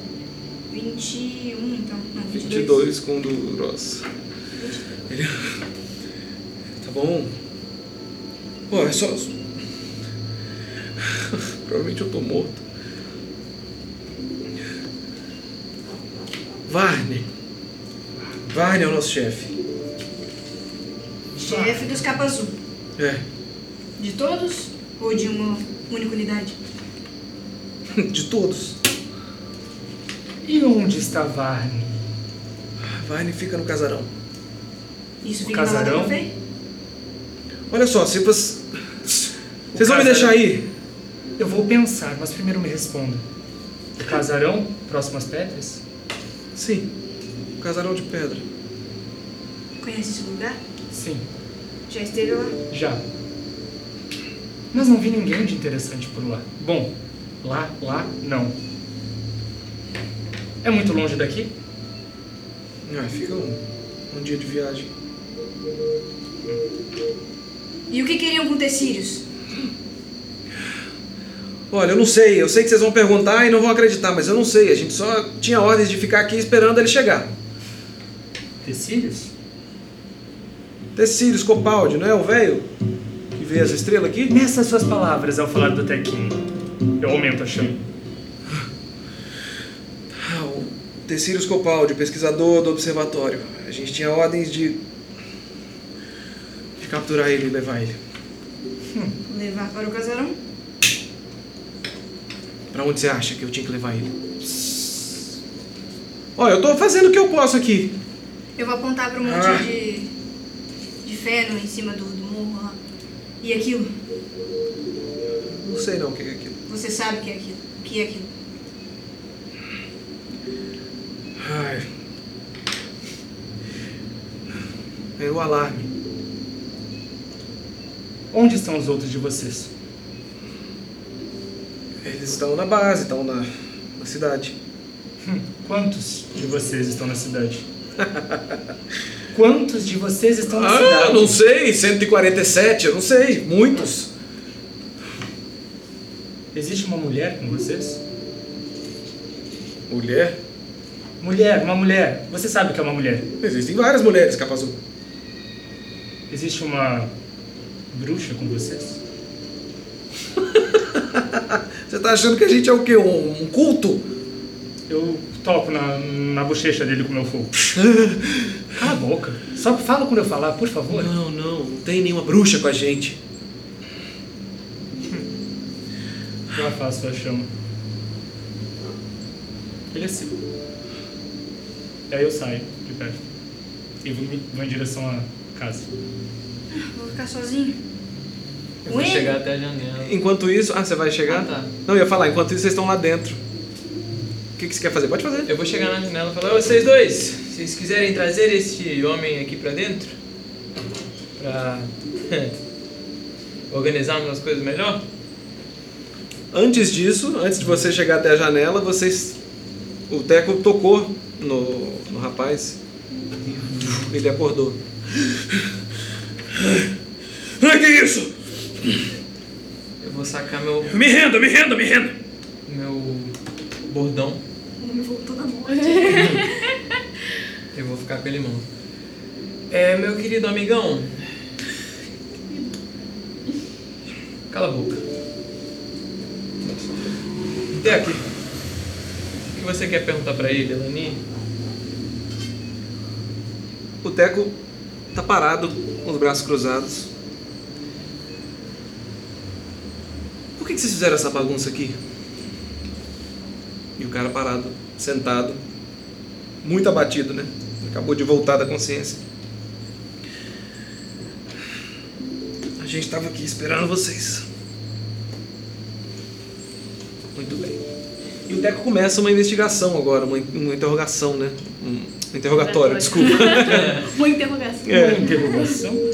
Speaker 4: 21, então. Não, 22.
Speaker 3: 22 com o do Ross. Ele- Tá bom.
Speaker 10: Pô, é só.
Speaker 3: Provavelmente eu tô morto.
Speaker 10: Varne. Varne é o nosso chefe.
Speaker 4: Chefe dos capa azul.
Speaker 10: É.
Speaker 4: De todos? Ou de uma única unidade?
Speaker 10: De todos.
Speaker 5: E onde está Varne?
Speaker 10: Varne fica no casarão.
Speaker 4: Isso
Speaker 5: O
Speaker 4: fica na
Speaker 5: casarão?
Speaker 4: Lada Café?
Speaker 10: Olha só, se você. Vocês vão me deixar aí?
Speaker 5: Eu vou pensar, mas primeiro me responda. O casarão, próximo às pedras?
Speaker 10: Sim. O casarão de pedra.
Speaker 4: Conhece esse lugar?
Speaker 5: Sim,
Speaker 4: Já esteve lá?
Speaker 5: já. Mas não vi ninguém de interessante por lá. Bom, lá, lá, não. É muito longe daqui?
Speaker 10: Ah, fica um, um dia de viagem.
Speaker 4: E o que queriam com Tecírios?
Speaker 10: Olha, eu não sei, eu sei que vocês vão perguntar e não vão acreditar, mas eu não sei. A gente só tinha ordens de ficar aqui esperando ele chegar.
Speaker 5: Tecílios?
Speaker 10: Tecílio Copaldi, não é o velho? Que vê as estrelas aqui?
Speaker 5: Nessas suas palavras ao falar do Tequinho, eu aumento a chama.
Speaker 10: Ah, o Tecílio Copaldi, pesquisador do observatório. A gente tinha ordens de. de capturar ele e levar ele.
Speaker 4: Levar para o casarão?
Speaker 10: Pra onde você acha que eu tinha que levar ele? Olha, eu tô fazendo o que eu posso aqui.
Speaker 4: Eu vou apontar para um monte
Speaker 10: Ah.
Speaker 4: de, de feno em cima do, do morro lá. E aquilo?
Speaker 10: Não sei não o que é aquilo.
Speaker 4: Você sabe o que é aquilo. O que é aquilo.
Speaker 10: Ai. Era É o alarme.
Speaker 5: Onde estão os outros de vocês?
Speaker 10: Eles estão na base, estão na, na cidade.
Speaker 5: Quantos de vocês estão na cidade? Quantos de vocês estão na
Speaker 10: Ah,
Speaker 5: cidade?
Speaker 10: não sei, 147, eu não sei, muitos.
Speaker 5: Existe uma mulher com vocês?
Speaker 10: Mulher?
Speaker 5: Mulher, uma mulher. Você sabe o que é uma mulher.
Speaker 10: Existem várias mulheres, capa azul.
Speaker 5: Existe uma bruxa com vocês?
Speaker 10: Você tá achando que a gente é o quê? Um, um culto?
Speaker 5: Eu toco na, na bochecha dele com meu fogo. Cala a boca. Só fala quando eu falar, por favor.
Speaker 10: Não, não, não tem nenhuma bruxa com a gente.
Speaker 5: Eu afasto a chama. Ele é seu. Daí eu saio de perto. E vou, me- vou em direção à casa.
Speaker 4: Vou ficar sozinho.
Speaker 2: Eu vou
Speaker 4: Ui.
Speaker 2: chegar até a janela.
Speaker 3: Enquanto isso. Ah, você vai chegar?
Speaker 2: Ah, tá.
Speaker 3: Não, eu ia falar, enquanto isso vocês estão lá dentro. O que, que você quer fazer? Pode fazer.
Speaker 2: Eu vou chegar na janela e falar, "Ô, vocês dois, vocês quiserem trazer este homem aqui pra dentro? Pra organizarmos as coisas melhor?
Speaker 3: Antes disso, antes de você chegar até a janela, vocês. O Teco tocou no, no rapaz. Ele acordou.
Speaker 10: Ah, que
Speaker 3: é
Speaker 10: isso?
Speaker 2: Eu vou sacar meu,
Speaker 10: Me renda, me renda, me renda.
Speaker 2: meu bordão
Speaker 4: Ele me voltou da morte.
Speaker 2: e vou ficar com ele em mãos. É, meu querido amigão. Cala a boca. Até aqui. O que você quer perguntar pra ele, Elani?
Speaker 3: O Teco tá parado, com os braços cruzados. Por que, que vocês fizeram essa bagunça aqui? E o cara parado, sentado, muito abatido, né? Acabou de voltar da consciência.
Speaker 10: A gente tava aqui esperando vocês.
Speaker 3: Muito bem. E o Teco começa uma investigação agora, uma, uma interrogação, né? Um interrogatório,
Speaker 7: Interrogatório.
Speaker 3: desculpa.
Speaker 7: Uma interrogação.
Speaker 5: É. Interrogação.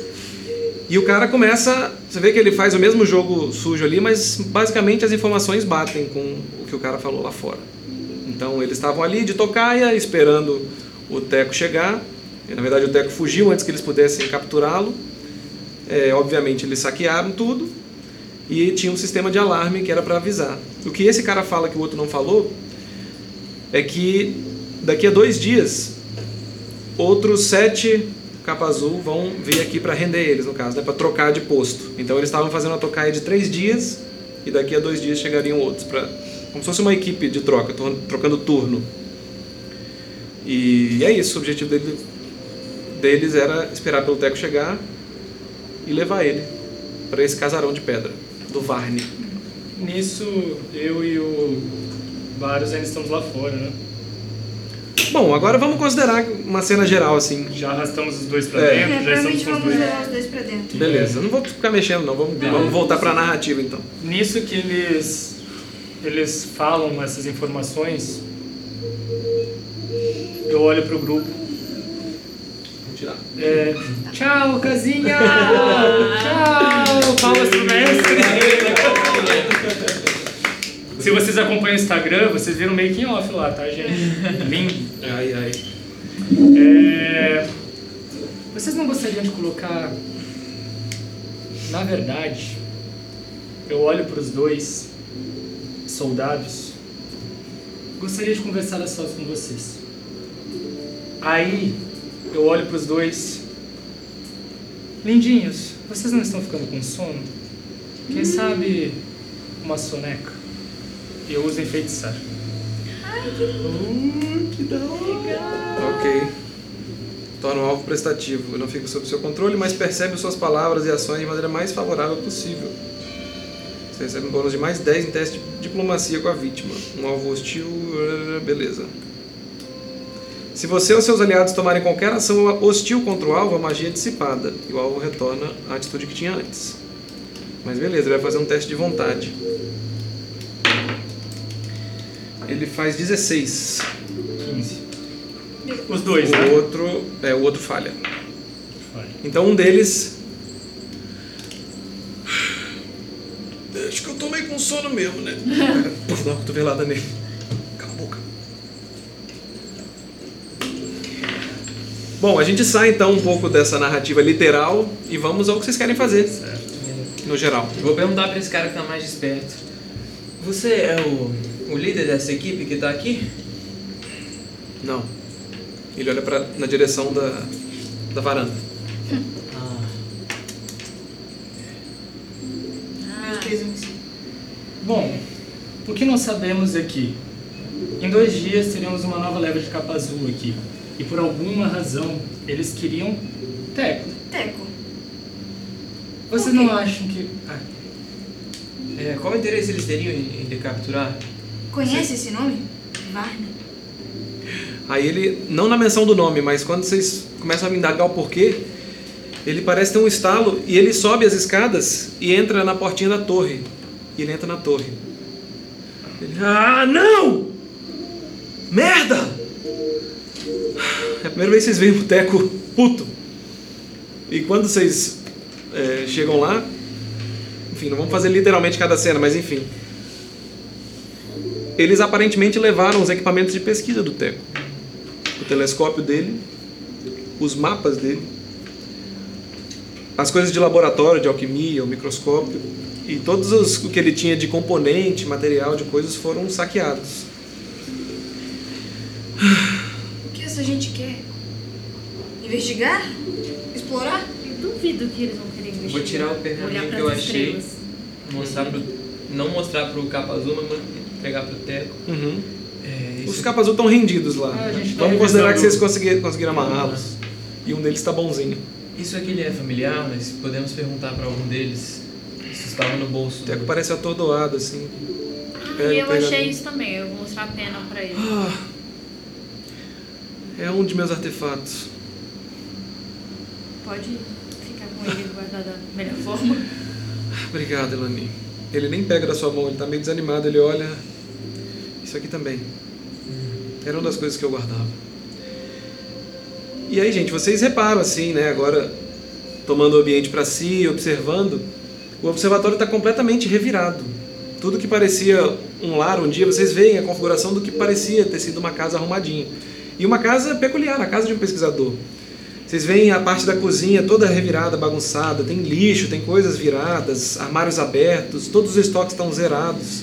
Speaker 3: E o cara começa. Você vê que ele faz o mesmo jogo sujo ali, mas basicamente as informações batem com o que o cara falou lá fora. Então eles estavam ali de tocaia, esperando o Teco chegar. E, na verdade o Teco fugiu antes que eles pudessem capturá-lo. É, obviamente eles saquearam tudo. E tinha um sistema de alarme que era para avisar. O que esse cara fala que o outro não falou é que daqui a dois dias outros sete capa azul vão vir aqui para render eles, no caso, né, para trocar de posto. Então eles estavam fazendo a tocaia de três dias e daqui a dois dias chegariam outros, pra, como se fosse uma equipe de troca, tor- trocando turno. E é isso, o objetivo dele- deles era esperar pelo Teco chegar e levar ele para esse casarão de pedra do Varne.
Speaker 5: Nisso, eu e o Varus ainda estamos lá fora, né?
Speaker 3: Bom, agora vamos considerar uma cena geral assim.
Speaker 5: Já arrastamos os dois pra
Speaker 3: É.
Speaker 5: dentro, já
Speaker 4: realmente
Speaker 5: estamos com os
Speaker 4: vamos
Speaker 5: dois.
Speaker 4: levar os dois pra dentro.
Speaker 3: Beleza, não vou ficar mexendo não, vamos, vamos voltar para a narrativa então.
Speaker 5: Nisso que eles eles falam essas informações, eu olho pro grupo.
Speaker 3: Vou tirar.
Speaker 5: É, tchau, casinha! tchau! Palmas pro mestre! Se vocês acompanham o Instagram, vocês viram o making off lá, tá, gente? Lindo.
Speaker 3: Ai ai.
Speaker 5: É, Vocês não gostariam de colocar. Na verdade, eu olho para os dois soldados. Gostaria de conversar a sós com vocês. Aí, eu olho para os dois. Lindinhos, vocês não estão ficando com sono? Quem sabe uma soneca? Eu uso enfeitiçar.
Speaker 3: Ok. Torna o alvo prestativo. Não fica sob seu controle, mas percebe suas palavras e ações de maneira mais favorável possível. Você recebe um bônus de mais 10 em teste de diplomacia com a vítima. Um alvo hostil. eh, Beleza. Se você ou seus aliados tomarem qualquer ação hostil contra o alvo, a magia é dissipada. E o alvo retorna à atitude que tinha antes. Mas beleza, ele vai fazer um teste de vontade. Ele faz 16.
Speaker 2: 15.
Speaker 5: Os dois,
Speaker 3: O
Speaker 5: né?
Speaker 3: outro, é, o outro falha. Então um deles. Acho que eu tomei com sono mesmo, né? Puf, dá uma cotovelada nele. Cala a boca. Bom, a gente sai então um pouco dessa narrativa literal e vamos ao que vocês querem fazer. No geral.
Speaker 2: Eu Vou perguntar pra esse cara que tá mais desperto. Você é o, o líder dessa equipe que tá aqui?
Speaker 3: Não. Ele olha pra, na direção da, da varanda.
Speaker 2: Ah.
Speaker 5: Bom, o que nós sabemos é que em dois dias teremos uma nova leva de capa azul aqui. E por alguma razão, eles queriam Teco.
Speaker 4: Teco.
Speaker 5: Vocês
Speaker 4: Por quê?
Speaker 5: não acham que... Ah,
Speaker 2: É, qual interesse eles teriam em, em lhe capturar?
Speaker 4: Conhece esse nome? Varna.
Speaker 3: Aí ele, não na menção do nome, mas quando vocês começam a me indagar o porquê, ele parece ter um estalo e ele sobe as escadas e entra na portinha da torre. E ele entra na torre. Ele, ah, não! Merda! É a primeira vez que vocês veem o Teco puto. E quando vocês é, chegam lá, enfim, não vamos fazer literalmente cada cena, mas enfim. Eles aparentemente levaram os equipamentos de pesquisa do Teco. O telescópio dele, os mapas dele, as coisas de laboratório, de alquimia, o microscópio e todos os o que ele tinha de componente, material, de coisas foram saqueados.
Speaker 4: O que essa gente quer? Investigar? Explorar?
Speaker 7: Eu duvido que eles vão querer investigar.
Speaker 2: Vou tirar o pergaminho
Speaker 7: olhar
Speaker 2: que
Speaker 7: pras
Speaker 2: eu achei.
Speaker 7: estrelas.
Speaker 2: Mostrar pro, não mostrar pro capa azul, mas man- entregar pro Teco. É,
Speaker 3: Os
Speaker 2: isso-
Speaker 3: capas azul estão rendidos lá.
Speaker 5: Ah, a gente tá
Speaker 3: Vamos considerar que
Speaker 5: revisando.
Speaker 3: vocês conseguiram, conseguiram amarrá-los. E um deles está bonzinho.
Speaker 2: Isso aqui lhe é familiar, mas podemos perguntar pra algum deles. Isso estava no bolso.
Speaker 3: O Teco
Speaker 2: do-
Speaker 3: parece atordoado, assim. Pega
Speaker 7: Ah,
Speaker 3: o
Speaker 7: E eu achei
Speaker 3: pergaminho.
Speaker 7: isso também, eu vou mostrar a pena pra ele.
Speaker 3: Ah, é um de meus artefatos.
Speaker 7: Pode ficar com ele guardado da melhor forma.
Speaker 3: Obrigado, Elani. Ele nem pega da sua mão, ele tá meio desanimado, ele olha. Isso aqui também. Era uma das coisas que eu guardava. E aí, gente, vocês reparam assim, né? Agora tomando o ambiente para si, observando, o observatório está completamente revirado. Tudo que parecia um lar um dia, vocês veem a configuração do que parecia ter sido uma casa arrumadinha. E uma casa peculiar, a casa de um pesquisador. Vocês veem a parte da cozinha toda revirada, bagunçada, tem lixo, tem coisas viradas, armários abertos, todos os estoques estão zerados.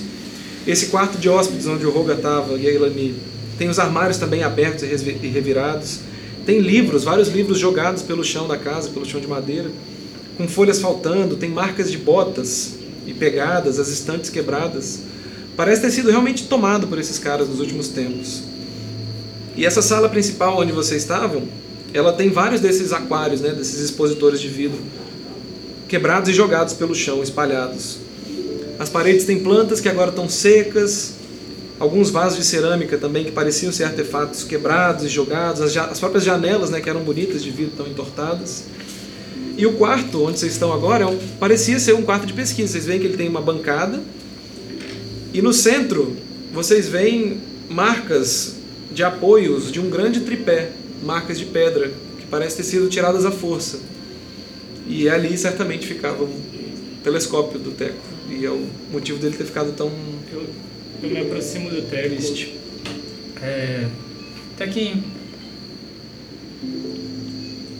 Speaker 3: Esse quarto de hóspedes onde o Roga estava e a Ilani, tem os armários também abertos e resvi- e revirados. Tem livros, vários livros jogados pelo chão da casa, pelo chão de madeira, com folhas faltando, tem marcas de botas e pegadas, as estantes quebradas. Parece ter sido realmente tomado por esses caras nos últimos tempos. E essa sala principal onde vocês estavam, ela tem vários desses aquários, né, desses expositores de vidro, quebrados e jogados pelo chão, espalhados. As paredes têm plantas que agora estão secas, alguns vasos de cerâmica também que pareciam ser artefatos quebrados e jogados, as, ja- as próprias janelas, né, que eram bonitas de vidro, estão entortadas. E o quarto onde vocês estão agora é um- parecia ser um quarto de pesquisa. Vocês veem que ele tem uma bancada e no centro, vocês veem marcas de apoios de um grande tripé, marcas de pedra, que parecem ter sido tiradas à força. E ali certamente ficava o telescópio do Teco. E é o motivo dele ter ficado tão.
Speaker 5: eu, eu me aproximo do Teco.
Speaker 3: Triste.
Speaker 5: É... Tequinho.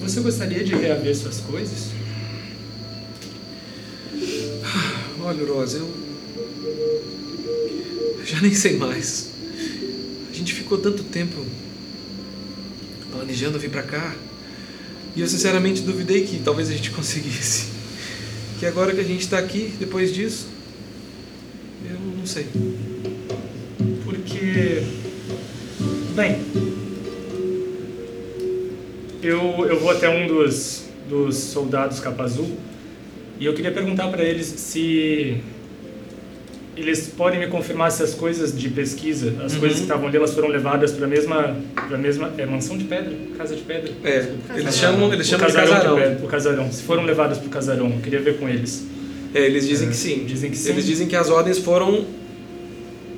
Speaker 5: Você gostaria de reaver suas coisas?
Speaker 3: Olha, Rosa, eu. eu já nem sei mais. A gente ficou tanto tempo planejando vir pra cá. E eu sinceramente duvidei que talvez a gente conseguisse. Que agora que a gente tá aqui, depois disso. Eu não sei.
Speaker 5: Porque. Bem. Eu, eu vou até um dos, dos soldados capa azul e eu queria perguntar para eles se. Eles podem me confirmar se as coisas de pesquisa, as coisas que estavam ali, elas foram levadas para a mesma, pra mesma é, mansão de pedra, casa de pedra.
Speaker 3: É, eles chamam, eles
Speaker 5: O
Speaker 3: chamam de
Speaker 5: de
Speaker 3: casarão.
Speaker 5: pedra, o casarão. Se foram levadas para o casarão, eu queria ver com eles.
Speaker 3: É, eles dizem
Speaker 5: É,
Speaker 3: que sim.
Speaker 5: dizem que
Speaker 3: Eles
Speaker 5: sim.
Speaker 3: dizem que as ordens foram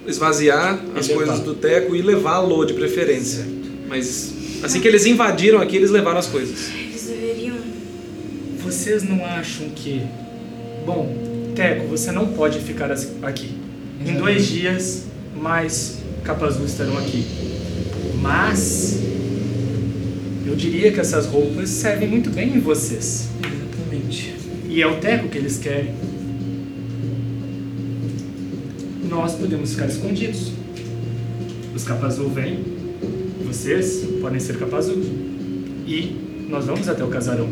Speaker 11: esvaziar as
Speaker 12: levar.
Speaker 11: coisas do teco e levá-lo de preferência. Mas assim que eles invadiram aqui, eles levaram as coisas.
Speaker 4: Eles deveriam.
Speaker 6: Vocês não acham que. Bom, Teco, você não pode ficar as- aqui. Em dois dias, mais Capazu estarão aqui. Mas. Eu diria que essas roupas servem muito bem em vocês.
Speaker 2: Exatamente.
Speaker 6: E é o Teco que eles querem. Nós podemos ficar escondidos. Os Capazu vêm. Vocês podem ser Capazu. E nós vamos até o casarão.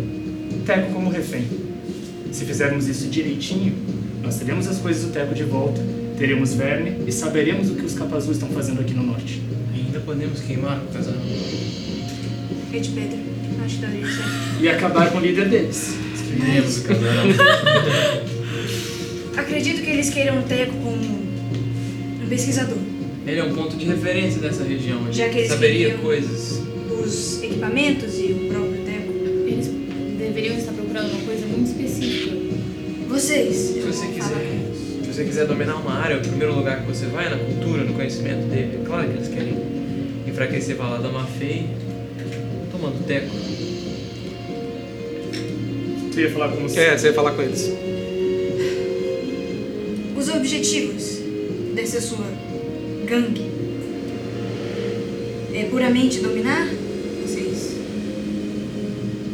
Speaker 6: Teco como refém. Se fizermos isso direitinho, nós teremos as coisas do Teco de volta, teremos verme e saberemos o que os Capazu estão fazendo aqui no norte.
Speaker 2: Ainda podemos queimar o casarão.
Speaker 4: Fica de pedra. Acho que né? deveria ser.
Speaker 6: E acabar com o líder deles.
Speaker 12: Queimemos o casarão.
Speaker 4: Acredito que eles queiram o Teco como um pesquisador
Speaker 2: Ele é um ponto de referência dessa região. Ele
Speaker 4: Já que eles
Speaker 2: saberia
Speaker 4: queriam-
Speaker 2: coisas.
Speaker 4: dos equipamentos e o próprio Teco.
Speaker 7: Eles deveriam estar procurando uma coisa muito específica.
Speaker 4: Vocês.
Speaker 2: Se
Speaker 4: eu
Speaker 2: você
Speaker 4: vou falar.
Speaker 2: quiser, É, se você quiser dominar uma área, o primeiro lugar que você vai é na cultura, no conhecimento dele. É claro que eles querem enfraquecer Valada Mafei, tomando teco.
Speaker 6: Tu ia falar com os...
Speaker 11: É, você ia falar com eles.
Speaker 4: Os objetivos dessa sua gangue é puramente dominar? Vocês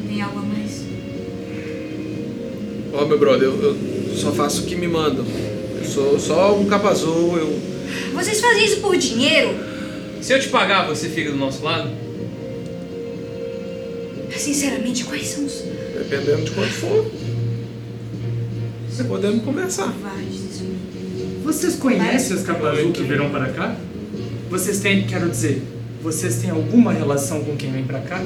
Speaker 4: têm algo a mais?
Speaker 3: Ó, meu brother, eu, eu só faço o que me mandam. Eu sou só um capa azul, eu.
Speaker 4: Vocês fazem isso por dinheiro?
Speaker 2: Se eu te pagar, você fica do nosso lado?
Speaker 4: Sinceramente, quais são os
Speaker 3: Dependendo de quanto for. Podemos conversar.
Speaker 4: covardes disso?
Speaker 6: Vocês conhecem os Capazu que virão para cá? Vocês têm, quero dizer, vocês têm alguma relação com quem vem para cá?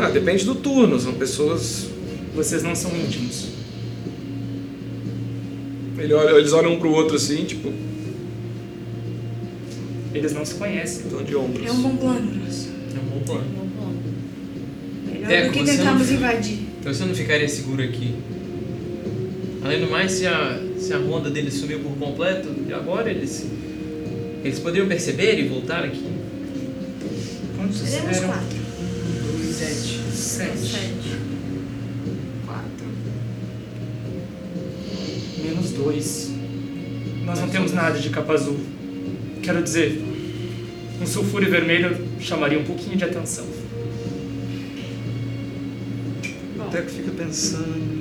Speaker 3: Ah, depende do turno, são pessoas.
Speaker 6: Vocês não são íntimos.
Speaker 3: Ele olha- eles olham um pro outro assim, tipo,
Speaker 6: Eles não se conhecem.
Speaker 3: estão de ombros.
Speaker 4: É um bom plano nosso.
Speaker 2: É um bom plano.
Speaker 7: Vamos lá.
Speaker 4: Melhor
Speaker 2: Teco,
Speaker 4: do que
Speaker 2: você
Speaker 4: tentarmos
Speaker 2: não-
Speaker 4: invadir.
Speaker 2: Então você não ficaria seguro aqui. Além do mais, se a, se a ronda dele sumiu por completo, e agora eles. Eles poderiam perceber e voltar aqui?
Speaker 6: Quantos
Speaker 4: Seremos
Speaker 6: eram?
Speaker 4: quatro.
Speaker 2: Sete.
Speaker 6: Sete.
Speaker 4: Quatro.
Speaker 6: Menos dois. Nós não temos nada de capa azul. Quero dizer, um sulfure vermelho chamaria um pouquinho de atenção.
Speaker 3: O Teco fica pensando.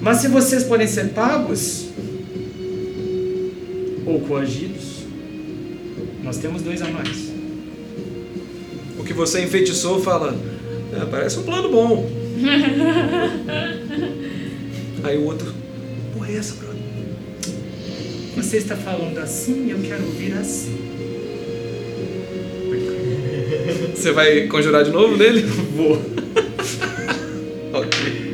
Speaker 6: Mas se vocês podem ser pagos ou coagidos, nós temos dois a mais.
Speaker 3: O que você enfeitiçou fala.
Speaker 11: "É,
Speaker 3: "Ah, parece um plano bom. Aí o outro. Porra, é essa, brother?
Speaker 6: Você está falando assim, eu quero ouvir assim.
Speaker 11: Você vai conjurar de novo nele?
Speaker 6: Vou.
Speaker 11: ok.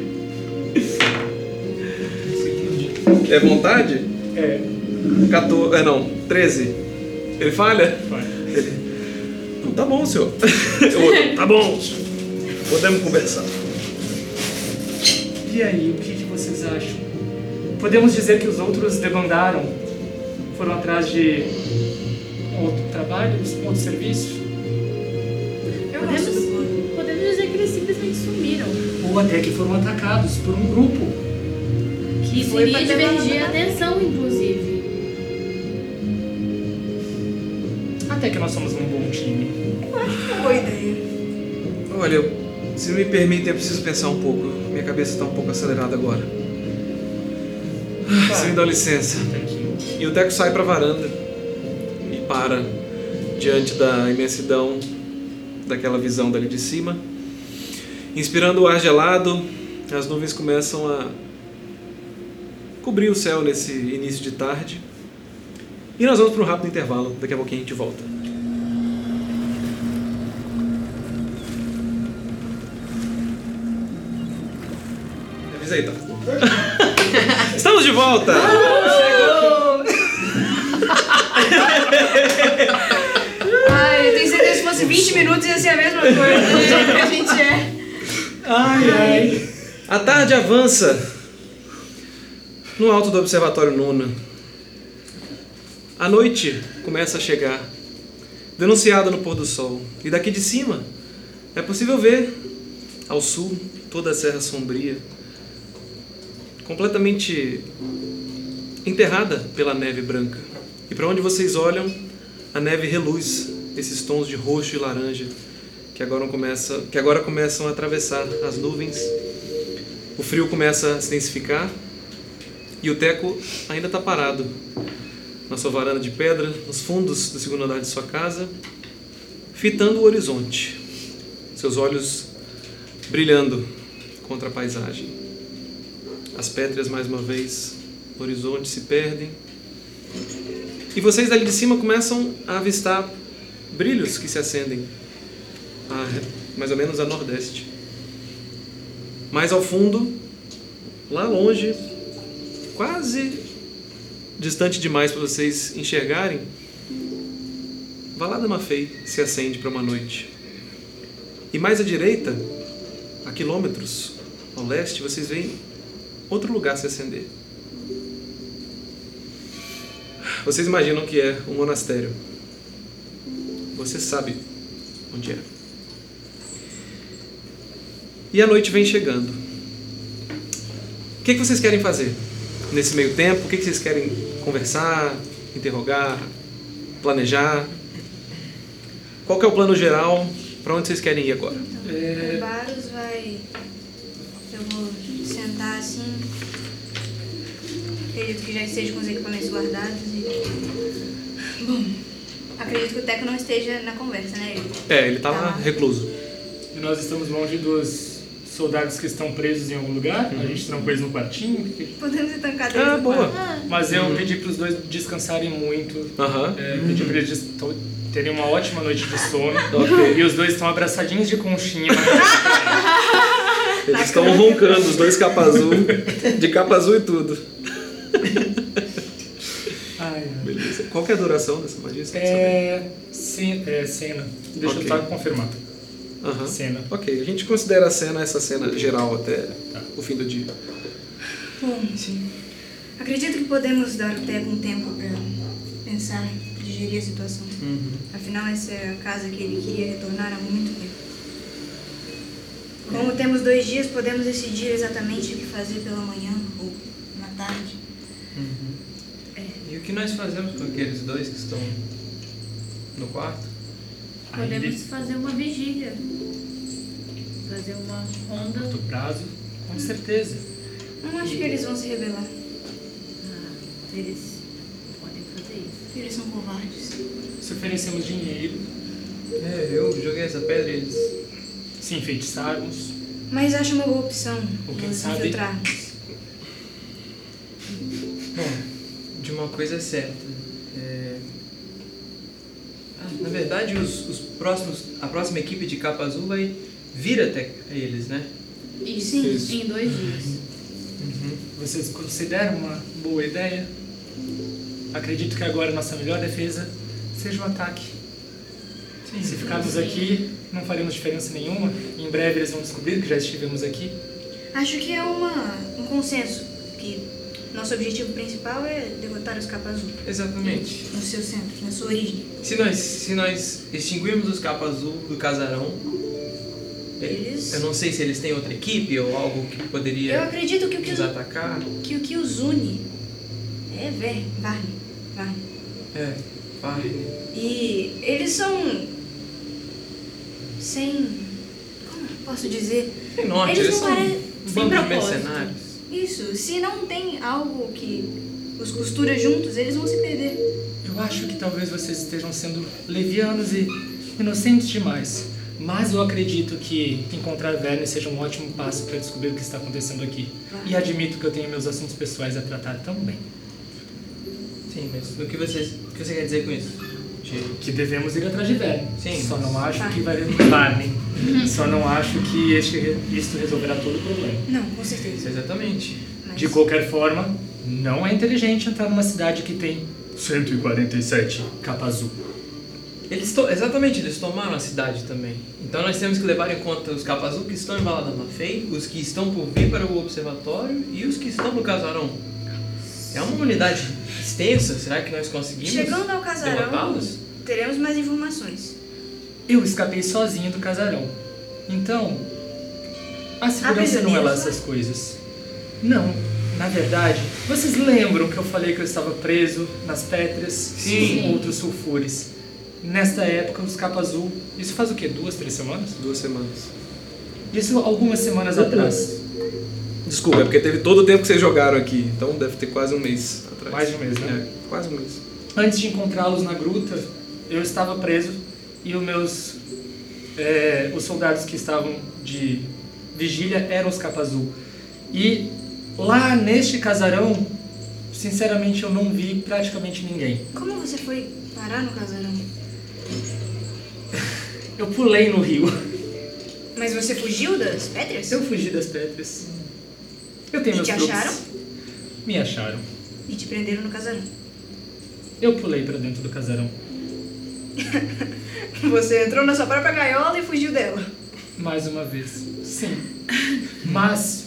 Speaker 11: É vontade?
Speaker 6: É,
Speaker 11: 14. É não, 13. Ele falha?
Speaker 6: vai.
Speaker 11: Não, tá bom, senhor. O outro, tá bom. Podemos conversar.
Speaker 6: E aí, o que, que vocês acham? Podemos dizer que os outros debandaram? Foram atrás de outro trabalho, outro serviço?
Speaker 4: Eu
Speaker 7: Podemos,
Speaker 4: gosto do plano.
Speaker 7: podemos dizer que eles simplesmente sumiram.
Speaker 6: Ou até que foram atacados por um grupo?
Speaker 7: Que
Speaker 4: foi
Speaker 7: iria
Speaker 4: pra levar
Speaker 7: divergir
Speaker 4: uma
Speaker 7: a atenção, inclusive.
Speaker 6: Até que nós somos um bom time.
Speaker 4: Boa ideia.
Speaker 3: Olha, se me permitem, eu preciso pensar um pouco. Minha cabeça tá um pouco acelerada agora. Ah, Se me dá licença. E o Teco sai pra varanda e para diante da imensidão daquela visão dali de cima. Inspirando o ar gelado, as nuvens começam a cobrir o céu nesse início de tarde. E nós vamos para um rápido intervalo, daqui a pouquinho a gente volta. Avisa aí, tá? Estamos de volta!
Speaker 4: Ai, eu tenho certeza que se fosse 20 minutos ia ser a mesma coisa do jeito que a gente é.
Speaker 6: Ai, ai.
Speaker 3: A tarde avança no alto do Observatório Nuna. A noite começa a chegar, denunciada no pôr do sol. E daqui de cima é possível ver ao sul toda a serra sombria, completamente enterrada pela neve branca. E para onde vocês olham, a neve reluz esses tons de roxo e laranja que agora começa, que agora começam a atravessar as nuvens. O frio começa a intensificar e o Teco ainda está parado na sua varanda de pedra, nos fundos do segundo andar de sua casa, fitando o horizonte, seus olhos brilhando contra a paisagem. As pétreas, mais uma vez, no horizonte se perdem. E vocês dali de cima começam a avistar brilhos que se acendem, a, mais ou menos a nordeste. Mais ao fundo, lá longe, quase distante demais para vocês enxergarem, Valada Mafei se acende para uma noite. E mais à direita, a quilômetros ao leste, vocês veem outro lugar se acender. Vocês imaginam que é um monastério. Você sabe onde é. E a noite vem chegando. O que, é que vocês querem fazer? nesse meio tempo? O que vocês querem conversar, interrogar, planejar? Qual é o plano geral? Para onde vocês querem ir agora?
Speaker 4: Então, é... o Baros vai. Eu vou sentar assim. Acredito que já esteja com os equipamentos guardados e. Bom. Acredito que o Teco não esteja na conversa, né? Ele...
Speaker 3: É, ele tá, lá recluso.
Speaker 5: E nós estamos longe dos soldados que estão presos em algum lugar,
Speaker 6: Uhum.
Speaker 5: a gente trancou eles no quartinho.
Speaker 4: Podemos ir trancados ah,
Speaker 3: boa. Quarto.
Speaker 5: Mas
Speaker 6: Uhum.
Speaker 5: eu pedi para os dois descansarem muito.
Speaker 3: Uhum.
Speaker 6: Tá
Speaker 5: É, pedi para eles terem uma ótima noite de sono.
Speaker 3: Ok.
Speaker 5: E os dois estão abraçadinhos de conchinha.
Speaker 3: eles estão roncando, os dois capa azul, de capa azul e tudo.
Speaker 5: Ai, ai.
Speaker 3: Beleza. Qual que é a duração dessa magia?
Speaker 5: É... Sim, é cena. Deixa
Speaker 3: Ok.
Speaker 5: eu só confirmar.
Speaker 3: Aham.
Speaker 5: Cena.
Speaker 3: Ok, a gente considera a cena, essa cena geral até o fim do dia.
Speaker 4: Bom, acredito que podemos dar o Teco um tempo para pensar, digerir a situação.
Speaker 5: Uhum.
Speaker 4: Afinal, essa é a casa que ele queria retornar há muito tempo.
Speaker 5: É.
Speaker 4: Como temos dois dias, podemos decidir exatamente o que fazer pela manhã ou na tarde.
Speaker 2: E o que nós fazemos com aqueles dois que estão no quarto?
Speaker 7: Podemos fazer uma vigília. Fazer uma ronda.
Speaker 5: Do prazo, com certeza.
Speaker 4: Não acho que eles vão se rebelar.
Speaker 7: Ah, eles podem fazer isso.
Speaker 4: Eles são covardes.
Speaker 5: Se oferecemos dinheiro,
Speaker 2: É, eu joguei essa pedra e eles.
Speaker 5: se enfeitiçarmos,
Speaker 4: Mas acho uma boa opção
Speaker 5: Ou quem
Speaker 4: nos
Speaker 5: sabe-
Speaker 4: infiltrarmos.
Speaker 2: Bom, de uma coisa é certa. É... Ah, na verdade, os, os próximos, a próxima equipe de capa azul vai vir até eles, né?
Speaker 7: Isso, em dois dias.
Speaker 5: vocês consideram É uma boa ideia? Acredito que agora nossa melhor defesa seja o ataque. Se ficarmos aqui, não faremos diferença nenhuma. Em breve eles vão descobrir que já estivemos aqui.
Speaker 4: Acho que é uma, um consenso que nosso objetivo principal é derrotar os capas azul
Speaker 2: Exatamente.
Speaker 4: no seu centro, na sua origem.
Speaker 2: Se nós, se nós extinguirmos os capa azul do casarão,
Speaker 4: Eles-
Speaker 2: eu não sei se eles têm outra equipe ou algo que
Speaker 4: Eu
Speaker 2: poderia
Speaker 4: acredito que o que,
Speaker 2: nos atacar.
Speaker 4: que o que os une é ver, Varne, Varne.
Speaker 2: É, vai.
Speaker 4: E eles são sem como eu posso dizer?
Speaker 2: Tem norte,
Speaker 4: eles
Speaker 2: eles,
Speaker 4: não
Speaker 2: são
Speaker 4: parecem
Speaker 2: um
Speaker 7: sem
Speaker 2: bando de
Speaker 7: propósito.
Speaker 2: mercenários.
Speaker 4: isso. Se não tem algo que os costura juntos, eles vão se perder.
Speaker 5: Eu acho que talvez vocês estejam sendo levianos e inocentes demais. Mas eu acredito que encontrar Verne seja um ótimo passo para descobrir o que está acontecendo aqui. E admito que eu tenho meus assuntos pessoais a tratar também.
Speaker 2: Sim, mas o que, vocês, o que você quer dizer com isso? De-
Speaker 5: Que devemos ir atrás de Verne.
Speaker 2: Sim,
Speaker 5: Só
Speaker 2: mas-
Speaker 5: não acho que vai Verne. Só não acho que este, isto resolverá todo o problema.
Speaker 4: Não, com certeza.
Speaker 2: Isso,
Speaker 13: é
Speaker 2: exatamente.
Speaker 4: Mas
Speaker 5: De qualquer forma, não é inteligente entrar numa cidade que tem 147 capa azul.
Speaker 2: Eles to- Exatamente, eles tomaram a cidade também. Então nós temos que levar em conta os capa azul que estão em Balada Mafei, os que estão por vir para o observatório e os que estão no casarão.
Speaker 3: É uma unidade extensa, será que nós conseguimos
Speaker 4: Chegando ao casarão,
Speaker 3: derrotá-los?
Speaker 4: teremos mais informações.
Speaker 5: Eu escapei sozinho do casarão. Então, a segurança não é
Speaker 4: prisioneiro
Speaker 5: lá
Speaker 4: foi?
Speaker 5: essas coisas. Não, na verdade, vocês lembram que eu falei que eu estava preso nas pétreas e com outros sulfures. Nesta época, os capa azul, isso faz o quê? Duas, três semanas?
Speaker 13: Duas semanas.
Speaker 5: Isso algumas semanas atrás.
Speaker 13: Desculpa, é porque teve todo o tempo que vocês jogaram aqui. Então deve ter quase um mês atrás.
Speaker 5: Mais de um mês, né?
Speaker 13: É, quase um mês.
Speaker 5: Antes de encontrá-los na gruta, eu estava preso e os meus. é, os soldados que estavam de vigília eram os capa azul. E lá neste casarão, sinceramente eu não vi praticamente ninguém.
Speaker 4: Como você foi parar no casarão?
Speaker 5: Eu pulei no rio.
Speaker 4: Mas você fugiu das pedras?
Speaker 5: Eu fugi das pedras. Eu
Speaker 4: E
Speaker 5: tenho meus
Speaker 4: te
Speaker 5: truques.
Speaker 4: acharam?
Speaker 5: Me acharam.
Speaker 4: E te prenderam no casarão.
Speaker 5: Eu pulei pra dentro do casarão.
Speaker 4: Você entrou na sua própria gaiola e fugiu dela.
Speaker 5: Mais uma vez. Sim. Mas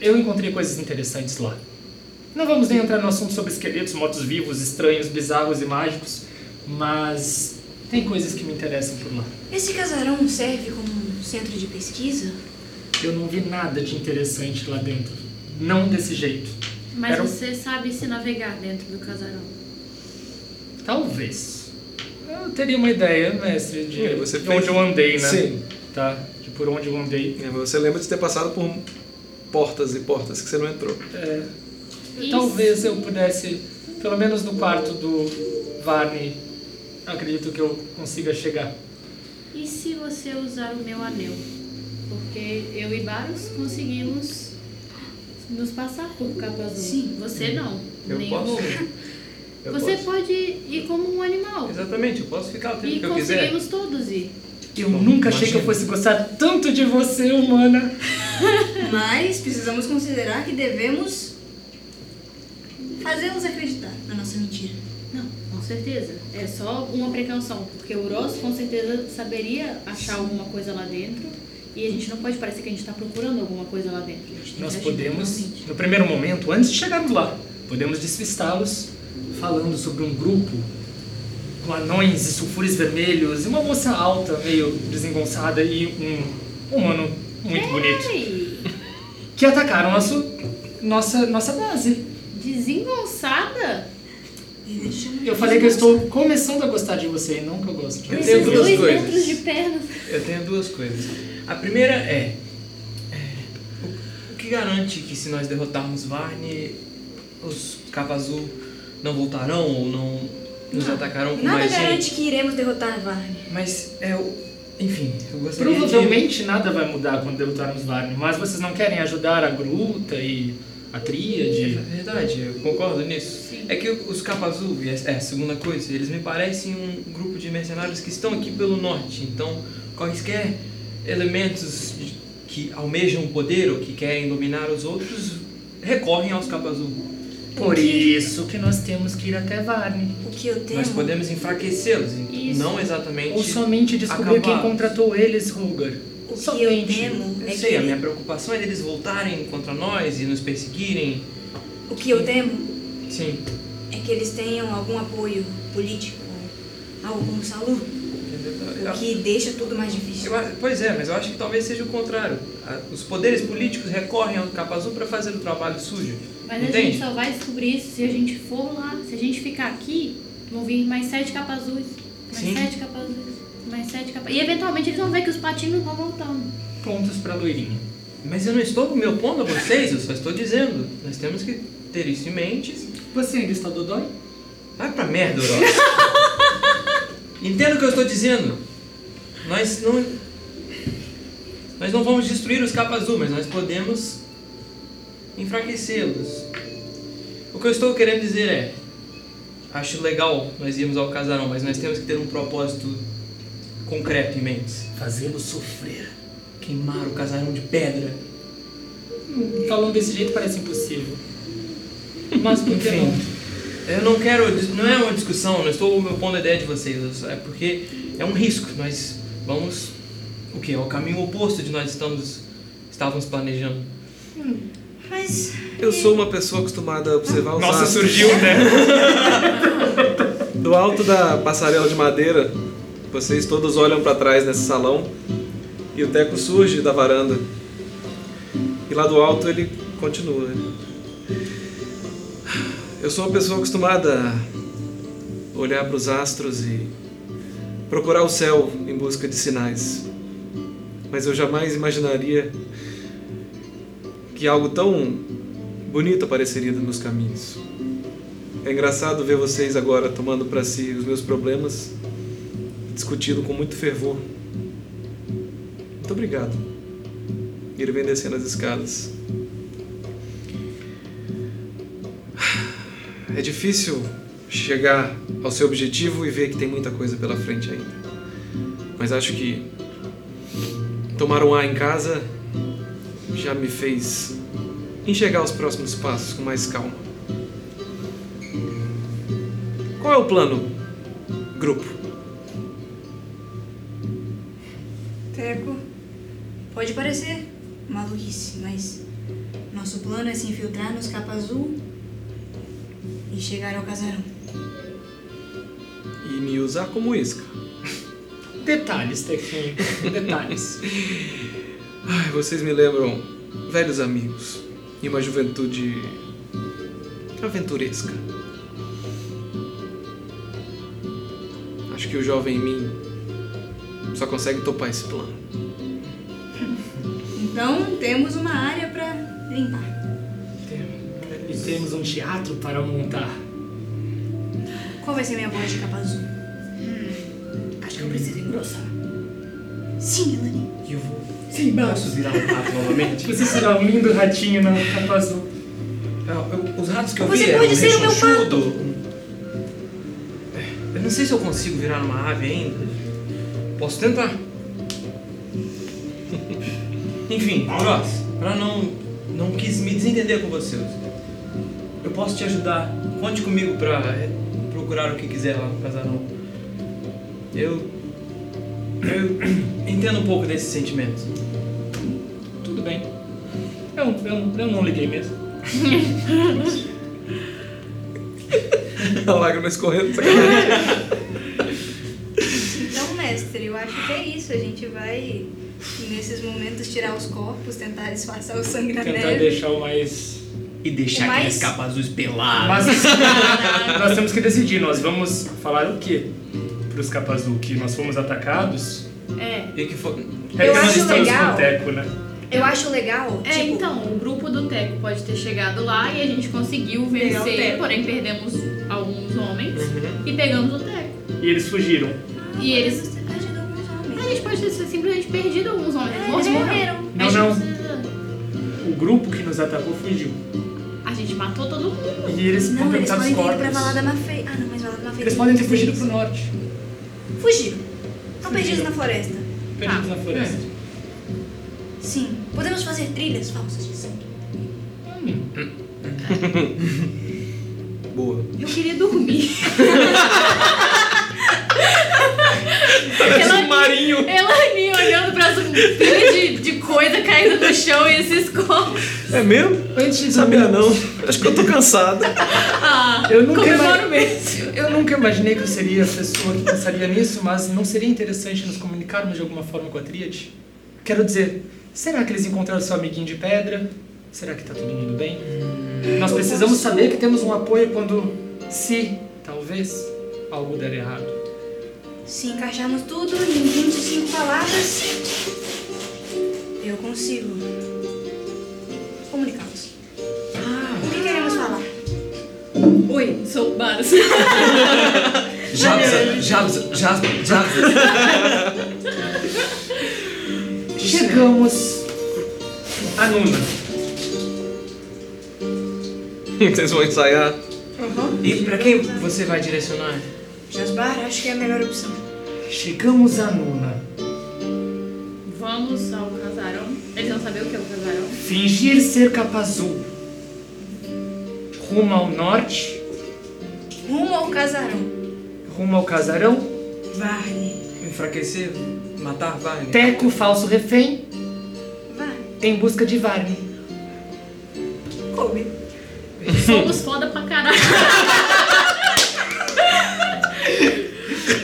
Speaker 5: eu encontrei coisas interessantes lá. Não vamos nem entrar no assunto sobre esqueletos, mortos-vivos, estranhos, bizarros e mágicos, mas tem coisas que me interessam por lá.
Speaker 4: Esse casarão serve como um centro de pesquisa?
Speaker 5: Eu não vi nada de interessante lá dentro. Não desse jeito.
Speaker 7: Mas
Speaker 5: Era um-
Speaker 7: você sabe se navegar dentro do casarão.
Speaker 5: Talvez. Eu teria uma ideia, mestre, de,
Speaker 13: É, você
Speaker 5: de
Speaker 13: fez-
Speaker 5: onde eu andei, né?
Speaker 13: Sim.
Speaker 5: Tá? De por onde eu andei.
Speaker 13: É, mas você lembra de ter passado por portas e portas que você não entrou.
Speaker 5: É,
Speaker 7: E
Speaker 5: Talvez eu pudesse, pelo menos no quarto do Varney, acredito que eu consiga chegar.
Speaker 7: E se você usar o meu anel? Porque eu e Baros conseguimos nos passar por capa azul. Sim. Você não.
Speaker 3: Eu
Speaker 7: nem
Speaker 3: posso.
Speaker 7: o Rolo.
Speaker 3: Eu
Speaker 7: Você
Speaker 3: posso.
Speaker 7: pode ir como um animal.
Speaker 3: Exatamente, eu posso ficar o tempo
Speaker 7: E
Speaker 3: que eu quiser.
Speaker 7: conseguimos todos ir.
Speaker 5: Eu nunca achei que eu fosse gostar tanto de você, humana.
Speaker 4: Mas precisamos considerar que devemos fazê-los acreditar na nossa mentira.
Speaker 7: Não, com certeza. É só uma precaução, porque o Ross com certeza saberia achar alguma coisa lá dentro. E a gente não pode parecer que a gente está procurando alguma coisa lá dentro. A gente tem que
Speaker 5: Nós
Speaker 7: agir
Speaker 5: podemos,
Speaker 7: normalmente.
Speaker 5: no primeiro momento, antes de chegarmos lá, podemos despistá-los falando sobre um grupo com anões e sulfures vermelhos, e uma moça alta, meio desengonçada, e um humano muito bonito,
Speaker 7: Ei,
Speaker 5: que atacaram nosso, nossa, nossa base.
Speaker 7: desengonçada?
Speaker 5: Eu falei que eu estou começando a gostar de você e não que eu gosto de
Speaker 3: Eu
Speaker 5: você.
Speaker 3: tenho
Speaker 7: Esses
Speaker 3: duas
Speaker 7: dois
Speaker 3: coisas.
Speaker 7: metros de pernas.
Speaker 3: Eu tenho duas coisas. A primeira é. é, o- O que garante que se nós derrotarmos Varne, os capa azul não voltarão ou não nos atacarão com
Speaker 4: Nada
Speaker 3: mais
Speaker 4: garante
Speaker 3: gente?
Speaker 4: que iremos derrotar Varney.
Speaker 3: Mas é o. Enfim, eu gostaria
Speaker 5: Provavelmente nada vai mudar quando derrotarmos Varne, mas vocês não querem ajudar a gruta e a
Speaker 3: de. É
Speaker 5: tríade?
Speaker 3: verdade, eu concordo nisso. É que os capa azul, e essa- é a segunda coisa, eles me parecem um grupo de mercenários que estão aqui pelo norte. Então, quaisquer elementos de- que almejam o poder ou que querem dominar os outros recorrem aos capa azul.
Speaker 5: Por isso que nós temos que ir até Varne.
Speaker 4: O que eu temo
Speaker 3: Nós podemos enfraquecê-los, então,
Speaker 7: Isso.
Speaker 3: não exatamente.
Speaker 5: Ou somente descobrir quem
Speaker 3: Acabar.
Speaker 5: contratou eles, Ruger.
Speaker 4: O que eu
Speaker 5: Somente.
Speaker 4: temo é
Speaker 3: Eu sei, a
Speaker 4: que-
Speaker 3: minha preocupação é deles voltarem contra nós e nos perseguirem.
Speaker 4: o que eu temo
Speaker 3: Sim,
Speaker 4: é que eles tenham algum apoio político, algo como Salu,
Speaker 3: entendeu?
Speaker 4: o que deixa tudo mais difícil.
Speaker 3: Eu acho- pois é, mas eu acho que talvez seja o contrário. A- Os poderes políticos recorrem ao capa azul para fazer o trabalho sujo.
Speaker 7: Mas a
Speaker 3: entende?
Speaker 7: gente só vai descobrir isso se a gente for lá. Se a gente ficar aqui, vão vir mais sete capas azuis. Mais
Speaker 3: Sim.
Speaker 7: sete capas azuis. Mais sete capas. E eventualmente eles vão ver que os patinhos vão voltando.
Speaker 5: Prontos pra loirinha.
Speaker 3: Mas eu não estou me opondo a vocês, eu só estou dizendo. Nós temos que ter isso em mente.
Speaker 5: Você ainda está dodói?
Speaker 3: Vai pra merda, Orochi. Entenda o que eu estou dizendo. Nós não. Nós não vamos destruir os capas azul, mas nós podemos enfraquecê-los. O que eu estou querendo dizer é. Acho legal nós irmos ao casarão, mas nós temos que ter um propósito concreto em mente.
Speaker 5: Fazê-los sofrer.
Speaker 3: Queimar o casarão de pedra.
Speaker 5: Falando desse jeito parece impossível. Mas por que não?
Speaker 3: Eu não quero, não é uma discussão, não estou me opondo à ideia de vocês, eu só- é porque é um risco. Nós vamos, o que? É o caminho oposto de nós estamos, estávamos planejando.
Speaker 4: Mas.
Speaker 3: Eu sou uma pessoa acostumada a observar os
Speaker 6: Nossa,
Speaker 3: astros.
Speaker 6: surgiu, né?
Speaker 3: Do alto da passarela de madeira, vocês todos olham para trás nesse salão e o Teco surge da varanda. E lá do alto ele continua. né? Eu sou uma pessoa acostumada a olhar para os astros e procurar o céu em busca de sinais. Mas eu jamais imaginaria que algo tão bonito apareceria nos meus caminhos. É engraçado ver vocês agora tomando para si os meus problemas, discutindo com muito fervor. Muito obrigado. E Ele vem descendo as escadas. É difícil chegar ao seu objetivo e ver que tem muita coisa pela frente ainda. Mas acho que tomar um ar em casa já me fez enxergar os próximos passos com mais calma. Qual é o plano, grupo?
Speaker 4: Teco, pode parecer maluquice, mas nosso plano é se infiltrar nos capa azul e chegar ao casarão.
Speaker 3: E me usar como isca.
Speaker 5: Detalhes, Tequinho. Detalhes.
Speaker 3: Ai, vocês me lembram velhos amigos e uma juventude aventuresca. Acho que o jovem em mim só consegue topar esse plano.
Speaker 4: Então temos uma área pra limpar.
Speaker 5: E temos um teatro para montar.
Speaker 4: Qual vai ser minha voz de capa azul? Hum, acho que eu preciso engrossar. Sim, Elani.
Speaker 2: E eu vou.
Speaker 5: Sim, mas.
Speaker 2: Posso virar um rato novamente?
Speaker 5: Você será um lindo ratinho na capa azul.
Speaker 2: Ah, eu- Os ratos que eu
Speaker 4: Você
Speaker 2: vi eram
Speaker 4: pode
Speaker 2: um
Speaker 4: ser o meu
Speaker 2: rechonchudo,
Speaker 4: pato.
Speaker 2: um-
Speaker 14: É, Eu não sei se eu consigo virar uma ave ainda. Posso tentar. Enfim, Ross, pra não, não quis me desentender com vocês, eu posso te ajudar. Conte comigo pra é, procurar o que quiser lá no casarão. Eu. Eu entendo um pouco desses sentimentos.
Speaker 5: Tudo bem. Eu, eu, eu não liguei mesmo.
Speaker 3: A lágrima escorrendo, sacanagem.
Speaker 4: Então, mestre, eu acho que é isso. A gente vai, nesses momentos, tirar os corpos, tentar disfarçar o sangue na
Speaker 5: Tentar
Speaker 4: neve.
Speaker 5: deixar o mais.
Speaker 2: E deixar
Speaker 4: Mas-
Speaker 2: aqueles capas azuis
Speaker 3: Ah.
Speaker 2: pelados.
Speaker 5: Mas nós temos que decidir, nós vamos falar o quê? Para os capa azul que nós fomos atacados?
Speaker 7: É.
Speaker 2: E que foi.
Speaker 5: É
Speaker 4: Eu
Speaker 5: que nós
Speaker 4: acho
Speaker 5: estamos
Speaker 4: legal.
Speaker 5: com o Teco, né?
Speaker 4: Eu acho legal,
Speaker 7: É,
Speaker 4: tipo,
Speaker 7: então, o grupo do Teco pode ter chegado lá e a gente conseguiu
Speaker 4: Pegar o
Speaker 7: vencer,
Speaker 4: Teco.
Speaker 7: porém perdemos alguns homens
Speaker 5: Uhum.
Speaker 7: e pegamos o Teco.
Speaker 5: E eles fugiram.
Speaker 4: então,
Speaker 7: E eles.
Speaker 4: ajudou alguns
Speaker 7: A
Speaker 4: homens.
Speaker 7: gente pode ter simplesmente perdido alguns
Speaker 4: É,
Speaker 7: homens. Eles
Speaker 4: eles morreram.
Speaker 7: morreram. A gente
Speaker 5: Não, não.
Speaker 7: precisa-
Speaker 5: O grupo que nos atacou fugiu.
Speaker 7: A gente matou todo mundo.
Speaker 5: E eles vão
Speaker 4: Não, eles
Speaker 5: perguntar
Speaker 4: podem
Speaker 5: os
Speaker 4: ter ido pra
Speaker 5: corpos.
Speaker 4: Valada Mafei. Ah, não, mas Valada Mafei...
Speaker 5: Eles
Speaker 4: tem
Speaker 5: podem ter
Speaker 4: muitos
Speaker 5: fugido
Speaker 4: deles.
Speaker 5: pro norte.
Speaker 4: Fugiram. Estão perdidos na floresta.
Speaker 5: Perdidos na floresta.
Speaker 4: Sim. Podemos fazer trilhas falsas de sangue.
Speaker 3: Boa.
Speaker 7: Eu queria dormir.
Speaker 5: um
Speaker 7: Ela,
Speaker 6: Marinho.
Speaker 7: Elani olhando pra essa pilha de, de coisa caindo no chão e esses corpos.
Speaker 3: É mesmo?
Speaker 5: Antes de
Speaker 3: Sabia não. Acho que eu tô cansado.
Speaker 7: Ah,
Speaker 5: Eu nunca
Speaker 7: comemora
Speaker 5: ima-
Speaker 7: o mês.
Speaker 5: Eu nunca imaginei que eu seria a pessoa que pensaria nisso, mas não seria interessante nos comunicarmos de alguma forma com a tríade? Quero dizer, será que eles encontraram seu amiguinho de pedra? Será que tá todo mundo bem? Nós precisamos saber que temos um apoio quando, se, talvez, algo der errado.
Speaker 4: Se encaixarmos tudo em 25 palavras, eu consigo comunicá-los. O que queremos falar?
Speaker 7: Oi, sou o Baros.
Speaker 2: Jabza, Jabza, Jabza, Jabza.
Speaker 5: Chegamos a Nuna.
Speaker 3: Vocês vão ensaiar.
Speaker 14: E pra quem você vai direcionar?
Speaker 4: Jasbar, acho que é a melhor opção.
Speaker 5: Chegamos a Nuna.
Speaker 7: Vamos ao casarão. Eles vão saber o que é o casarão.
Speaker 5: Fingir ser capa azul. Rumo ao norte,
Speaker 4: Rumo ao casarão.
Speaker 5: rumo ao casarão,
Speaker 4: Varne.
Speaker 14: Enfraquecer? Matar
Speaker 5: né?
Speaker 14: Wagner?
Speaker 5: Teco falso refém
Speaker 4: Varne.
Speaker 5: em busca de Varne.
Speaker 4: coube.
Speaker 7: Somos foda pra caralho.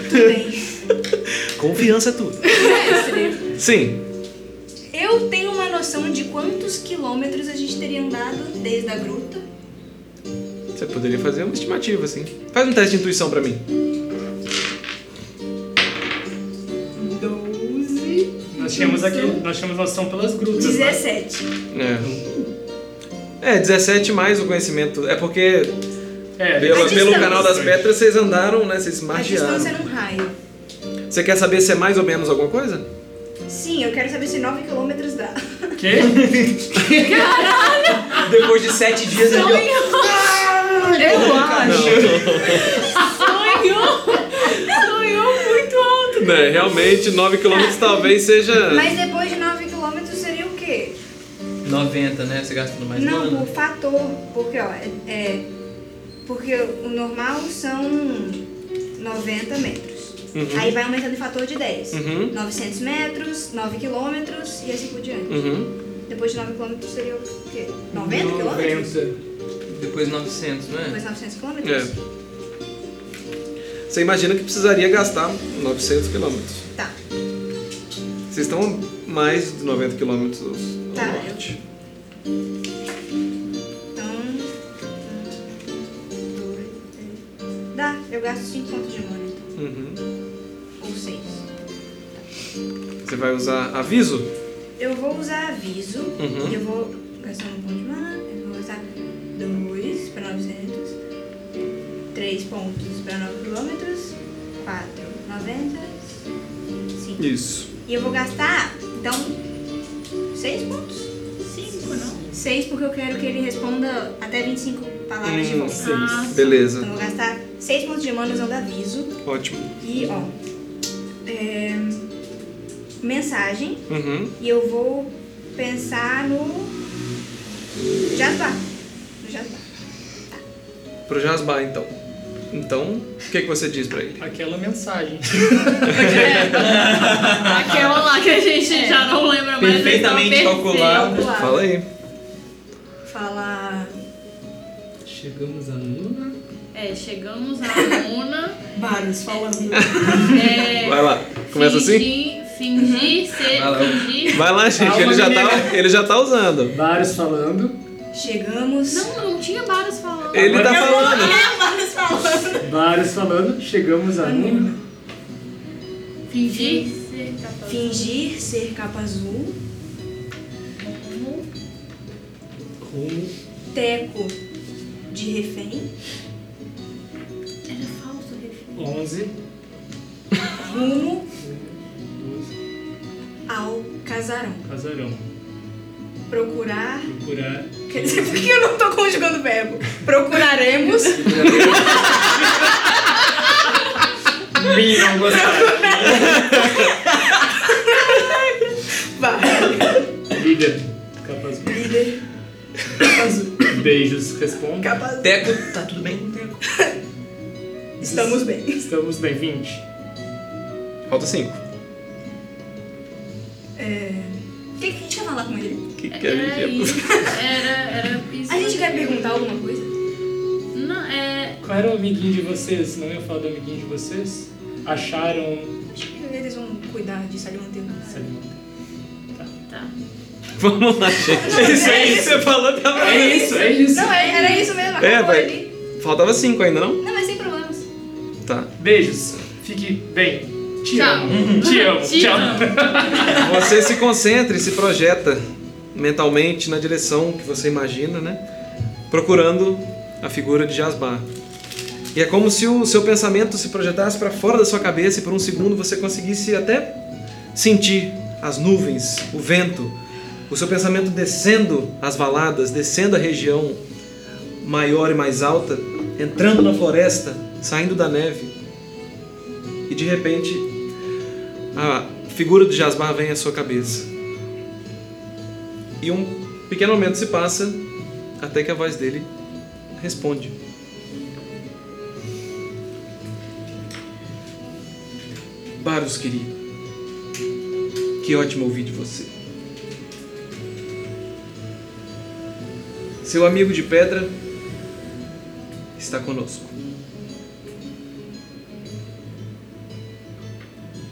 Speaker 4: Tudo bem.
Speaker 3: Confiança é tudo.
Speaker 4: Mestre,
Speaker 3: Sim.
Speaker 4: eu tenho uma noção de quantos quilômetros a gente teria andado desde a gruta.
Speaker 3: Você poderia fazer uma estimativa, assim. Faz um teste de intuição pra mim.
Speaker 4: 12.
Speaker 5: Nós tínhamos aqui, nós tínhamos noção pelas grutas. né?
Speaker 4: 17.
Speaker 3: É. É, 17 mais o conhecimento. É porque
Speaker 5: É,
Speaker 3: pelo,
Speaker 4: A
Speaker 3: pelo
Speaker 4: distância.
Speaker 3: canal das pedras vocês andaram, né? Vocês
Speaker 4: A distância
Speaker 3: margearam.
Speaker 4: era um raio.
Speaker 3: Você quer saber se é mais ou menos alguma coisa?
Speaker 4: Sim, eu quero saber se 9 quilômetros dá.
Speaker 5: quê?
Speaker 9: Depois de sete dias ele ó,
Speaker 2: Eu acho.
Speaker 7: Sonhou! Sonhou muito alto!
Speaker 3: Né, realmente 9 km talvez seja.
Speaker 4: Mas depois de 9 quilômetros seria o quê?
Speaker 2: 90, né? Você gasta tudo mais
Speaker 4: Não,
Speaker 2: mana.
Speaker 4: o fator, porque ó, é- é. Porque o normal são 90 metros. Aí vai aumentando em fator de 10.
Speaker 3: Uhum.
Speaker 4: 900 metros, 9 quilômetros e assim por diante.
Speaker 3: Uhum.
Speaker 4: Depois de 9 quilômetros seria o quê? 90 quilômetros?
Speaker 2: Depois 900, né?
Speaker 4: Depois de 900
Speaker 3: É.
Speaker 4: quilômetros?
Speaker 3: Você imagina que precisaria gastar 900 km.
Speaker 4: Tá.
Speaker 3: Vocês estão a mais de 90 km ao
Speaker 4: Tá,
Speaker 3: norte.
Speaker 4: Então. um, dois, três. Dá, eu gasto 5 pontos de mana então.
Speaker 3: Uhum.
Speaker 4: Ou 6.
Speaker 3: Você vai usar aviso?
Speaker 4: Eu vou usar aviso.
Speaker 3: Uhum.
Speaker 4: Eu vou gastar um ponto de mana. Eu vou usar 2 para 900. 3 pontos para 9 quilômetros. 4, 90. 5.
Speaker 3: Isso.
Speaker 4: E eu vou gastar, então, 6 pontos.
Speaker 7: Cinco, não?
Speaker 4: 6 porque eu quero que ele responda até 25 palavras de
Speaker 3: Hum,
Speaker 4: volta.
Speaker 3: sim.
Speaker 7: Ah,
Speaker 4: Então eu
Speaker 3: Beleza,
Speaker 4: vou gastar 6 pontos de mana usando aviso.
Speaker 3: ótimo.
Speaker 4: E, ó. é, mensagem.
Speaker 3: Uhum.
Speaker 4: E eu vou pensar no. Jasbar. No Jasbar.
Speaker 3: Pro Jasbar, então. Então, o que, que você diz pra ele?
Speaker 5: Aquela mensagem.
Speaker 7: Aquela lá que a gente já não lembra mais. então,
Speaker 2: Perfeitamente
Speaker 7: mas tava
Speaker 2: calculado.
Speaker 4: Calcular.
Speaker 3: Fala aí.
Speaker 4: Fala.
Speaker 9: Chegamos a Luna.
Speaker 7: perfeito. É, chegamos à Luna.
Speaker 15: Vários falando.
Speaker 7: É,
Speaker 3: Vai lá. Começa assim?
Speaker 7: fingir, Fingir ser.
Speaker 9: Vai lá.
Speaker 7: Fingir.
Speaker 3: Vai lá, gente.
Speaker 5: Calma,
Speaker 3: Ele já tá,
Speaker 5: menina.
Speaker 3: ele já tá usando.
Speaker 5: Vários falando.
Speaker 4: Chegamos.
Speaker 7: Não, não tinha vários falando.
Speaker 3: Ele tá falando.
Speaker 15: Vários falando.
Speaker 5: Vários falando. Chegamos a Luna.
Speaker 7: Fingir ser. capaz.
Speaker 4: Fingir ser capa azul. Teco de refém.
Speaker 7: Era falso, refém.
Speaker 5: 11.
Speaker 4: Rumo ao casarão.
Speaker 5: Casarão.
Speaker 4: Procurar.
Speaker 5: Procurar.
Speaker 4: Quer dizer, por que eu não tô conjugando verbo? Procuraremos.
Speaker 5: Mim, não gostar.
Speaker 4: Vai.
Speaker 5: Líder. Capa azul.
Speaker 4: Líder. Capa azul.
Speaker 5: Beijos. Responda.
Speaker 4: Capa azul.
Speaker 2: Teco, tá tudo bem com o Teco?
Speaker 4: Estamos bem.
Speaker 5: Estamos bem. 20.
Speaker 3: Falta cinco.
Speaker 4: É, O que, que a gente quer falar com ele?
Speaker 3: O que, que a gente
Speaker 7: Era
Speaker 3: ia
Speaker 7: isso. Era, era isso.
Speaker 4: A gente quer perguntar alguma coisa?
Speaker 7: Não, é.
Speaker 5: Qual era o amiguinho de vocês? Não ia falar do amiguinho de vocês? Acharam.
Speaker 4: Acho que eles vão cuidar disso ali manter
Speaker 5: Sei
Speaker 4: o
Speaker 5: lá.
Speaker 7: Tá.
Speaker 3: Vamos lá, gente. Isso aí que você falou tava.
Speaker 5: É isso, é isso.
Speaker 4: Não, é- era isso
Speaker 3: É,
Speaker 4: mesmo. acabou
Speaker 3: vai.
Speaker 4: ali.
Speaker 3: Faltava cinco ainda, não?
Speaker 4: Não, mas sem problemas.
Speaker 3: Tá.
Speaker 5: Beijos. Fique bem. Te
Speaker 7: Tchau.
Speaker 5: amo. Uhum. Te amo.
Speaker 7: Te amo.
Speaker 3: Você se concentra e se projeta mentalmente na direção que você imagina, né? Procurando a figura de Jasbar. E é como se o seu pensamento se projetasse para fora da sua cabeça e por um segundo você conseguisse até sentir as nuvens, o vento, o seu pensamento descendo as valadas, descendo a região maior e mais alta, entrando na floresta, saindo da neve. E de repente a figura de Jasbar vem à sua cabeça. E um pequeno momento se passa até que a voz dele responde. Baros, querido. Que ótimo ouvir de você. Seu amigo de pedra está conosco.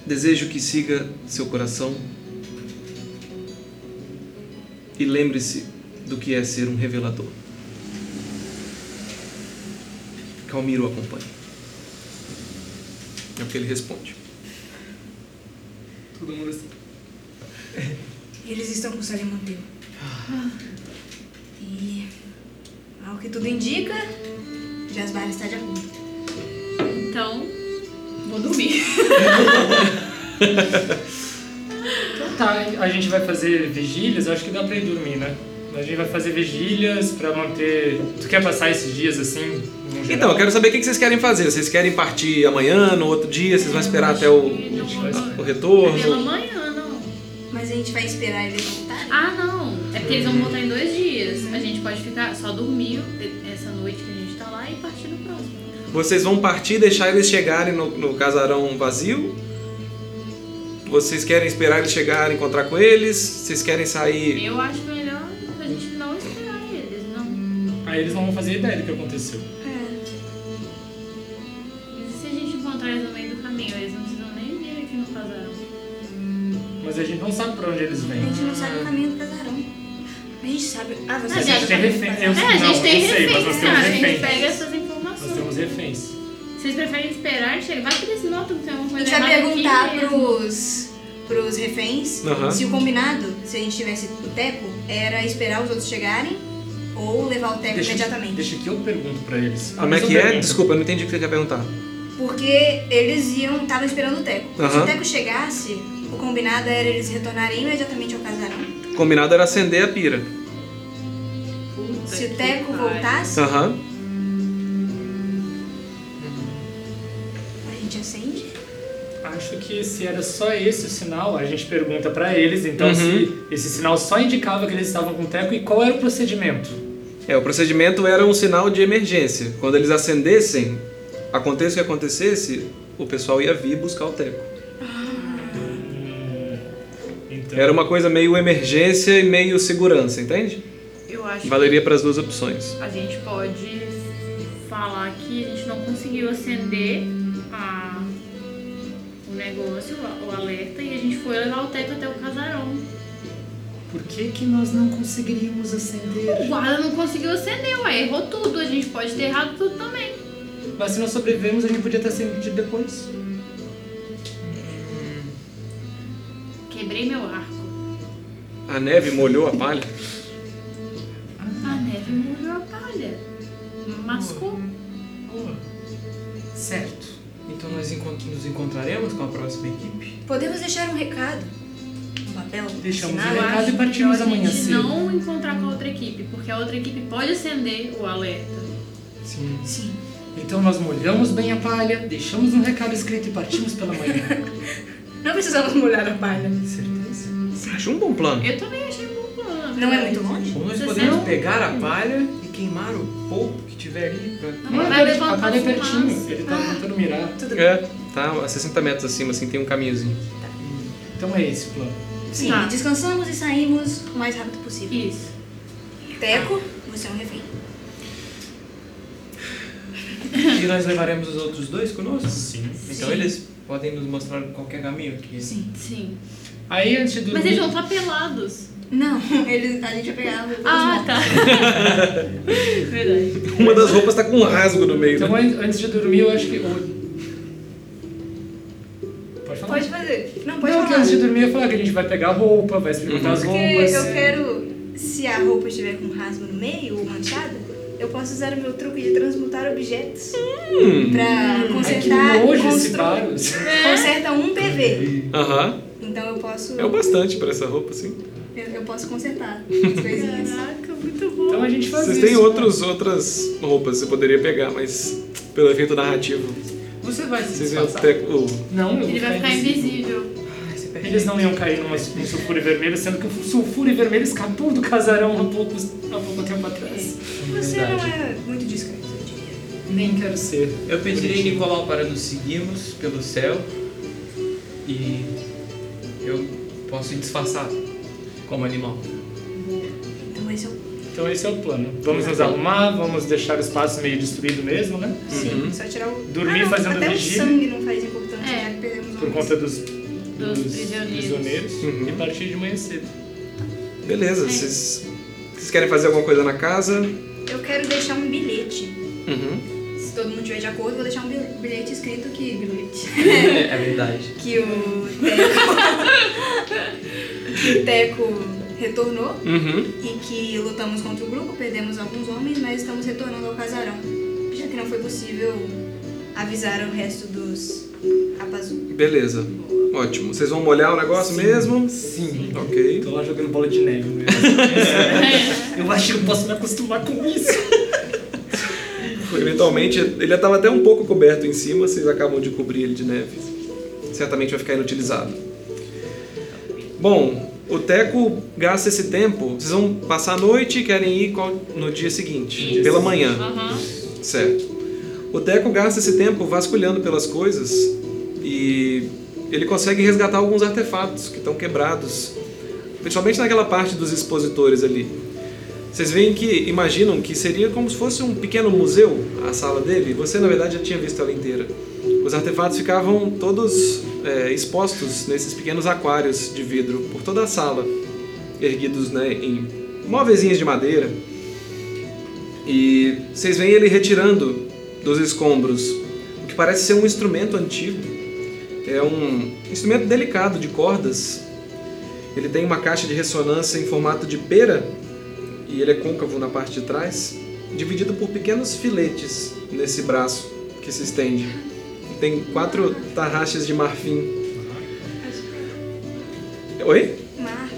Speaker 3: Desejo que siga seu coração e lembre-se do que é ser um revelador. Calmiro o acompanha. É o que ele responde.
Speaker 2: Todo mundo assim.
Speaker 4: Eles estão com Sarimanteu. E, ao que tudo indica, Jasbar está de acordo.
Speaker 7: Então, vou dormir.
Speaker 5: Então tá, a gente vai fazer vigílias, eu acho que dá pra ir dormir, né? A gente vai fazer vigílias pra manter. Tu quer passar esses dias assim? num geral?
Speaker 3: Então, eu quero saber o que vocês querem fazer. Vocês querem partir amanhã, no outro dia? Vocês vão esperar até o, a-
Speaker 7: Não,
Speaker 3: o
Speaker 7: não. É pela
Speaker 3: retorno?
Speaker 7: manhã, não.
Speaker 4: Mas a gente vai esperar eles voltarem.
Speaker 7: Ah, não. É porque eles vão voltar em dois dias. A gente pode ficar só dormir essa noite que a gente tá lá e partir no próximo.
Speaker 3: Vocês vão partir e deixar eles chegarem no, no casarão vazio? Vocês querem esperar eles chegarem, encontrar com eles? Vocês querem sair?
Speaker 7: Eu acho melhor a gente não esperar eles, não.
Speaker 5: Aí eles não vão fazer ideia do que aconteceu. É.
Speaker 7: Mas e se a gente encontrar eles no meio do caminho? Eles não precisam nem vir aqui no casarão.
Speaker 5: Mas a gente não sabe pra onde eles
Speaker 4: A
Speaker 5: vêm.
Speaker 4: gente não sabe o caminho do casarão. A gente sabe. Ah, você
Speaker 7: A
Speaker 5: A
Speaker 4: sabe
Speaker 5: gente
Speaker 4: o
Speaker 5: tem
Speaker 4: caminho do
Speaker 5: refém.
Speaker 4: casarão.
Speaker 5: Eu,
Speaker 7: É, a gente
Speaker 5: não,
Speaker 7: tem
Speaker 5: eu sei, mas
Speaker 7: reféns,
Speaker 5: nós temos
Speaker 7: cara. A gente
Speaker 5: reféns.
Speaker 7: pega essas
Speaker 5: Nós
Speaker 7: informações.
Speaker 5: temos reféns.
Speaker 7: Vocês preferem esperar? Chega, vai que eles notam que tem alguma
Speaker 4: A
Speaker 7: coisa
Speaker 4: gente vai
Speaker 7: errada aqui
Speaker 4: perguntar
Speaker 7: mesmo.
Speaker 4: pros, pros reféns
Speaker 3: Aham.
Speaker 4: se o combinado, se a gente tivesse o teco, era esperar os outros chegarem ou levar o teco imediatamente.
Speaker 5: deixa que eu pergunto pra eles.
Speaker 3: Como é
Speaker 5: Mas eu
Speaker 3: que é?
Speaker 5: pergunto.
Speaker 3: Desculpa, eu não entendi o que você quer perguntar.
Speaker 4: Porque eles iam, estavam esperando o teco. Se
Speaker 3: Aham.
Speaker 4: o teco chegasse, o combinado era eles retornarem imediatamente ao casarão.
Speaker 3: Combinado era acender a pira.
Speaker 7: Puta
Speaker 4: Se o
Speaker 7: que
Speaker 4: teco
Speaker 7: pariu.
Speaker 4: voltasse,
Speaker 3: Aham.
Speaker 4: a gente acende.
Speaker 5: Acho que se era só esse o sinal, a gente pergunta pra eles, então
Speaker 3: Uhum.
Speaker 5: se esse sinal só indicava que eles estavam com o teco e qual era o procedimento?
Speaker 3: É, o procedimento era um sinal de emergência. Quando eles acendessem, aconteça o que acontecesse, o pessoal ia vir buscar o teco.
Speaker 5: Então,
Speaker 6: É.
Speaker 3: Era uma coisa meio emergência e meio segurança, entende?
Speaker 7: Eu acho
Speaker 3: Valeria para as duas opções.
Speaker 7: A gente pode falar que a gente não conseguiu acender a- o negócio, o alerta, e a gente foi levar o teto até o casarão.
Speaker 5: por que que nós não conseguiríamos
Speaker 7: O
Speaker 5: acender?
Speaker 7: guarda não conseguiu acender, ué, errou tudo. A gente pode ter errado tudo também.
Speaker 5: Mas se nós sobrevivemos, a gente podia ter acendido depois.
Speaker 7: Quebrei meu arco.
Speaker 3: A neve molhou a palha.
Speaker 7: A neve molhou a palha. Mascou.
Speaker 5: Certo.
Speaker 2: Então nós encont- nos encontraremos com a próxima equipe.
Speaker 4: Podemos deixar um recado. Um papel?
Speaker 5: Deixamos
Speaker 4: assinado?
Speaker 5: um
Speaker 7: Eu
Speaker 5: recado.
Speaker 7: acho
Speaker 5: e partimos
Speaker 7: melhor
Speaker 5: amanhã
Speaker 7: a gente
Speaker 5: cedo.
Speaker 7: não encontrar com a outra equipe, porque a outra equipe pode acender o alerta.
Speaker 5: Sim.
Speaker 4: Sim.
Speaker 5: Então nós molhamos bem a palha, deixamos um recado escrito e partimos pela manhã.
Speaker 4: Não precisamos molhar a palha.
Speaker 5: Certeza?
Speaker 3: Acho um bom plano.
Speaker 7: Eu também achei um bom plano.
Speaker 4: Não é muito longe?
Speaker 2: Ou nós
Speaker 7: Você
Speaker 2: podemos
Speaker 7: sabe?
Speaker 2: pegar a palha e queimar o pouco que tiver ali pra
Speaker 7: Não,
Speaker 5: Não, é
Speaker 7: mas vai
Speaker 5: perto- a
Speaker 7: levantar
Speaker 5: palha é
Speaker 7: fumaça.
Speaker 5: pertinho, ele tá tentando mirar.
Speaker 3: É, tá a 60 metros acima, assim, tem um caminhozinho.
Speaker 5: Então é esse o plano.
Speaker 4: Sim.
Speaker 7: Tá.
Speaker 4: Descansamos e saímos o mais rápido possível.
Speaker 7: Isso.
Speaker 4: Teco, você é um refém.
Speaker 2: E nós levaremos os outros dois conosco? Sim. Então eles podem nos mostrar qualquer caminho que Sim.
Speaker 7: Sim.
Speaker 5: Aí antes de dormir.
Speaker 7: Mas eles vão estar pelados.
Speaker 4: Não, eles, a gente vai pegar os
Speaker 7: Ah,
Speaker 4: mortos.
Speaker 7: tá. Verdade.
Speaker 3: Uma das roupas tá com um rasgo no meio.
Speaker 5: Então an- antes de dormir, eu acho que. o- Pode falar?
Speaker 4: Pode fazer. Não, pode
Speaker 5: Não, que
Speaker 4: falar.
Speaker 5: antes de dormir, eu ia falar que a gente vai pegar a roupa, vai experimentar as
Speaker 4: Porque
Speaker 5: roupas.
Speaker 4: eu quero, se a roupa estiver com rasgo no meio ou manchada, eu posso usar o meu truque de transmutar objetos pra
Speaker 5: Ai, que
Speaker 4: consertar e
Speaker 5: nojo esse
Speaker 4: construir.
Speaker 5: barulho.
Speaker 4: Conserta um PV.
Speaker 3: Aham.
Speaker 4: Então eu posso.
Speaker 3: É o bastante pra essa roupa, assim.
Speaker 4: Eu, eu posso consertar as coisinhas.
Speaker 7: Caraca, muito bom.
Speaker 5: Então a gente faz
Speaker 3: Vocês
Speaker 5: isso.
Speaker 3: têm outros, outras roupas que você poderia pegar, mas pelo efeito narrativo,
Speaker 2: Você vai se
Speaker 3: vocês Oh, veem o
Speaker 2: disfarçar.
Speaker 3: teco.
Speaker 5: Não, eu
Speaker 7: Ele
Speaker 5: vou
Speaker 7: vai ficar
Speaker 5: invisível.
Speaker 7: invisível.
Speaker 2: Ah, você perde.
Speaker 5: Eles não iam cair numa- num sulfure vermelho, sendo que o sulfure vermelho escapou do casarão há pouco, há pouco tempo atrás.
Speaker 4: Você
Speaker 5: Verdade.
Speaker 4: não é muito discreto, eu diria.
Speaker 5: Nem quero ser.
Speaker 2: Eu pedirei
Speaker 5: Bonitinho.
Speaker 2: Nicolau para nos seguirmos pelo céu e eu posso disfarçar como animal.
Speaker 4: Então esse é o.
Speaker 6: Então esse é o plano.
Speaker 5: Uhum.
Speaker 6: Vamos nos arrumar, vamos deixar o espaço meio destruído mesmo, né?
Speaker 4: Sim, só tirar o.
Speaker 6: Dormir
Speaker 4: ah, não,
Speaker 6: fazendo
Speaker 4: até
Speaker 6: vigília.
Speaker 4: o sangue não faz importante,
Speaker 7: É.
Speaker 4: né? Perdemos
Speaker 6: Por
Speaker 5: Uhum.
Speaker 4: um-
Speaker 6: conta dos, dos
Speaker 7: prisioneiros.
Speaker 6: prisioneiros. Uhum. E partir de manhã cedo.
Speaker 3: Beleza, vocês, vocês querem fazer alguma coisa na casa?
Speaker 4: Eu quero deixar um bilhete.
Speaker 3: Uhum.
Speaker 4: Se todo mundo tiver de acordo, eu vou deixar um bil- bilhete escrito que. Bilhete.
Speaker 16: É verdade.
Speaker 4: que o Teco. que o Teco retornou
Speaker 3: Uhum.
Speaker 4: e que lutamos contra o grupo, perdemos alguns homens, mas estamos retornando ao casarão. Já que não foi possível avisar o resto dos rapazudos.
Speaker 3: Beleza. Ótimo. Vocês vão molhar o negócio mesmo?
Speaker 5: Sim.
Speaker 3: Ok.
Speaker 5: Tô lá jogando bola de neve. né?
Speaker 7: É,
Speaker 5: Eu acho que eu posso me acostumar com isso.
Speaker 3: Eventualmente, ele já estava até um pouco coberto em cima, vocês acabam de cobrir ele de neve. Certamente vai ficar inutilizado. Bom, o Teco gasta esse tempo. Vocês vão passar a noite e querem ir qual- no dia seguinte,
Speaker 7: Isso.
Speaker 3: pela manhã.
Speaker 7: Aham.
Speaker 3: Certo. O Deco gasta esse tempo vasculhando pelas coisas e ele consegue resgatar alguns artefatos que estão quebrados, principalmente naquela parte dos expositores ali. Vocês veem que imaginam que seria como se fosse um pequeno museu a sala dele. Você na verdade já tinha visto ela inteira. Os artefatos ficavam todos é, expostos nesses pequenos aquários de vidro por toda a sala, erguidos né, em móveis de madeira. E vocês veem ele retirando dos escombros o que parece ser um instrumento antigo. É um instrumento delicado de cordas. Ele tem uma caixa de ressonância em formato de pera e ele é côncavo na parte de trás, dividido por pequenos filetes nesse braço que se estende. E Tem quatro tarraxas de marfim. Oi?
Speaker 4: Marfa.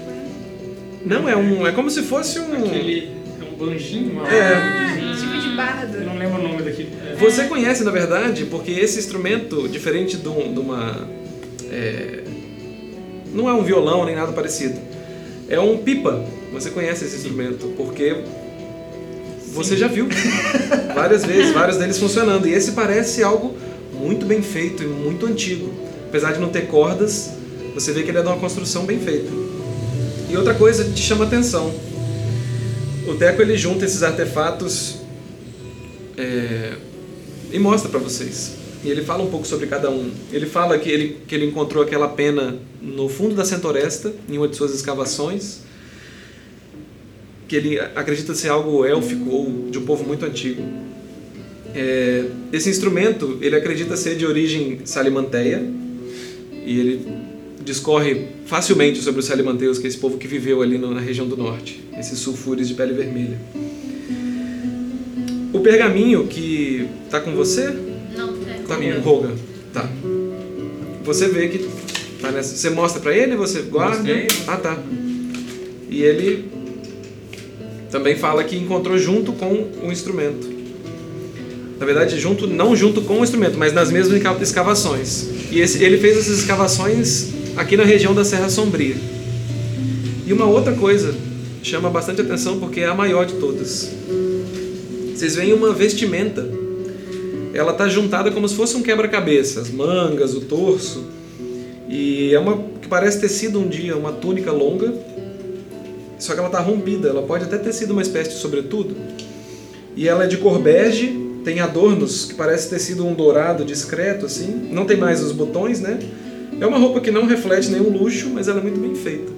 Speaker 3: Não, é um. É como se fosse um.
Speaker 6: Aquele é um banjinho, uma
Speaker 3: É.
Speaker 4: Ah, tipo de bardo.
Speaker 6: Eu não lembro o nome daquele. É.
Speaker 3: Você conhece, na verdade, porque esse instrumento, diferente de, um- de uma. é, não é um violão nem nada parecido. É um pipa. Você conhece esse instrumento, porque você já viu várias vezes, vários deles funcionando. E esse parece algo muito bem feito e muito antigo. Apesar de não ter cordas, você vê que ele é de uma construção bem feita. E outra coisa que te chama a atenção. O Deco ele junta esses artefatos e mostra pra vocês. E ele fala um pouco sobre cada um. Ele fala que ele, que ele encontrou aquela pena no fundo da Centoresta, em uma de suas escavações, que ele a- acredita ser algo élfico ou de um povo muito antigo. É, esse instrumento ele acredita ser de origem salimanteia e ele discorre facilmente sobre os salimanteus, que é esse povo que viveu ali no- na região do norte, esses sulfures de pele vermelha. O pergaminho que tá com você
Speaker 7: Não, é.
Speaker 3: Tá com Roga. Tá. Você vê que tá nessa. Você mostra pra ele, você guarda.
Speaker 16: Mostrei.
Speaker 3: Ah, tá. E ele também fala que encontrou junto com o instrumento. Na verdade, junto, não junto com o instrumento, mas nas mesmas esca- escavações. E esse- ele fez essas escavações aqui na região da Serra Sombria. E uma outra coisa chama bastante atenção porque é a maior de todas. Vocês veem uma vestimenta ela tá juntada como se fosse um quebra-cabeça, as mangas, o torso. E é uma que parece ter sido um dia uma túnica longa, só que ela tá rompida, ela pode até ter sido uma espécie de sobretudo. E ela é de cor bege, tem adornos que parece ter sido um dourado discreto assim, não tem mais os botões, né? É uma roupa que não reflete nenhum luxo, mas ela é muito bem feita.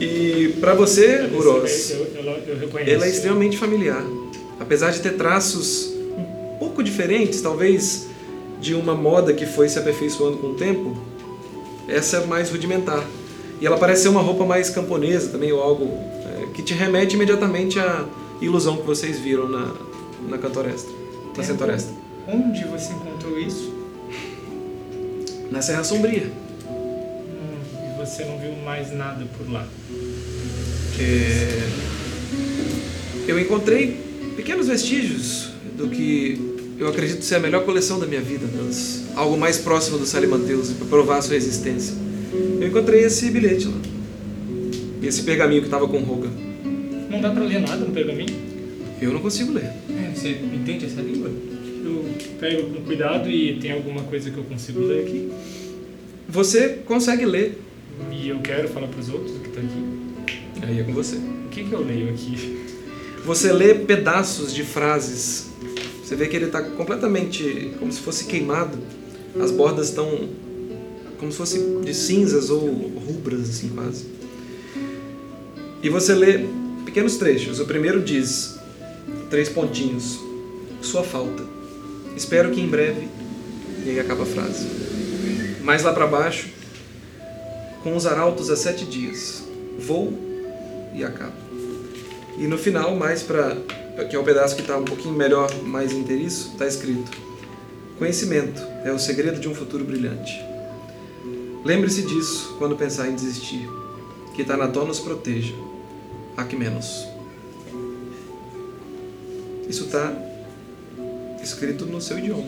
Speaker 3: E pra você, Uros,
Speaker 6: Eu, eu- eu reconheço.
Speaker 3: ela é extremamente familiar. Apesar de ter traços um pouco diferentes, talvez, de uma moda que foi se aperfeiçoando com o tempo, essa é mais rudimentar. E ela parece ser uma roupa mais camponesa também, ou algo é, que te remete imediatamente à ilusão que vocês viram na, na Cantoresta. Na Centoresta.
Speaker 6: Onde você encontrou isso?
Speaker 3: Na Serra Sombria.
Speaker 6: Hum, E você não viu mais nada por lá.
Speaker 3: É, Eu encontrei pequenos vestígios do que eu acredito ser a melhor coleção da minha vida, Deus. Algo mais próximo do Salimanteus para provar a sua existência. Eu encontrei esse bilhete lá. E esse pergaminho que estava com Roga.
Speaker 6: Não dá pra ler nada no pergaminho?
Speaker 3: Eu não consigo ler.
Speaker 16: É, você entende essa língua?
Speaker 6: Eu pego com cuidado e tem alguma coisa que eu consigo ler aqui?
Speaker 3: Você consegue ler,
Speaker 5: e eu quero falar pros outros o que tá aqui,
Speaker 3: Aí é com você.
Speaker 5: o que que eu leio aqui?
Speaker 3: Você lê pedaços de frases. Você vê que ele tá completamente como se fosse queimado. As bordas estão como se fosse de cinzas ou rubras assim quase. E você lê pequenos trechos. O primeiro diz três pontinhos. Sua falta. Espero que em breve. E aí acaba a frase. Mais lá pra baixo, com os arautos há sete dias. Vou e acaba. E no final, mais para que é o pedaço que está um pouquinho melhor, mais inteiriço, está escrito: Conhecimento é o segredo de um futuro brilhante. Lembre-se disso quando pensar em desistir. Que Tanató nos proteja. A que menos. Isso está escrito no seu idioma.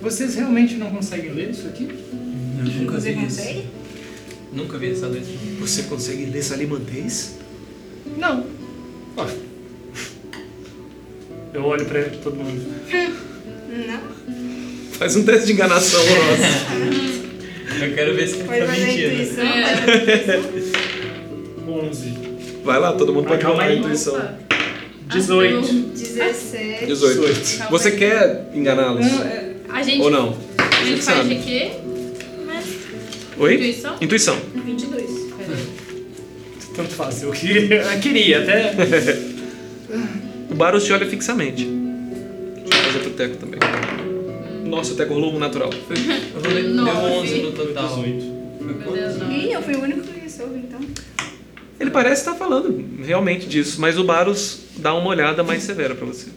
Speaker 5: Vocês realmente não conseguem ler isso aqui?
Speaker 17: Nunca
Speaker 4: Você
Speaker 17: vi isso.
Speaker 4: consegue?
Speaker 17: Nunca vi essa letra.
Speaker 3: Você consegue ler salimantês?
Speaker 5: Não. Ó. Eu olho pra ele, todo mundo.
Speaker 4: Não.
Speaker 3: Faz um teste de enganação, nossa.
Speaker 2: Eu quero ver se tá
Speaker 4: Foi fazer a
Speaker 17: né?
Speaker 2: mentindo.
Speaker 4: intuição.
Speaker 7: É.
Speaker 4: mas-
Speaker 5: 11.
Speaker 3: Vai lá, todo mundo pode
Speaker 5: Calma
Speaker 3: rolar a
Speaker 5: aí.
Speaker 3: intuição.
Speaker 7: Opa.
Speaker 5: 18.
Speaker 4: 17.
Speaker 3: 18. Você quer enganá-los?
Speaker 5: Não, é-
Speaker 7: A gente,
Speaker 3: Ou não?
Speaker 7: A gente faz
Speaker 3: sabe.
Speaker 7: de quê?
Speaker 3: Oi?
Speaker 7: Intuição?
Speaker 3: Intuição.
Speaker 18: 22.
Speaker 7: Peraí.
Speaker 5: Tanto faz, eu queria, eu queria até.
Speaker 3: O Baros te olha fixamente. Deixa eu fazer pro Teco também. Nossa, o Teco rolou um natural.
Speaker 2: Eu vou ler deu
Speaker 7: Nove.
Speaker 2: 11 no total.
Speaker 7: Meu Deus, não.
Speaker 4: Ih, eu fui o único que soube, então.
Speaker 3: Ele parece estar falando realmente disso, mas o Baros dá uma olhada mais severa pra você.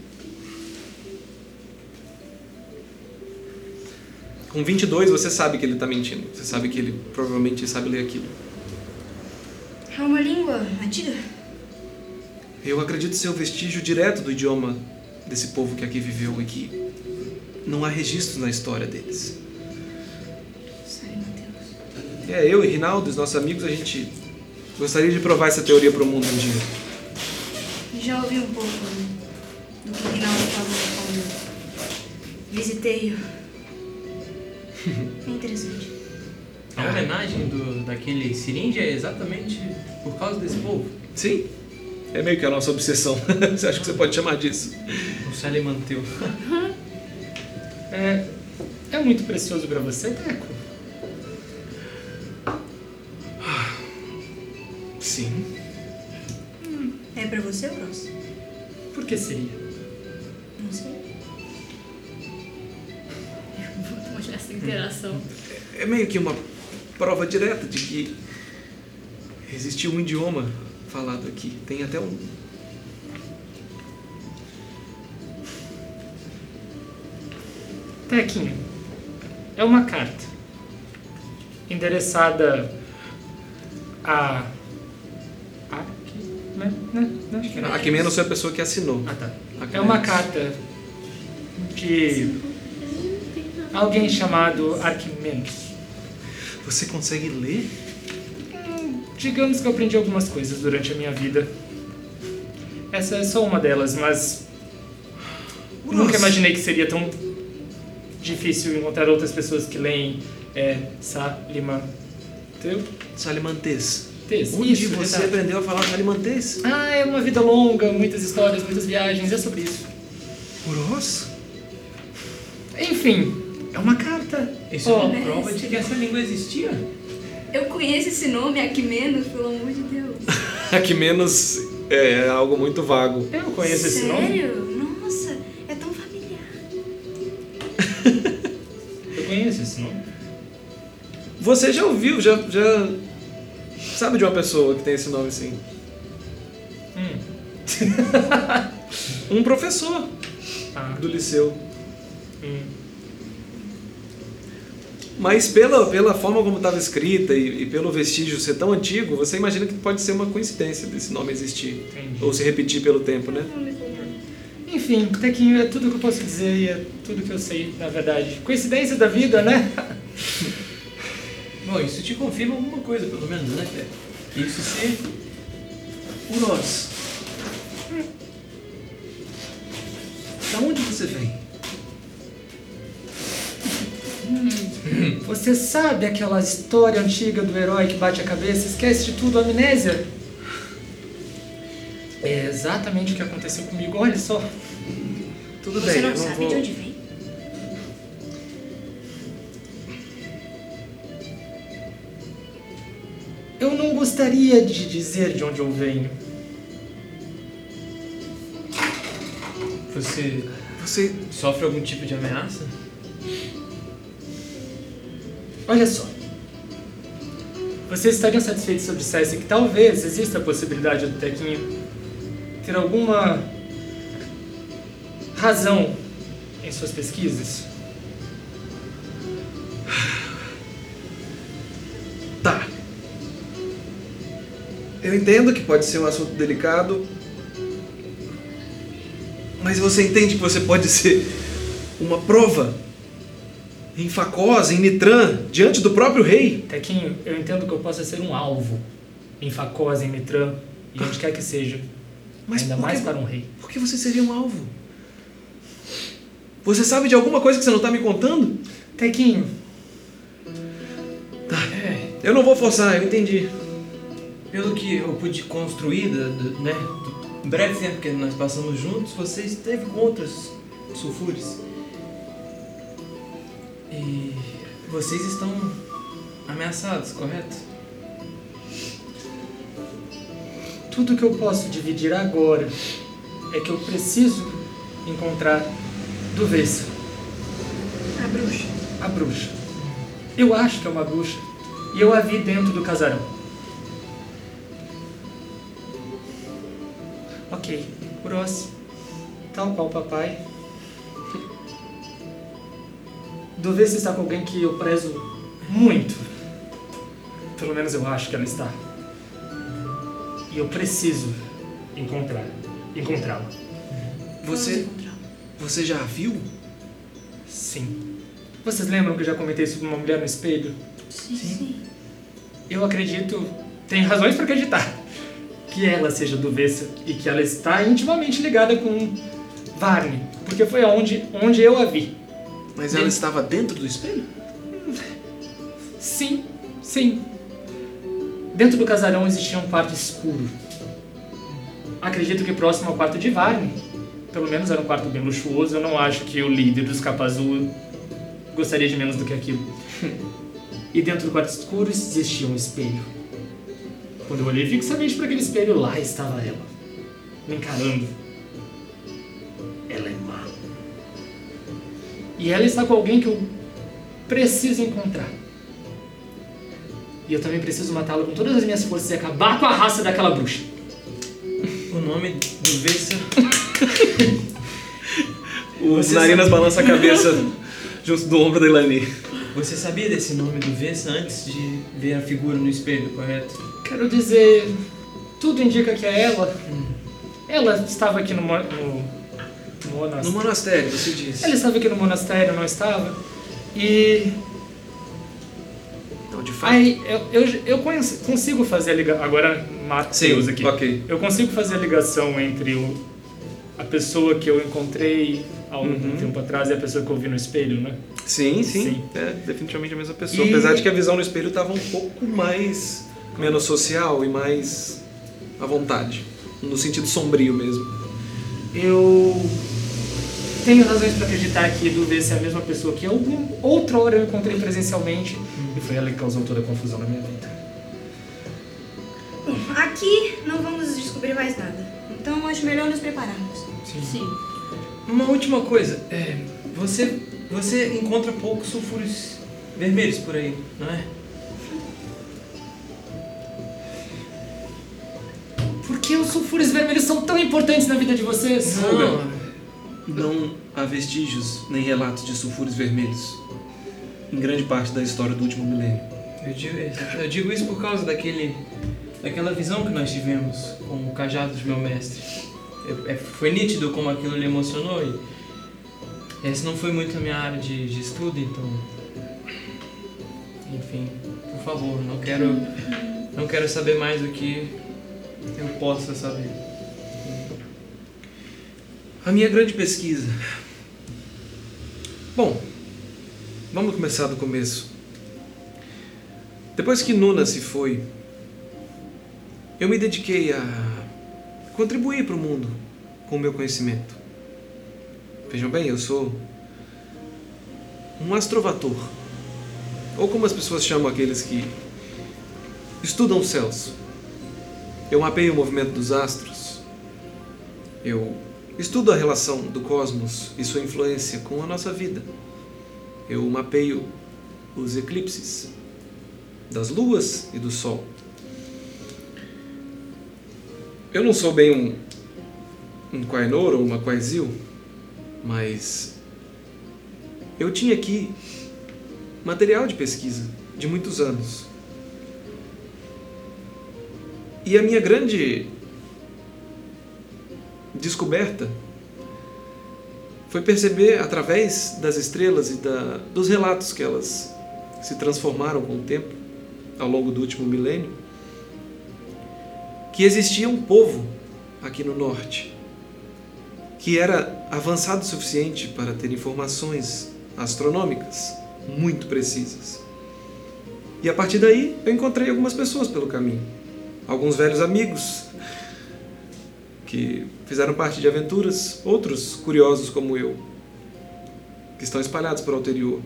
Speaker 3: Com 22 você sabe que ele tá mentindo. Você sabe que ele provavelmente sabe ler aquilo.
Speaker 4: É uma língua antiga?
Speaker 3: Eu acredito ser o vestígio direto do idioma desse povo que aqui viveu e que não há registros na história deles.
Speaker 4: Sai, meu Deus.
Speaker 3: É, eu e Rinaldo, os nossos amigos, a gente gostaria de provar essa teoria pro mundo um dia.
Speaker 4: Já ouvi um pouco do que o Rinaldo falou quando visitei-o. É interessante.
Speaker 2: A homenagem do, daquele seringa é exatamente por causa desse povo.
Speaker 3: Sim. É meio que a nossa obsessão. você acha que você pode chamar disso?
Speaker 2: O Salimanteu.
Speaker 5: É, é muito precioso pra você, É. Teco.
Speaker 3: Sim.
Speaker 4: É pra você, Bros?
Speaker 5: Por que seria?
Speaker 4: Não sei.
Speaker 7: Vou mostrar essa interação.
Speaker 3: É meio que uma prova direta de que existiu um idioma falado aqui. Tem até um.
Speaker 5: Tequinho, é uma carta endereçada a. a. Né? Né? Né? Acho que era.
Speaker 3: A que menos foi a pessoa que assinou.
Speaker 5: Ah, tá.
Speaker 3: A que
Speaker 5: É uma
Speaker 3: menos.
Speaker 5: carta de alguém chamado Arquimedes.
Speaker 3: Você consegue ler?
Speaker 5: Digamos que eu aprendi algumas coisas durante a minha vida. Essa é só uma delas, mas nunca
Speaker 3: Nossa.
Speaker 5: imaginei que seria tão difícil encontrar outras pessoas que leem é, Salima. Teu?
Speaker 3: Salimantês.
Speaker 5: Tez.
Speaker 3: Onde
Speaker 5: Isso, é
Speaker 3: você
Speaker 5: verdade.
Speaker 3: aprendeu a falar salimantês?
Speaker 5: Ah, é uma vida longa, muitas histórias, muitas viagens, é sobre isso.
Speaker 3: Grosso?
Speaker 5: Enfim, é uma carta.
Speaker 2: Isso é
Speaker 5: Ó,
Speaker 2: uma prova de que essa língua existia.
Speaker 4: Eu conheço esse nome, Aquimenos, pelo amor de Deus.
Speaker 3: A que menos é algo muito vago.
Speaker 5: eu conheço esse nome.
Speaker 4: Sério? Nossa, é tão familiar.
Speaker 5: Eu conheço esse nome.
Speaker 3: Você já ouviu, já, já sabe de uma pessoa que tem esse nome assim?
Speaker 5: Hum.
Speaker 3: Um professor
Speaker 5: Ah,
Speaker 3: do liceu.
Speaker 5: hum.
Speaker 3: Mas pela, pela forma como estava escrita e, e pelo vestígio ser tão antigo, você imagina que pode ser uma coincidência desse nome existir.
Speaker 5: Entendi.
Speaker 3: Ou se repetir pelo tempo, né?
Speaker 4: Hum.
Speaker 5: Enfim, Tequinho, é tudo que eu posso dizer e é tudo que eu sei, na verdade. Coincidência da vida, né?
Speaker 2: Bom, isso te confirma alguma coisa, pelo menos, né, Fé? Isso se. Uros.
Speaker 17: Da onde você vem?
Speaker 5: Hum, Você sabe aquela história antiga do herói que bate a cabeça, esquece de tudo, amnésia? É exatamente o que aconteceu comigo, olha só.
Speaker 3: Tudo
Speaker 4: Você
Speaker 3: bem,
Speaker 4: não
Speaker 3: eu não
Speaker 4: sabe
Speaker 3: vou.
Speaker 4: de onde vem?
Speaker 5: Eu não gostaria de dizer de onde eu venho.
Speaker 2: Você
Speaker 3: Você.
Speaker 2: sofre algum tipo de ameaça?
Speaker 5: Olha só. Vocês estariam satisfeitos se eu dissesse que talvez exista a possibilidade do Tequinho ter alguma razão em suas pesquisas?
Speaker 3: Tá. Eu entendo que pode ser um assunto delicado. Mas você entende que você pode ser uma prova em Facós, em Nitran, diante do próprio rei?
Speaker 5: Tequinho, eu entendo que eu possa ser um alvo em Facose, em Mitran e onde quer que seja.
Speaker 3: Mas
Speaker 5: ainda
Speaker 3: por
Speaker 5: mais
Speaker 3: que-
Speaker 5: para um rei.
Speaker 3: Por que você seria um alvo? Você sabe de alguma coisa que você não tá me contando?
Speaker 5: Tequinho,
Speaker 3: É. Eu não vou forçar, eu entendi.
Speaker 2: Pelo que eu pude construir, da- da- né, do breve tempo que nós passamos juntos, você esteve com outros sulfures. E vocês estão ameaçados, correto?
Speaker 5: tudo que eu posso dividir agora é que eu preciso encontrar Duvessa,
Speaker 4: A bruxa.
Speaker 5: a bruxa. Eu acho que é uma bruxa e eu a vi dentro do casarão. Ok, próximo. Tal qual papai. Duvessa está com alguém que eu prezo muito. Pelo menos eu acho que ela está. E eu preciso encontrar, encontrá-la.
Speaker 3: Você. Você já a viu?
Speaker 5: Sim. Vocês lembram que eu já comentei sobre uma mulher no espelho?
Speaker 4: Sim. Sim.
Speaker 5: Eu acredito, tem razões para acreditar, que ela seja Duvessa e que ela está intimamente ligada com Varne, porque foi onde, onde eu a vi.
Speaker 3: Mas
Speaker 5: Sim.
Speaker 3: ela estava dentro do espelho?
Speaker 5: Sim, sim. Dentro do casarão existia um quarto escuro. Acredito que próximo ao quarto de Varne. Pelo menos era um quarto bem luxuoso. Eu não acho que o líder dos capa azul gostaria de menos do que aquilo. e dentro do quarto escuro existia um espelho. Quando eu olhei fixamente para aquele espelho, lá estava ela. Me encarando. Ela é má. E ela está com alguém que eu preciso encontrar. E eu também preciso matá-la com todas as minhas forças e acabar com a raça daquela bruxa.
Speaker 2: O nome do Vessa
Speaker 3: O
Speaker 2: Você
Speaker 3: Narinas
Speaker 2: sabe-
Speaker 3: balança a cabeça junto do ombro da Ilani.
Speaker 2: Você sabia desse nome do Vessa antes de ver a figura no espelho, correto?
Speaker 5: Quero dizer, tudo indica que é ela. Ela estava aqui no, mo- no, no
Speaker 3: No
Speaker 5: monastério.
Speaker 3: monastério, você diz.
Speaker 5: Ela estava aqui no monastério, não estava? E
Speaker 2: é
Speaker 3: Então, de fato.
Speaker 5: aí eu, eu, eu conheço- consigo fazer a ligação. Agora mato
Speaker 3: Sim,
Speaker 5: Deus aqui.
Speaker 3: ok.
Speaker 5: Eu consigo fazer a ligação entre o, a pessoa que eu encontrei há um
Speaker 3: Uhum.
Speaker 5: tempo atrás e a pessoa que eu vi no espelho, né?
Speaker 3: Sim, sim.
Speaker 5: Sim.
Speaker 3: É definitivamente a mesma pessoa.
Speaker 5: E-
Speaker 3: Apesar de que a visão no espelho estava um pouco mais. menos social e mais. à vontade. No sentido sombrio mesmo.
Speaker 5: Eu tenho razões para acreditar que Duvessa é a mesma pessoa que eu, outra hora eu encontrei presencialmente Uhum. e foi ela que causou toda a confusão na minha vida.
Speaker 4: Bom, aqui não vamos descobrir mais nada. Então acho melhor nos prepararmos.
Speaker 7: Sim.
Speaker 2: Uma última coisa, é, você, você encontra poucos sulfuros vermelhos por aí, não é?
Speaker 5: Por que os sulfuros vermelhos são tão importantes na vida de vocês?
Speaker 3: Não há vestígios nem relatos de sulfuros vermelhos. Em grande parte da história do último milênio.
Speaker 2: Eu digo, eu digo isso por causa daquele, daquela visão que nós tivemos com o cajado de meu mestre. Eu- é- foi nítido como aquilo lhe emocionou e essa não foi muito a minha área de, de estudo, então, enfim, por favor, não quero, não quero saber mais do que eu possa saber.
Speaker 3: A minha grande pesquisa. Bom, vamos começar do começo. Depois que Nuna se foi, eu me dediquei a contribuir para o mundo com o meu conhecimento. Vejam bem, eu sou um astrovator. Ou como as pessoas chamam aqueles que estudam os céus. Eu mapeio o movimento dos astros. Eu estudo a relação do cosmos e sua influência com a nossa vida. Eu mapeio os eclipses das luas e do sol. Eu não sou bem um, um Quainor ou uma Quaizil, mas eu tinha aqui material de pesquisa de muitos anos. E a minha grande descoberta foi perceber através das estrelas e da, dos relatos que elas se transformaram com o tempo, ao longo do último milênio, que existia um povo aqui no norte que era avançado o suficiente para ter informações astronômicas muito precisas. E a partir daí eu encontrei algumas pessoas pelo caminho, alguns velhos amigos que fizeram parte de aventuras, outros curiosos como eu, que estão espalhados por Alterior.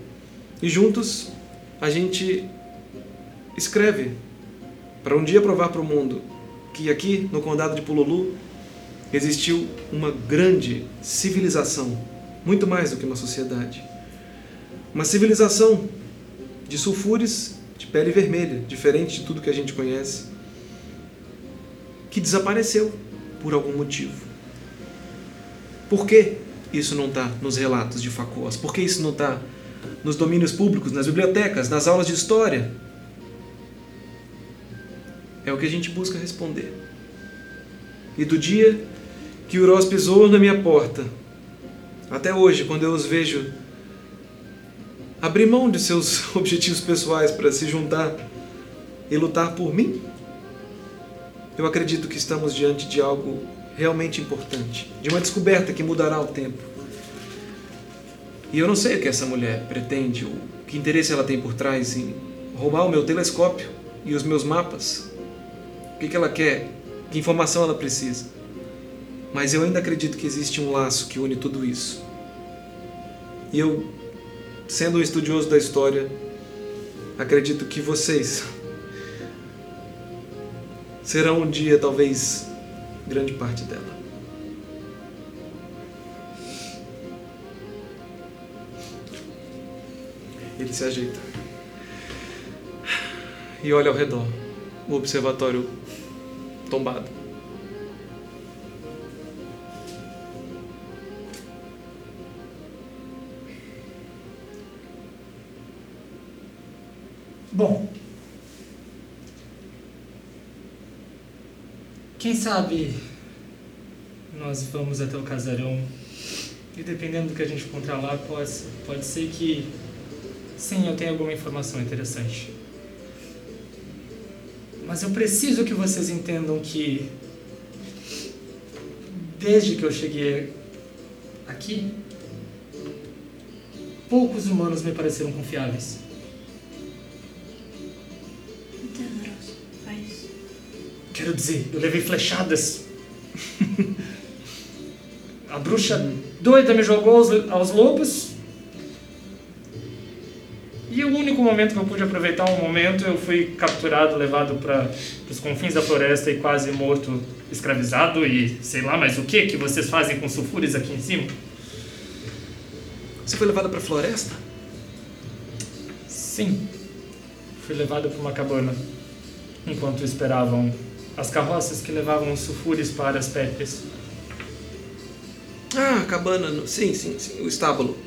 Speaker 3: E juntos a gente escreve para um dia provar para o mundo que aqui no condado de Pululu existiu uma grande civilização, muito mais do que uma sociedade. Uma civilização de sulfures de pele vermelha, diferente de tudo que a gente conhece, que desapareceu por algum motivo. Por que isso não está nos relatos de Facós? Por que isso não está nos domínios públicos, nas bibliotecas, nas aulas de história? É o que a gente busca responder. E do dia que Urós pisou na minha porta, até hoje, quando eu os vejo abrir mão de seus objetivos pessoais para se juntar e lutar por mim, eu acredito que estamos diante de algo realmente importante, de uma descoberta que mudará o tempo. E eu não sei o que essa mulher pretende, ou que interesse ela tem por trás em roubar o meu telescópio e os meus mapas. O que, que ela quer? Que informação ela precisa? Mas eu ainda acredito que existe um laço que une tudo isso. E eu, sendo um estudioso da história, acredito que vocês serão um dia, talvez, grande parte dela. Ele se ajeita e olha ao redor o observatório tombado.
Speaker 6: Bom. Quem sabe nós vamos até o casarão e dependendo do que a gente encontrar lá, pode, pode ser que sim, eu tenha alguma informação interessante. Mas eu preciso que vocês entendam que desde que eu cheguei aqui, poucos humanos me pareceram confiáveis.
Speaker 4: Tenebroso. Faz.
Speaker 6: Quero dizer, eu levei flechadas. A bruxa doida me jogou aos, aos lobos. E o único momento que eu pude aproveitar um momento, eu fui capturado, levado para os confins da floresta e quase morto, escravizado e sei lá mais o que que vocês fazem com sulfures aqui em cima.
Speaker 3: Você foi levada para a floresta?
Speaker 6: Sim, fui levado para uma cabana, enquanto esperavam as carroças que levavam os sulfures para as pétreas.
Speaker 3: Ah, a cabana. no- Sim, sim, sim. O estábulo.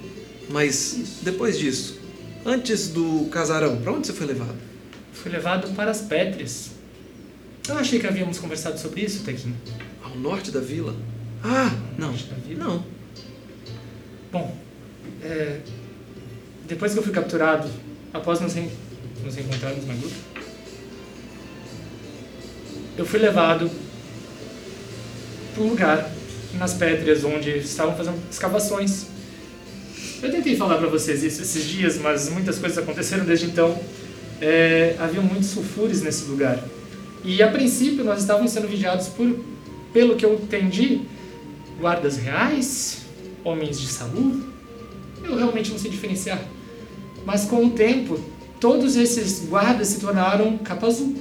Speaker 3: Mas depois disso, antes do casarão, pra onde você foi levado?
Speaker 6: Fui levado para as pétreas. Eu achei que havíamos conversado sobre isso, Tequinho.
Speaker 3: Ao norte da vila? Ah, não.
Speaker 6: tá
Speaker 3: Não.
Speaker 6: Bom, é, depois que eu fui capturado, após nos, reen- nos encontrarmos na grupo, eu fui levado para um lugar nas pedras onde estavam fazendo escavações. Eu tentei falar para vocês isso esses dias, mas muitas coisas aconteceram desde então. é, havia muitos sulfures nesse lugar. E a princípio nós estávamos sendo vigiados por, pelo que eu entendi, guardas reais, homens de saúde. Eu realmente não sei diferenciar. Mas com o tempo, todos esses guardas se tornaram capa azul.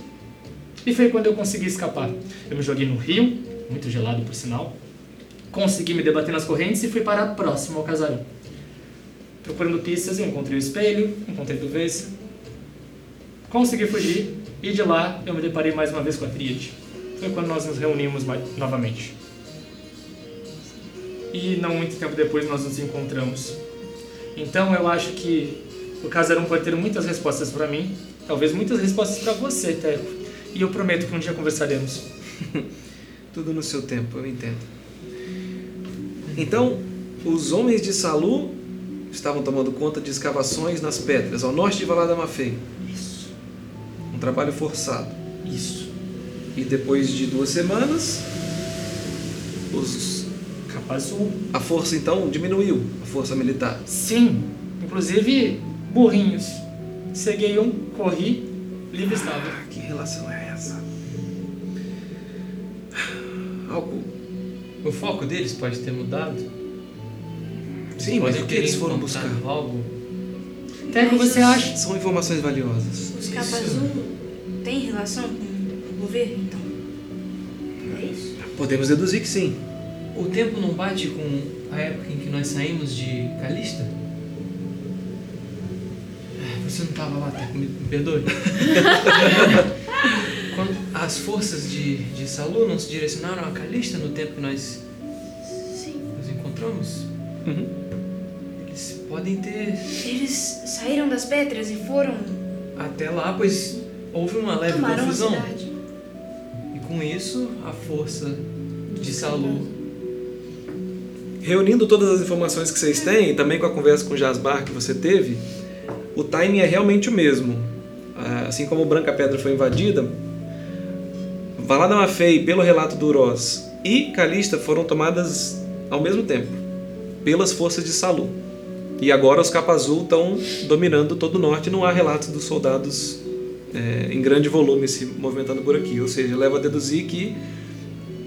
Speaker 6: E foi quando eu consegui escapar. Eu me joguei no rio, muito gelado por sinal. Consegui me debater nas correntes e fui para próximo ao casarão. Procurando pistas, eu encontrei o espelho, encontrei do Vessa. Consegui fugir e de lá eu me deparei mais uma vez com a Tríade. Foi quando nós nos reunimos mais, novamente. E não muito tempo depois nós nos encontramos. Então eu acho que o casarão pode ter muitas respostas para mim, talvez muitas respostas para você, Teco. E eu prometo que um dia conversaremos.
Speaker 3: Tudo no seu tempo, eu entendo. Então, os homens de Salu estavam tomando conta de escavações nas pedras, ao norte de Valada Mafei.
Speaker 6: Isso,
Speaker 3: Um trabalho forçado.
Speaker 6: isso.
Speaker 3: E depois de duas semanas, os-
Speaker 6: Capa azul.
Speaker 3: a força então diminuiu, a força militar.
Speaker 6: Sim, inclusive burrinhos. Ceguei um, corri, livre estava.
Speaker 3: Que relação é essa? Algo.
Speaker 2: O foco deles pode ter mudado?
Speaker 3: Sim, mas
Speaker 2: pode
Speaker 3: o que eles foram buscar?
Speaker 2: encontrar algo?
Speaker 6: Teco, você acha?
Speaker 3: São informações valiosas.
Speaker 4: Os capa azul tem relação com o governo, então? É isso?
Speaker 3: Podemos deduzir que sim.
Speaker 2: O tempo não bate com a época em que nós saímos de Calista? Ah, Você não estava lá, tá? Me, me perdoe. Quando as forças de, de Salu não se direcionaram a Calista no tempo que nós
Speaker 4: Sim.
Speaker 2: nos encontramos? Eles podem ter
Speaker 4: Eles saíram das pedras e foram.
Speaker 2: até lá, pois houve uma leve
Speaker 4: tomaram
Speaker 2: confusão.
Speaker 4: a cidade.
Speaker 2: E com isso, a força de Salu.
Speaker 3: Reunindo todas as informações que vocês têm, e também com a conversa com o Jasbar que você teve, o timing é realmente o mesmo. Ah, Assim como Branca Pedra foi invadida, Valada Mafei, pelo relato do Uroz, e Calista foram tomadas ao mesmo tempo, pelas forças de Salu. E agora os Capa Azul estão dominando todo o norte, não há relatos dos soldados eh, em grande volume se movimentando por aqui. Ou seja, leva a deduzir que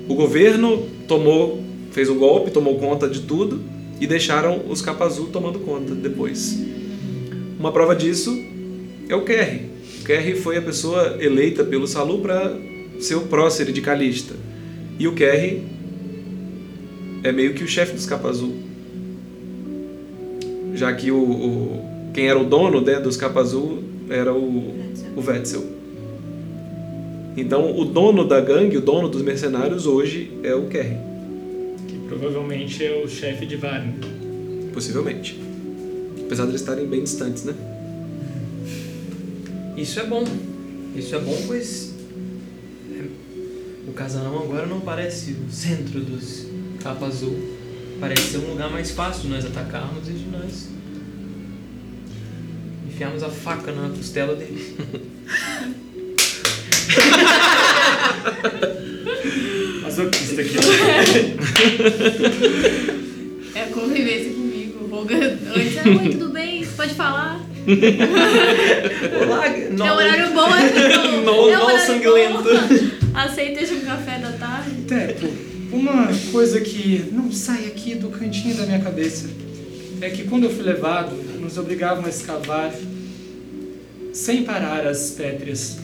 Speaker 3: o governo tomou, fez um golpe, tomou conta de tudo e deixaram os capa azul tomando conta depois. Uma prova disso é o Kerry. O Kerry foi a pessoa eleita pelo Salu para ser o prócer de Calista. E o Kerry é meio que o chefe dos capa azul. Já que o, o- quem era o dono né, dos capa azul era o, o Wetzel. Então, o dono da gangue, o dono dos mercenários hoje é o Kerry,
Speaker 6: Que provavelmente é o chefe de né? Varna.
Speaker 3: possivelmente. Apesar de eles estarem bem distantes, né?
Speaker 2: Isso é bom. Isso é bom, pois. é, O casarão agora não parece o centro dos capa azul. Parece ser um lugar mais fácil de nós atacarmos e de nós enfiarmos a faca na costela deles.
Speaker 6: Masoquista aqui.
Speaker 7: É a convivência comigo. Roga antes era, oi, tudo bem? Você pode falar?
Speaker 2: Olá,
Speaker 7: é um horário bom, é bom.
Speaker 2: Não-
Speaker 7: é um
Speaker 2: não
Speaker 7: horário
Speaker 2: sanguinolento.
Speaker 7: bom. Aceita um café da tarde?
Speaker 6: Teco, uma coisa que não sai aqui do cantinho da minha cabeça é que quando eu fui levado, nos obrigavam a escavar sem parar as pétreas.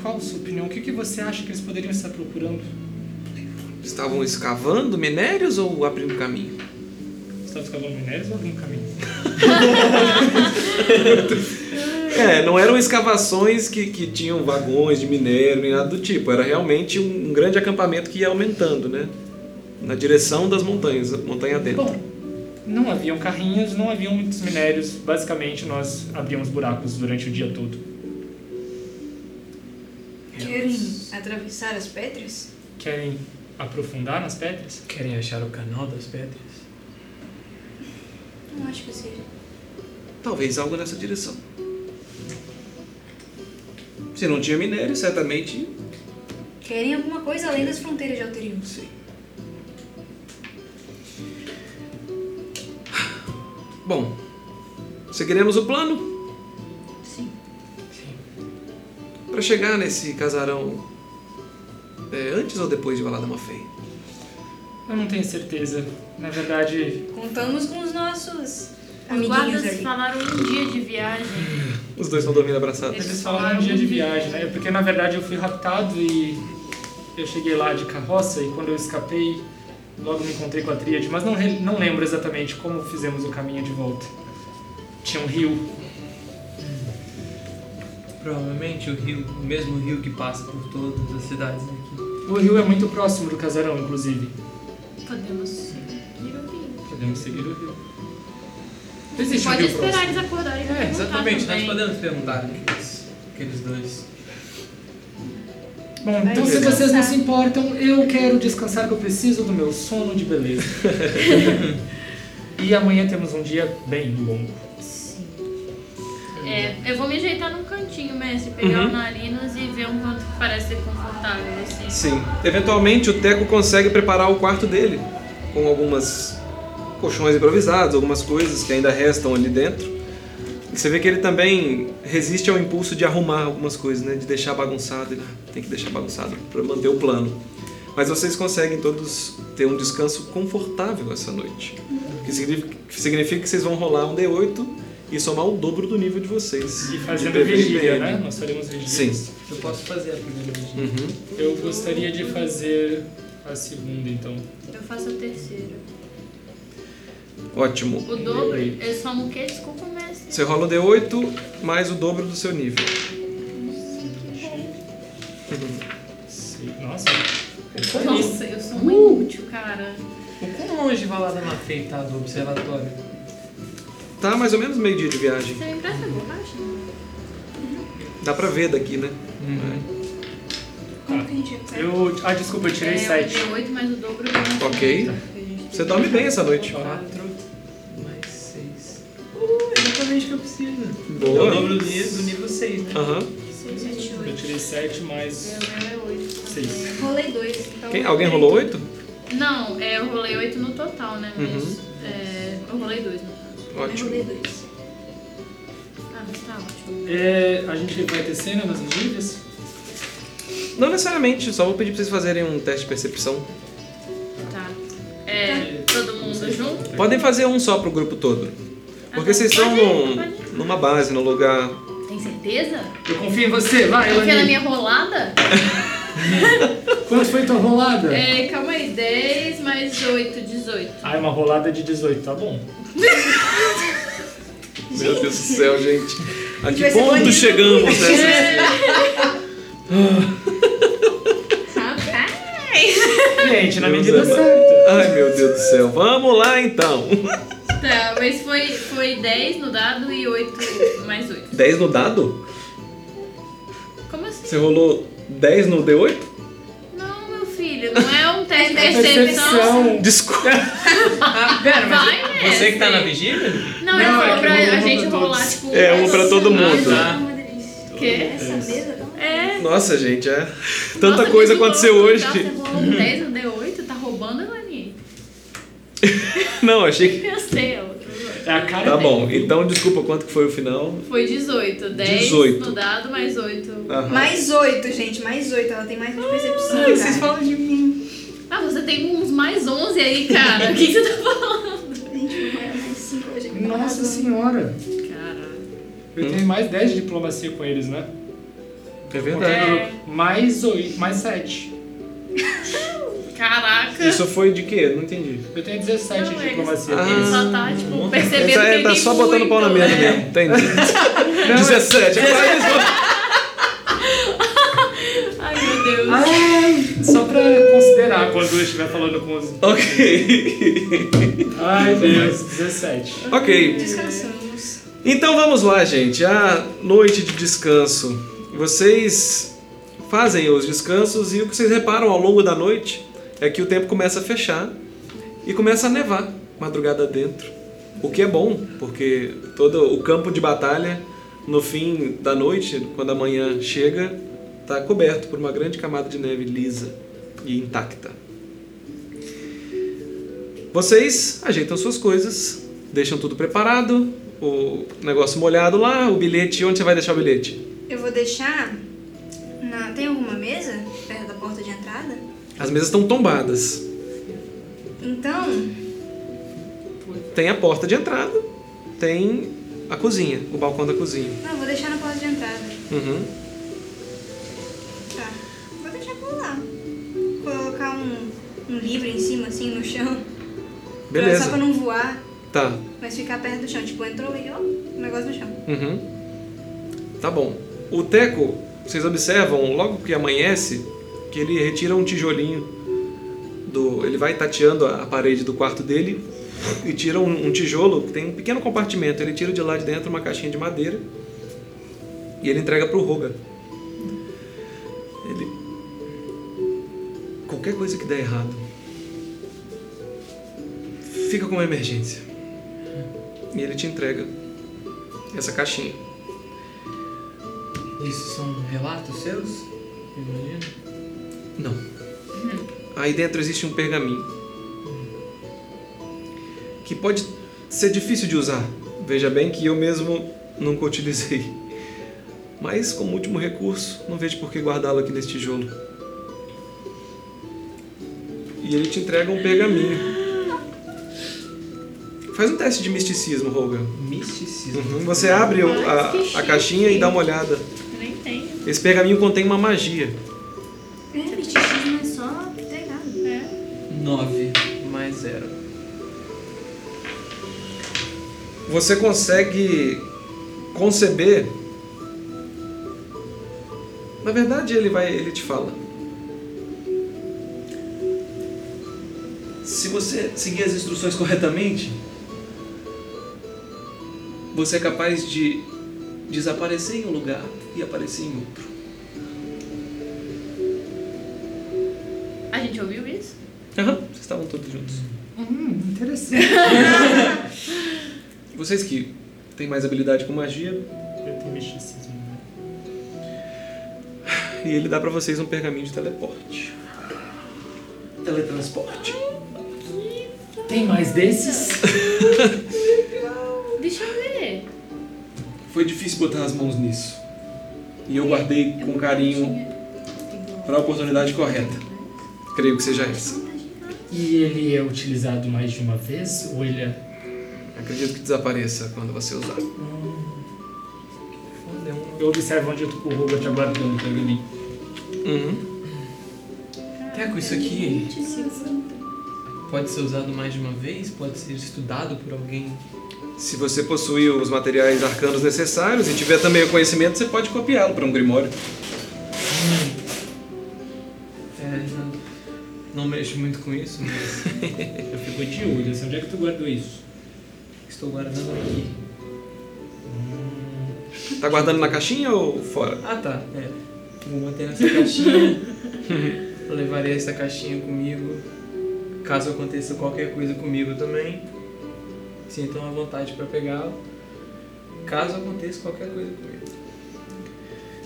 Speaker 6: Qual a sua opinião? O que, que você acha que eles poderiam estar procurando?
Speaker 3: Estavam escavando minérios ou abrindo caminho?
Speaker 6: Estavam tá escavando minérios ou algum caminho?
Speaker 3: É, não eram escavações que, que tinham vagões de minério nem nada do tipo. Era realmente um, um grande acampamento que ia aumentando, né? Na direção das montanhas, montanha dentro.
Speaker 6: Bom, não haviam carrinhos, não haviam muitos minérios. Basicamente, nós abríamos buracos durante o dia todo.
Speaker 4: Querem atravessar as pedras?
Speaker 6: Querem aprofundar nas pedras?
Speaker 2: Querem achar o canal das pedras?
Speaker 4: Não acho que seja.
Speaker 3: Talvez algo nessa direção. Se não tinha minério, certamente
Speaker 4: Querem alguma coisa além das fronteiras de Alterium? Sim.
Speaker 3: Bom, seguiremos o plano?
Speaker 4: Sim.
Speaker 3: para chegar nesse casarão é, antes ou depois de Valada Mafei?
Speaker 6: Eu não tenho certeza. Na verdade,
Speaker 4: Contamos com os nossos
Speaker 7: Os
Speaker 4: amiguinhos
Speaker 7: guardas
Speaker 4: ali.
Speaker 7: falaram um dia de viagem.
Speaker 3: Os dois estão dormindo abraçados.
Speaker 6: eles falaram um dia de viagem, né? Porque na verdade eu fui raptado e eu cheguei lá de carroça e quando eu escapei, logo me encontrei com a tríade, mas não, re- não lembro exatamente como fizemos o caminho de volta. Tinha um rio.
Speaker 5: Provavelmente o rio, o mesmo rio que passa por todas as cidades aqui.
Speaker 6: O rio é muito próximo do casarão, inclusive.
Speaker 7: Podemos seguir o rio.
Speaker 6: Podemos seguir o rio.
Speaker 7: Você
Speaker 6: Existe um
Speaker 7: pode
Speaker 6: rio
Speaker 7: esperar
Speaker 6: próximo.
Speaker 7: eles acordarem
Speaker 2: É,
Speaker 7: e perguntar
Speaker 2: tá
Speaker 5: Exatamente, nós
Speaker 7: também.
Speaker 5: podemos perguntar aqueles, aqueles dois.
Speaker 6: Bom, então
Speaker 4: Vai
Speaker 6: se vocês não
Speaker 4: descansar.
Speaker 6: se importam, eu quero descansar que eu preciso do meu sono de beleza. e amanhã temos um dia bem longo.
Speaker 7: É, eu vou me ajeitar num cantinho, mestre, pegar
Speaker 2: Uhum.
Speaker 7: o Narinas e ver um quanto que parece ser confortável, assim.
Speaker 3: Sim. Eventualmente o Teco consegue preparar o quarto dele com algumas colchões improvisados, algumas coisas que ainda restam ali dentro. E você vê que ele também resiste ao impulso de arrumar algumas coisas, né? De deixar bagunçado. Ele "Ah, tem que deixar bagunçado para manter o plano. Mas vocês conseguem todos ter um descanso confortável essa noite.
Speaker 6: Uhum.
Speaker 3: O que significa, que significa que vocês vão rolar um D8 e somar o dobro do nível de vocês. de
Speaker 6: E fazendo
Speaker 3: PVPN.
Speaker 6: vigília, né? Nós faremos vigília.
Speaker 3: Sim.
Speaker 5: Eu posso fazer a primeira vez.
Speaker 3: Uhum.
Speaker 6: Eu gostaria de fazer a segunda, então.
Speaker 7: Eu faço o terceiro.
Speaker 3: Ótimo.
Speaker 7: O dobro, eu somo o quê? Desculpa, mestre.
Speaker 3: Você rola um D8 mais o dobro do seu nível.
Speaker 6: Sim. Nossa.
Speaker 7: Nossa, eu sou muito útil, cara.
Speaker 5: O quão longe Valada Mafei tá do observatório?
Speaker 3: Tá mais ou menos meio dia de viagem.
Speaker 7: Você me empresta a borracha?
Speaker 3: Dá pra ver daqui, né?
Speaker 4: Como que a gente vai?
Speaker 6: Eu. Ah, desculpa, eu tirei
Speaker 7: é,
Speaker 6: sete.
Speaker 7: eu oito mais o dobro.
Speaker 3: Ok. Você dorme bem essa noite.
Speaker 5: Quatro mais seis. Uh, exatamente o que eu preciso. É o
Speaker 3: Boa.
Speaker 5: dobro do nível, do nível 6, né?
Speaker 3: Aham.
Speaker 6: Eu tirei sete mais
Speaker 7: é
Speaker 6: seis.
Speaker 4: Rolei dois. Então
Speaker 3: Quem- Alguém rolou 8?
Speaker 7: Não, é, eu rolei oito no total, né? Mas é, eu rolei dois no caso.
Speaker 4: Eu
Speaker 3: Ótimo.
Speaker 4: É, rolei dois.
Speaker 7: Ah, mas tá ótimo.
Speaker 6: É, a gente vai ter cena nas vigílias?
Speaker 3: Não necessariamente, só vou pedir pra vocês fazerem um teste de percepção.
Speaker 7: Tá. É, todo mundo junto?
Speaker 3: Podem fazer um só pro grupo todo. Porque vocês estão num- numa base, num lugar.
Speaker 7: Tem certeza?
Speaker 6: Eu confio em você, vai,
Speaker 7: Confia na
Speaker 6: Elani.
Speaker 7: minha rolada?
Speaker 6: Quanto foi tua rolada?
Speaker 7: É, calma aí, 10 mais 8, 18.
Speaker 6: Ah, é uma rolada de 18, tá bom.
Speaker 3: Meu Deus do céu, gente. A que
Speaker 4: Vai ser
Speaker 3: ponto
Speaker 4: banido.
Speaker 3: chegamos nessa?
Speaker 4: Rapaz!
Speaker 6: Gente, na
Speaker 3: Deus
Speaker 6: medida
Speaker 3: amado.
Speaker 6: certa.
Speaker 3: Ai, meu Deus do céu. Vamos lá então.
Speaker 7: Tá, mas foi, foi 10 no dado e 8 mais 8.
Speaker 3: 10 no dado?
Speaker 7: Como assim?
Speaker 3: Você rolou 10 no D8?
Speaker 7: Não, meu filho, não é um teste de
Speaker 4: É
Speaker 7: percepção.
Speaker 3: Desculpa.
Speaker 5: Ah, pera, mas
Speaker 7: Vai, né?
Speaker 5: você que tá na vigília?
Speaker 7: Não, ele
Speaker 6: Não, é
Speaker 7: falou
Speaker 6: que
Speaker 7: pra
Speaker 6: eu vou
Speaker 7: a
Speaker 6: pra
Speaker 7: gente
Speaker 6: todos.
Speaker 7: rolar, tipo...
Speaker 3: É, um pra todo mundo.
Speaker 7: Ah,
Speaker 4: Uma delícia.
Speaker 7: tá. Quê?
Speaker 4: Essa mesa tá uma
Speaker 7: É.
Speaker 3: Nossa, gente, é. Tanta
Speaker 7: Nossa,
Speaker 3: coisa
Speaker 7: que louco,
Speaker 3: aconteceu
Speaker 7: legal,
Speaker 3: hoje.
Speaker 7: Você rolou um 10 no D8, tá roubando, Elani?
Speaker 3: Não, achei que.
Speaker 7: Eu sei, eu...
Speaker 6: É a cara
Speaker 3: Tá
Speaker 6: dele.
Speaker 3: bom, então desculpa quanto que foi o final.
Speaker 7: Foi 18, 10
Speaker 3: 18.
Speaker 7: no dado mais 8.
Speaker 3: Aham.
Speaker 4: Mais oito, gente, mais oito. Ela tem mais de percepção.
Speaker 5: Ah, vocês
Speaker 4: cara.
Speaker 5: falam de mim.
Speaker 7: Ah, você tem uns mais 11 aí, cara. O que que você tá falando?
Speaker 4: Gente, não é mais cinco hoje. que tá
Speaker 6: Nossa
Speaker 4: arrasando.
Speaker 6: senhora.
Speaker 7: Cara.
Speaker 6: Eu tenho mais 10 de diplomacia com eles, né?
Speaker 3: É verdade.
Speaker 7: É.
Speaker 6: Contando Mais 8, mais 7.
Speaker 7: Caraca.
Speaker 3: Isso foi de quê? Não entendi.
Speaker 6: Eu tenho 17
Speaker 7: Não,
Speaker 6: de
Speaker 7: eles-
Speaker 6: diplomacia
Speaker 3: Ah.
Speaker 6: com
Speaker 7: Ele
Speaker 6: eles.
Speaker 7: só tá, tipo, percebendo
Speaker 3: Essa
Speaker 7: que
Speaker 3: é,
Speaker 7: ele
Speaker 3: tá
Speaker 7: tem
Speaker 3: só botando
Speaker 7: muito,
Speaker 3: pau na mesa
Speaker 7: né?
Speaker 3: mesmo, entendi. 17, é claro que eles
Speaker 7: Ai, meu Deus.
Speaker 6: Ai, só pra considerar quando eu estiver falando com os.
Speaker 3: vão- Ok.
Speaker 6: Ai, Deus, 17.
Speaker 3: ok.
Speaker 4: Descansamos.
Speaker 3: Então vamos lá, gente. A noite de descanso. Vocês fazem os descansos e o que vocês reparam ao longo da noite é que o tempo começa a fechar e começa a nevar madrugada dentro. O que é bom, porque todo o campo de batalha no fim da noite, quando a manhã chega, está coberto por uma grande camada de neve lisa e intacta. Vocês ajeitam suas coisas, deixam tudo preparado, o negócio molhado lá, o bilhete, onde você vai deixar o bilhete?
Speaker 4: Eu vou deixar Na- tem alguma mesa perto da porta de entrada?
Speaker 3: As mesas estão tombadas.
Speaker 4: Então,
Speaker 3: Tem a porta de entrada, tem a cozinha, o balcão da cozinha.
Speaker 4: não, vou deixar na porta de entrada.
Speaker 3: Uhum.
Speaker 4: Tá. Vou deixar por lá. Colocar um, um livro em cima, assim, no chão. pra- Só pra
Speaker 3: Beleza.
Speaker 4: não voar,
Speaker 3: Tá.
Speaker 4: mas ficar perto do chão. Tipo, entrou e ó, o negócio no chão.
Speaker 3: Uhum. Tá bom. O Teco, vocês observam, logo que amanhece, que ele retira um tijolinho do. Ele vai tateando a a parede do quarto dele e tira um, um tijolo que tem um pequeno compartimento. Ele tira de lá de dentro uma caixinha de madeira e ele entrega pro Roga. Ele. Qualquer coisa que der errado. Fica com uma emergência. E ele te entrega essa caixinha.
Speaker 2: Isso são relatos seus? Imagina.
Speaker 3: Não. Aí dentro existe um pergaminho. Que pode ser difícil de usar. Veja bem que eu mesmo nunca utilizei. Mas, como último recurso, não vejo por que guardá-lo aqui nesse tijolo. E ele te entrega um pergaminho. Faz um teste de misticismo, Rogan.
Speaker 9: Misticismo.
Speaker 3: Uhum, Você abre o- a, a caixinha e dá uma olhada.
Speaker 7: Eu nem tenho.
Speaker 3: Esse pergaminho contém uma magia.
Speaker 4: É, misticismo é só pegar.
Speaker 7: É.
Speaker 9: 9.
Speaker 2: Mais zero.
Speaker 3: Você consegue conceber. Na verdade, ele vai, ele te fala.
Speaker 9: Se você seguir as instruções corretamente, você é capaz de desaparecer em um lugar e aparecer em outro.
Speaker 7: A gente ouviu isso?
Speaker 3: Aham, vocês estavam todos juntos.
Speaker 5: Hum, interessante.
Speaker 3: Vocês que têm mais habilidade com magia,
Speaker 6: Eu tenho misticismo. né?
Speaker 3: e ele dá pra vocês um pergaminho de teleporte.
Speaker 9: Teletransporte.
Speaker 6: Tem mais desses?
Speaker 7: Deixa eu ver.
Speaker 9: Foi difícil botar as mãos nisso. E eu guardei com carinho para a oportunidade correta.
Speaker 3: Creio que seja essa.
Speaker 6: E ele é utilizado mais de uma vez? Ou ele é.
Speaker 3: Acredito que desapareça quando você usar.
Speaker 6: Eu observo onde eu tô com o Robert aguardando pra mim.
Speaker 3: Uhum.
Speaker 2: Teco, É, isso aqui pode ser usado mais de uma vez? Pode ser estudado por alguém?
Speaker 3: Se você possuir os materiais arcanos necessários e tiver também o conhecimento, você pode copiá-lo para um grimório.
Speaker 2: É, não, não mexo muito com isso, mas
Speaker 6: Eu fico de olho, assim, onde é que tu guardou isso?
Speaker 2: estou guardando aqui.
Speaker 3: Tá guardando na caixinha ou fora?
Speaker 2: Ah tá, é. Vou manter nessa caixinha. Eu levarei essa caixinha comigo. Caso aconteça qualquer coisa comigo também, sintam à vontade para pegá-la. Caso aconteça qualquer coisa comigo.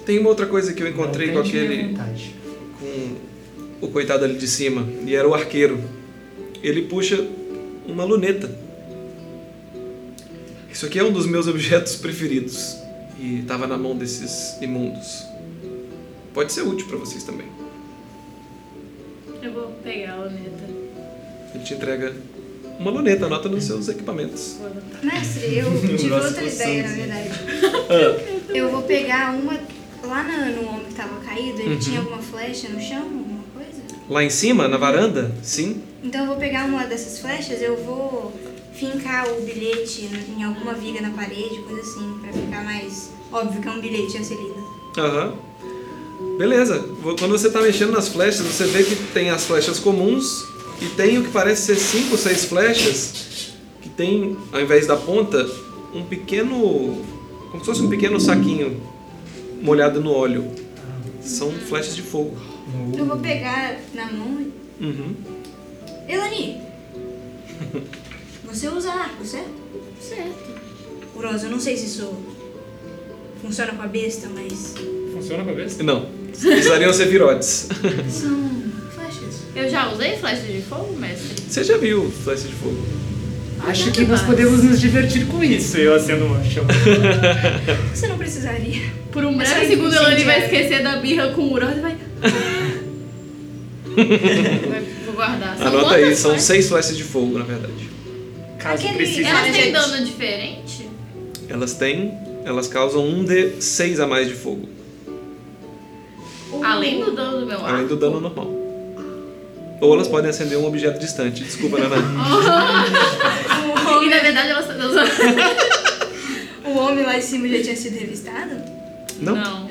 Speaker 3: Tem uma outra coisa que eu encontrei com
Speaker 6: Não tente minha
Speaker 3: aquele.
Speaker 6: vontade.
Speaker 3: com o coitado ali de cima, e era o arqueiro. Ele puxa uma luneta. Isso aqui é um dos meus objetos preferidos e estava na mão desses imundos. Pode ser útil para vocês também.
Speaker 7: Eu vou pegar a luneta.
Speaker 3: Ele te entrega uma luneta, anota nos seus equipamentos.
Speaker 4: Mestre, eu tive outra ideia, na verdade. Eu vou pegar uma lá na- no homem que tava caído, ele tinha alguma flecha no chão, alguma coisa?
Speaker 3: Lá em cima, na varanda, sim,
Speaker 4: Então eu vou pegar uma dessas flechas, eu vou fincar o bilhete em alguma viga na parede, coisa assim, pra ficar mais óbvio que é um bilhete a ser lido.
Speaker 3: Aham. Beleza. Vo- Quando você tá mexendo nas flechas, você vê que tem as flechas comuns e tem o que parece ser cinco ou seis flechas que tem, ao invés da ponta, um pequeno. como se fosse um pequeno saquinho molhado no óleo. São flechas de fogo.
Speaker 4: Eu vou pegar na mão e.
Speaker 3: Uhum.
Speaker 4: Elani! Você usa arco, certo?
Speaker 7: Certo.
Speaker 4: Urosa, eu não sei se isso funciona com a besta, mas.
Speaker 6: Funciona com a cabeça?
Speaker 3: Não. Precisariam ser virotes.
Speaker 4: São flechas.
Speaker 7: Eu já usei flecha de fogo, mestre?
Speaker 3: Você já viu flecha de fogo?
Speaker 5: Acho que nós podemos nos divertir com isso, eu acendo uma chama.
Speaker 4: Você não precisaria.
Speaker 7: Por um
Speaker 4: Essa
Speaker 7: breve
Speaker 4: aí,
Speaker 7: segundo,
Speaker 4: gente,
Speaker 7: a Lani vai
Speaker 4: é.
Speaker 7: esquecer da birra com o Urod e vai. Vai- Vou guardar. São
Speaker 3: Anota
Speaker 7: quantas
Speaker 3: aí, são
Speaker 7: partes?
Speaker 3: seis flechas de fogo, na verdade.
Speaker 5: Caso
Speaker 4: Aquele-
Speaker 5: precise.
Speaker 7: Elas têm
Speaker 4: Gente.
Speaker 7: dano diferente?
Speaker 3: Elas têm. Elas causam um de seis a mais de fogo.
Speaker 7: Além do dano do meu
Speaker 3: Além
Speaker 7: arco?
Speaker 3: do dano normal. Ou elas podem acender um objeto distante. Desculpa, Naná.
Speaker 4: O
Speaker 7: E
Speaker 4: homem,
Speaker 7: na verdade elas elas-
Speaker 4: o homem lá de cima já tinha sido revistado?
Speaker 3: Não?
Speaker 7: Não.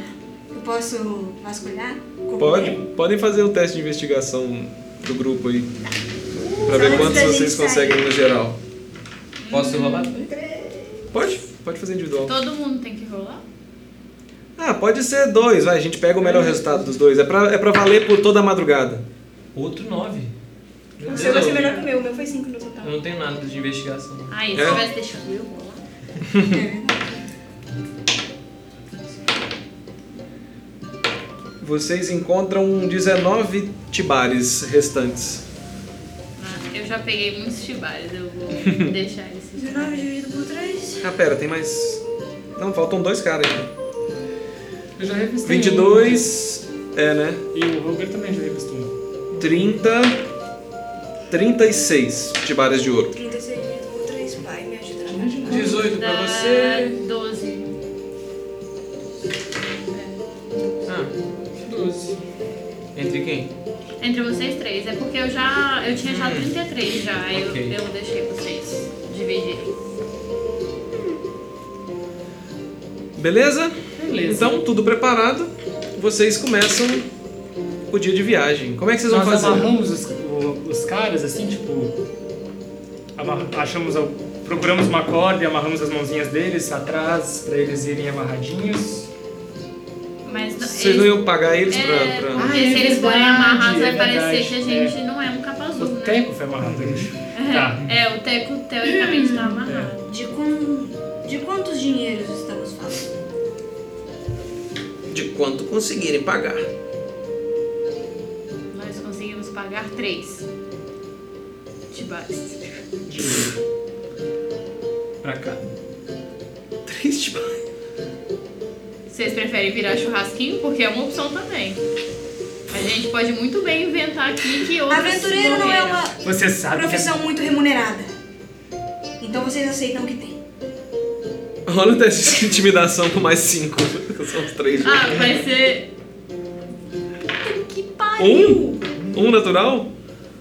Speaker 4: Eu posso vasculhar? o corpo
Speaker 3: Pode,
Speaker 4: dele?
Speaker 3: podem fazer o teste de investigação do grupo aí. Pra
Speaker 4: Antes
Speaker 3: ver quantos
Speaker 4: da gente
Speaker 3: vocês
Speaker 4: sair.
Speaker 3: conseguem no geral.
Speaker 2: Posso roubar?
Speaker 3: Pode, pode fazer individual.
Speaker 7: Todo mundo tem que rolar?
Speaker 3: Ah, pode ser dois, vai, a gente pega o melhor resultado dos dois. É pra, é pra valer por toda a madrugada.
Speaker 2: Outro 9.
Speaker 4: O seu vai ser melhor que o meu. O meu foi 5 no total.
Speaker 2: Eu não tenho nada de investigação.
Speaker 7: Aí,
Speaker 3: É.
Speaker 7: se tivesse deixado eu rolar.
Speaker 3: Vocês encontram 19 tibares restantes.
Speaker 7: Ah, Eu já peguei muitos chibares, eu vou deixar esses.
Speaker 4: 19 dividido por 3.
Speaker 3: Ah, pera, tem mais. Não, faltam dois caras ainda.
Speaker 5: Eu já revistei. um.
Speaker 3: 22. É, né?
Speaker 5: E o Roger também já revistou. um.
Speaker 3: 30. 36 tibares de ouro.
Speaker 4: 36 dividido por 3. Pai, me ajuda a imaginar.
Speaker 2: 18 pra
Speaker 7: Dá
Speaker 2: você.
Speaker 7: 12.
Speaker 2: Ah,
Speaker 5: 12.
Speaker 2: entre quem? Hum.
Speaker 7: Entre vocês três, é porque eu já. Eu tinha já 33 já, aí eu-
Speaker 2: ok.
Speaker 7: eu, deixei vocês dividirem.
Speaker 3: Beleza?
Speaker 5: Beleza.
Speaker 3: Então, tudo preparado. Vocês começam o dia de viagem. Como é que vocês vão
Speaker 5: Nós
Speaker 3: fazer?
Speaker 5: amarramos os, o- os caras, assim, tipo. amarra- achamos. al- Procuramos uma corda e amarramos as mãozinhas deles atrás, pra eles irem amarradinhos.
Speaker 7: Mas não-
Speaker 3: Vocês não iam pagar eles pra.
Speaker 7: É,
Speaker 3: pra-
Speaker 5: Ah,
Speaker 7: porque
Speaker 5: é
Speaker 7: se eles forem
Speaker 5: verdade,
Speaker 7: amarrados, vai
Speaker 5: é
Speaker 7: parecer
Speaker 5: verdade,
Speaker 7: que a gente não é um capa
Speaker 5: O
Speaker 7: azul, né?
Speaker 5: Teco foi amarrado hoje. Tá.
Speaker 7: É, o Teco teoricamente
Speaker 5: Hum.
Speaker 7: tá amarrado.
Speaker 4: De, quan- de quantos dinheiros estamos falando?
Speaker 3: De quanto conseguirem pagar.
Speaker 7: Nós conseguimos pagar três. Chibares.
Speaker 5: Pra cá.
Speaker 3: Três tibares.
Speaker 7: Vocês preferem virar churrasquinho? Porque é uma opção também. A gente pode muito bem inventar aqui que outros
Speaker 4: Aventureiro não é
Speaker 7: morreram.
Speaker 4: uma
Speaker 5: Você sabe que
Speaker 4: profissão muito remunerada. Então vocês aceitam que tem.
Speaker 3: Rola o teste de intimidação com mais cinco. São os três.
Speaker 4: um-
Speaker 3: um.
Speaker 7: Ah, vai ser... Puta que pariu!
Speaker 3: Um? Um natural?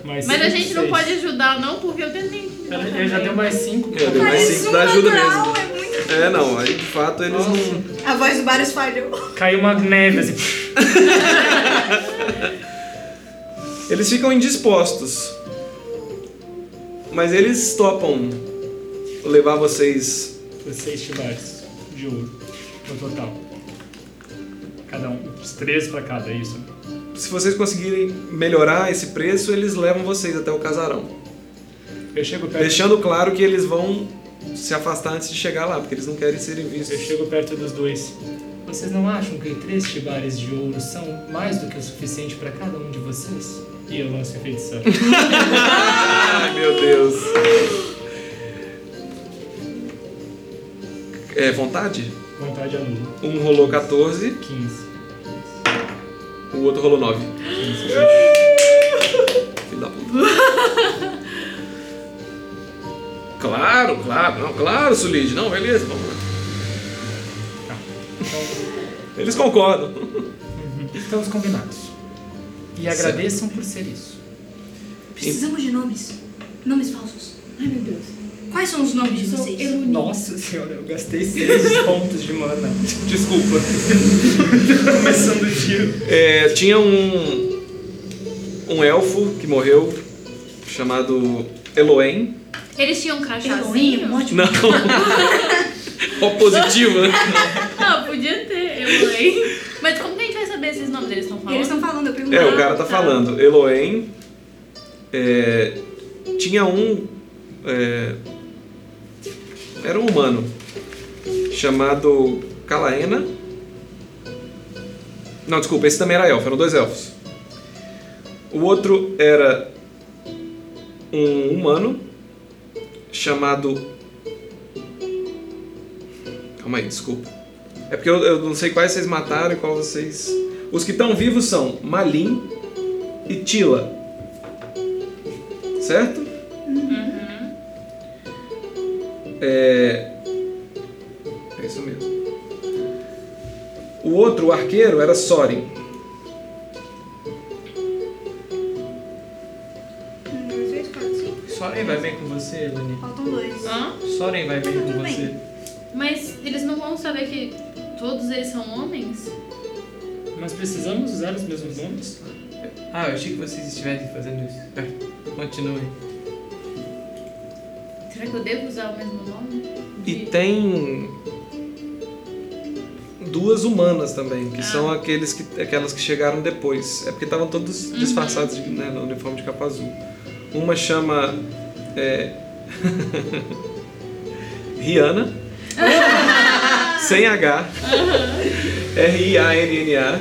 Speaker 5: mais
Speaker 7: Mas a
Speaker 5: cinco,
Speaker 7: gente não
Speaker 5: seis.
Speaker 7: pode ajudar não, porque eu tentei intimidar
Speaker 5: Eu já deu
Speaker 6: é
Speaker 7: também.
Speaker 5: mais 5.
Speaker 3: Eu dei mais
Speaker 4: Mas
Speaker 3: cinco
Speaker 4: um
Speaker 3: da ajuda
Speaker 4: natural
Speaker 3: mesmo.
Speaker 4: é muito-
Speaker 3: É, não, aí de fato eles não.
Speaker 4: A voz do Baros falhou.
Speaker 5: Caiu uma neve assim.
Speaker 3: Eles ficam indispostos. Mas eles topam levar vocês.
Speaker 5: 16 chibares de ouro no total. Cada um. Os três pra cada, isso. né?
Speaker 3: Se vocês conseguirem melhorar esse preço, eles levam vocês até o casarão.
Speaker 5: Eu chego
Speaker 6: É.
Speaker 5: perto,
Speaker 3: Deixando claro que eles vão se afastar antes de chegar lá, porque eles não querem serem
Speaker 5: eu
Speaker 3: vistos.
Speaker 5: chego perto dos dois. Vocês não acham que três chibares de ouro são mais do que o suficiente pra cada um de vocês? E eu lanço feitiçaria.
Speaker 3: Ai, meu Deus. É vontade?
Speaker 5: Vontade à lua.
Speaker 3: Um rolou 14,
Speaker 5: 15.
Speaker 3: o outro rolou 9. Filho da puta. claro, claro, não, claro, Sulid. Não, beleza, vamos lá. Eles concordam.
Speaker 5: Estamos combinados. E agradeçam por ser isso.
Speaker 4: Precisamos de nomes. Nomes falsos. Ai, meu Deus. Quais são os nomes de vocês?
Speaker 5: Nossa senhora, eu gastei 6 pontos de mana.
Speaker 3: Desculpa.
Speaker 5: Começando o giro.
Speaker 3: É, tinha um um elfo que morreu chamado Eloen.
Speaker 7: Eles tinham um
Speaker 4: Eloy,
Speaker 7: crachazinho?
Speaker 4: um ótimo.
Speaker 3: Não. Ó positivo, né?
Speaker 7: Ah, podia ter, eu leio. Mas como que a gente vai saber esses nomes? Eles estão falando?
Speaker 4: Eles estão falando, eu perguntei.
Speaker 3: É, o cara tá falando. Eloen é, tinha um. é, era um humano chamado Calaena. Não, desculpa, esse também era elfo, eram dois elfos. O outro era um humano chamado. Calma aí, desculpa. É porque eu, eu não sei quais vocês mataram e qual vocês. Os que estão vivos são Malin e Tila. Certo? É. É isso mesmo. O outro, o arqueiro, era Sorin.
Speaker 4: Um, dois, três, quatro, cinco.
Speaker 2: Soren vai bem com você, Elani?
Speaker 4: Faltam dois.
Speaker 7: Hã?
Speaker 2: Soren vai bem com
Speaker 4: Tudo bem.
Speaker 2: você.
Speaker 7: Mas eles não vão saber que todos eles são homens?
Speaker 5: Mas precisamos usar os mesmos nomes?
Speaker 2: Ah, eu achei que vocês estivessem fazendo isso. Tá, Continue.
Speaker 7: Será que eu devo usar o mesmo nome?
Speaker 3: E tem duas humanas também, que são aqueles que, aquelas que chegaram depois. É porque estavam todos disfarçados de- né, no uniforme de capa azul. Uma chama é, Rihanna, sem H, R-I-A-N-N-A,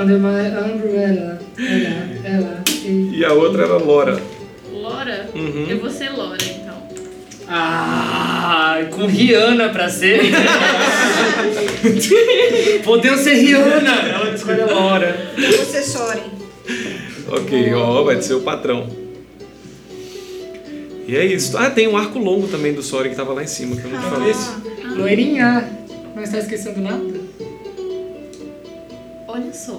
Speaker 19: Under my umbrella. Ela, ela. e-
Speaker 3: e a outra era Lora.
Speaker 7: Lora?
Speaker 3: Uhum.
Speaker 7: Eu vou ser Lora, então.
Speaker 5: Ah, com Rihanna pra ser. Podemos ser Rihanna. Ela escolheu a hora.
Speaker 15: Você chorem.
Speaker 3: Ok, ó, vai ser o patrão. E é isso. Ah, tem um arco longo também do Soren que tava lá em cima, que eu não te falei.
Speaker 4: Ah.
Speaker 5: Loirinha, não está esquecendo nada?
Speaker 7: Olha só,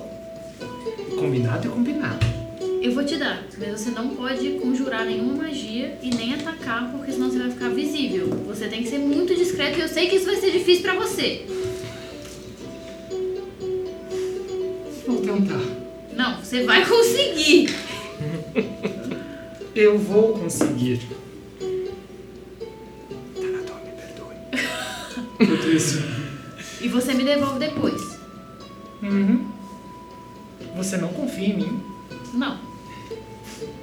Speaker 5: Combinado é combinado.
Speaker 7: eu vou te dar, mas você não pode conjurar nenhuma magia e nem atacar, porque senão você vai ficar visível. Você tem que ser muito discreto e eu sei que isso vai ser difícil pra você.
Speaker 5: Vou tentar.
Speaker 7: Não, você vai conseguir.
Speaker 5: Eu vou conseguir. Tudo isso.
Speaker 7: E você me devolve depois.
Speaker 5: Uhum. Você não confia em mim?
Speaker 7: Não,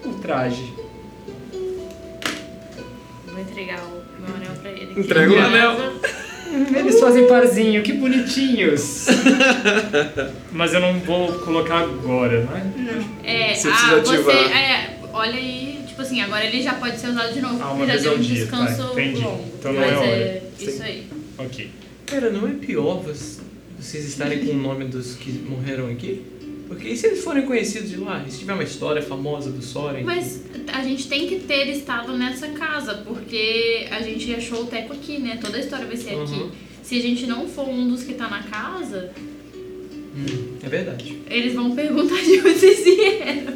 Speaker 5: O traje.
Speaker 7: vou entregar o meu anel pra ele. que
Speaker 3: Entrega o
Speaker 7: ele
Speaker 3: anel.
Speaker 7: usa.
Speaker 5: Hum, Eles fazem parzinho, que bonitinhos. Mas eu não vou colocar agora, né?
Speaker 7: É,
Speaker 3: Você
Speaker 7: ah,
Speaker 3: precisa
Speaker 7: você.
Speaker 3: ativar.
Speaker 7: É, olha aí, tipo assim, agora ele já pode ser usado de novo.
Speaker 5: Ah,
Speaker 7: porque
Speaker 5: uma
Speaker 7: já
Speaker 5: vez
Speaker 7: deu
Speaker 5: ao
Speaker 7: um
Speaker 5: dia,
Speaker 7: descanso
Speaker 5: tá, entendi.
Speaker 7: longo.
Speaker 5: Então não é
Speaker 7: mas
Speaker 5: hora.
Speaker 7: isso aí.
Speaker 5: Ok.
Speaker 2: Cara, não é pior vocês, vocês estarem com o nome dos que morreram aqui? Porque e se eles forem conhecidos de lá? E se tiver uma história famosa do Soren?
Speaker 7: Mas a gente tem que ter estado nessa casa, porque a gente achou o Teco aqui, né? Toda a história vai ser
Speaker 2: Uhum.
Speaker 7: aqui. Se a gente não for um dos que tá na casa,
Speaker 2: Hum, é verdade.
Speaker 7: eles vão perguntar de onde vocês vieram.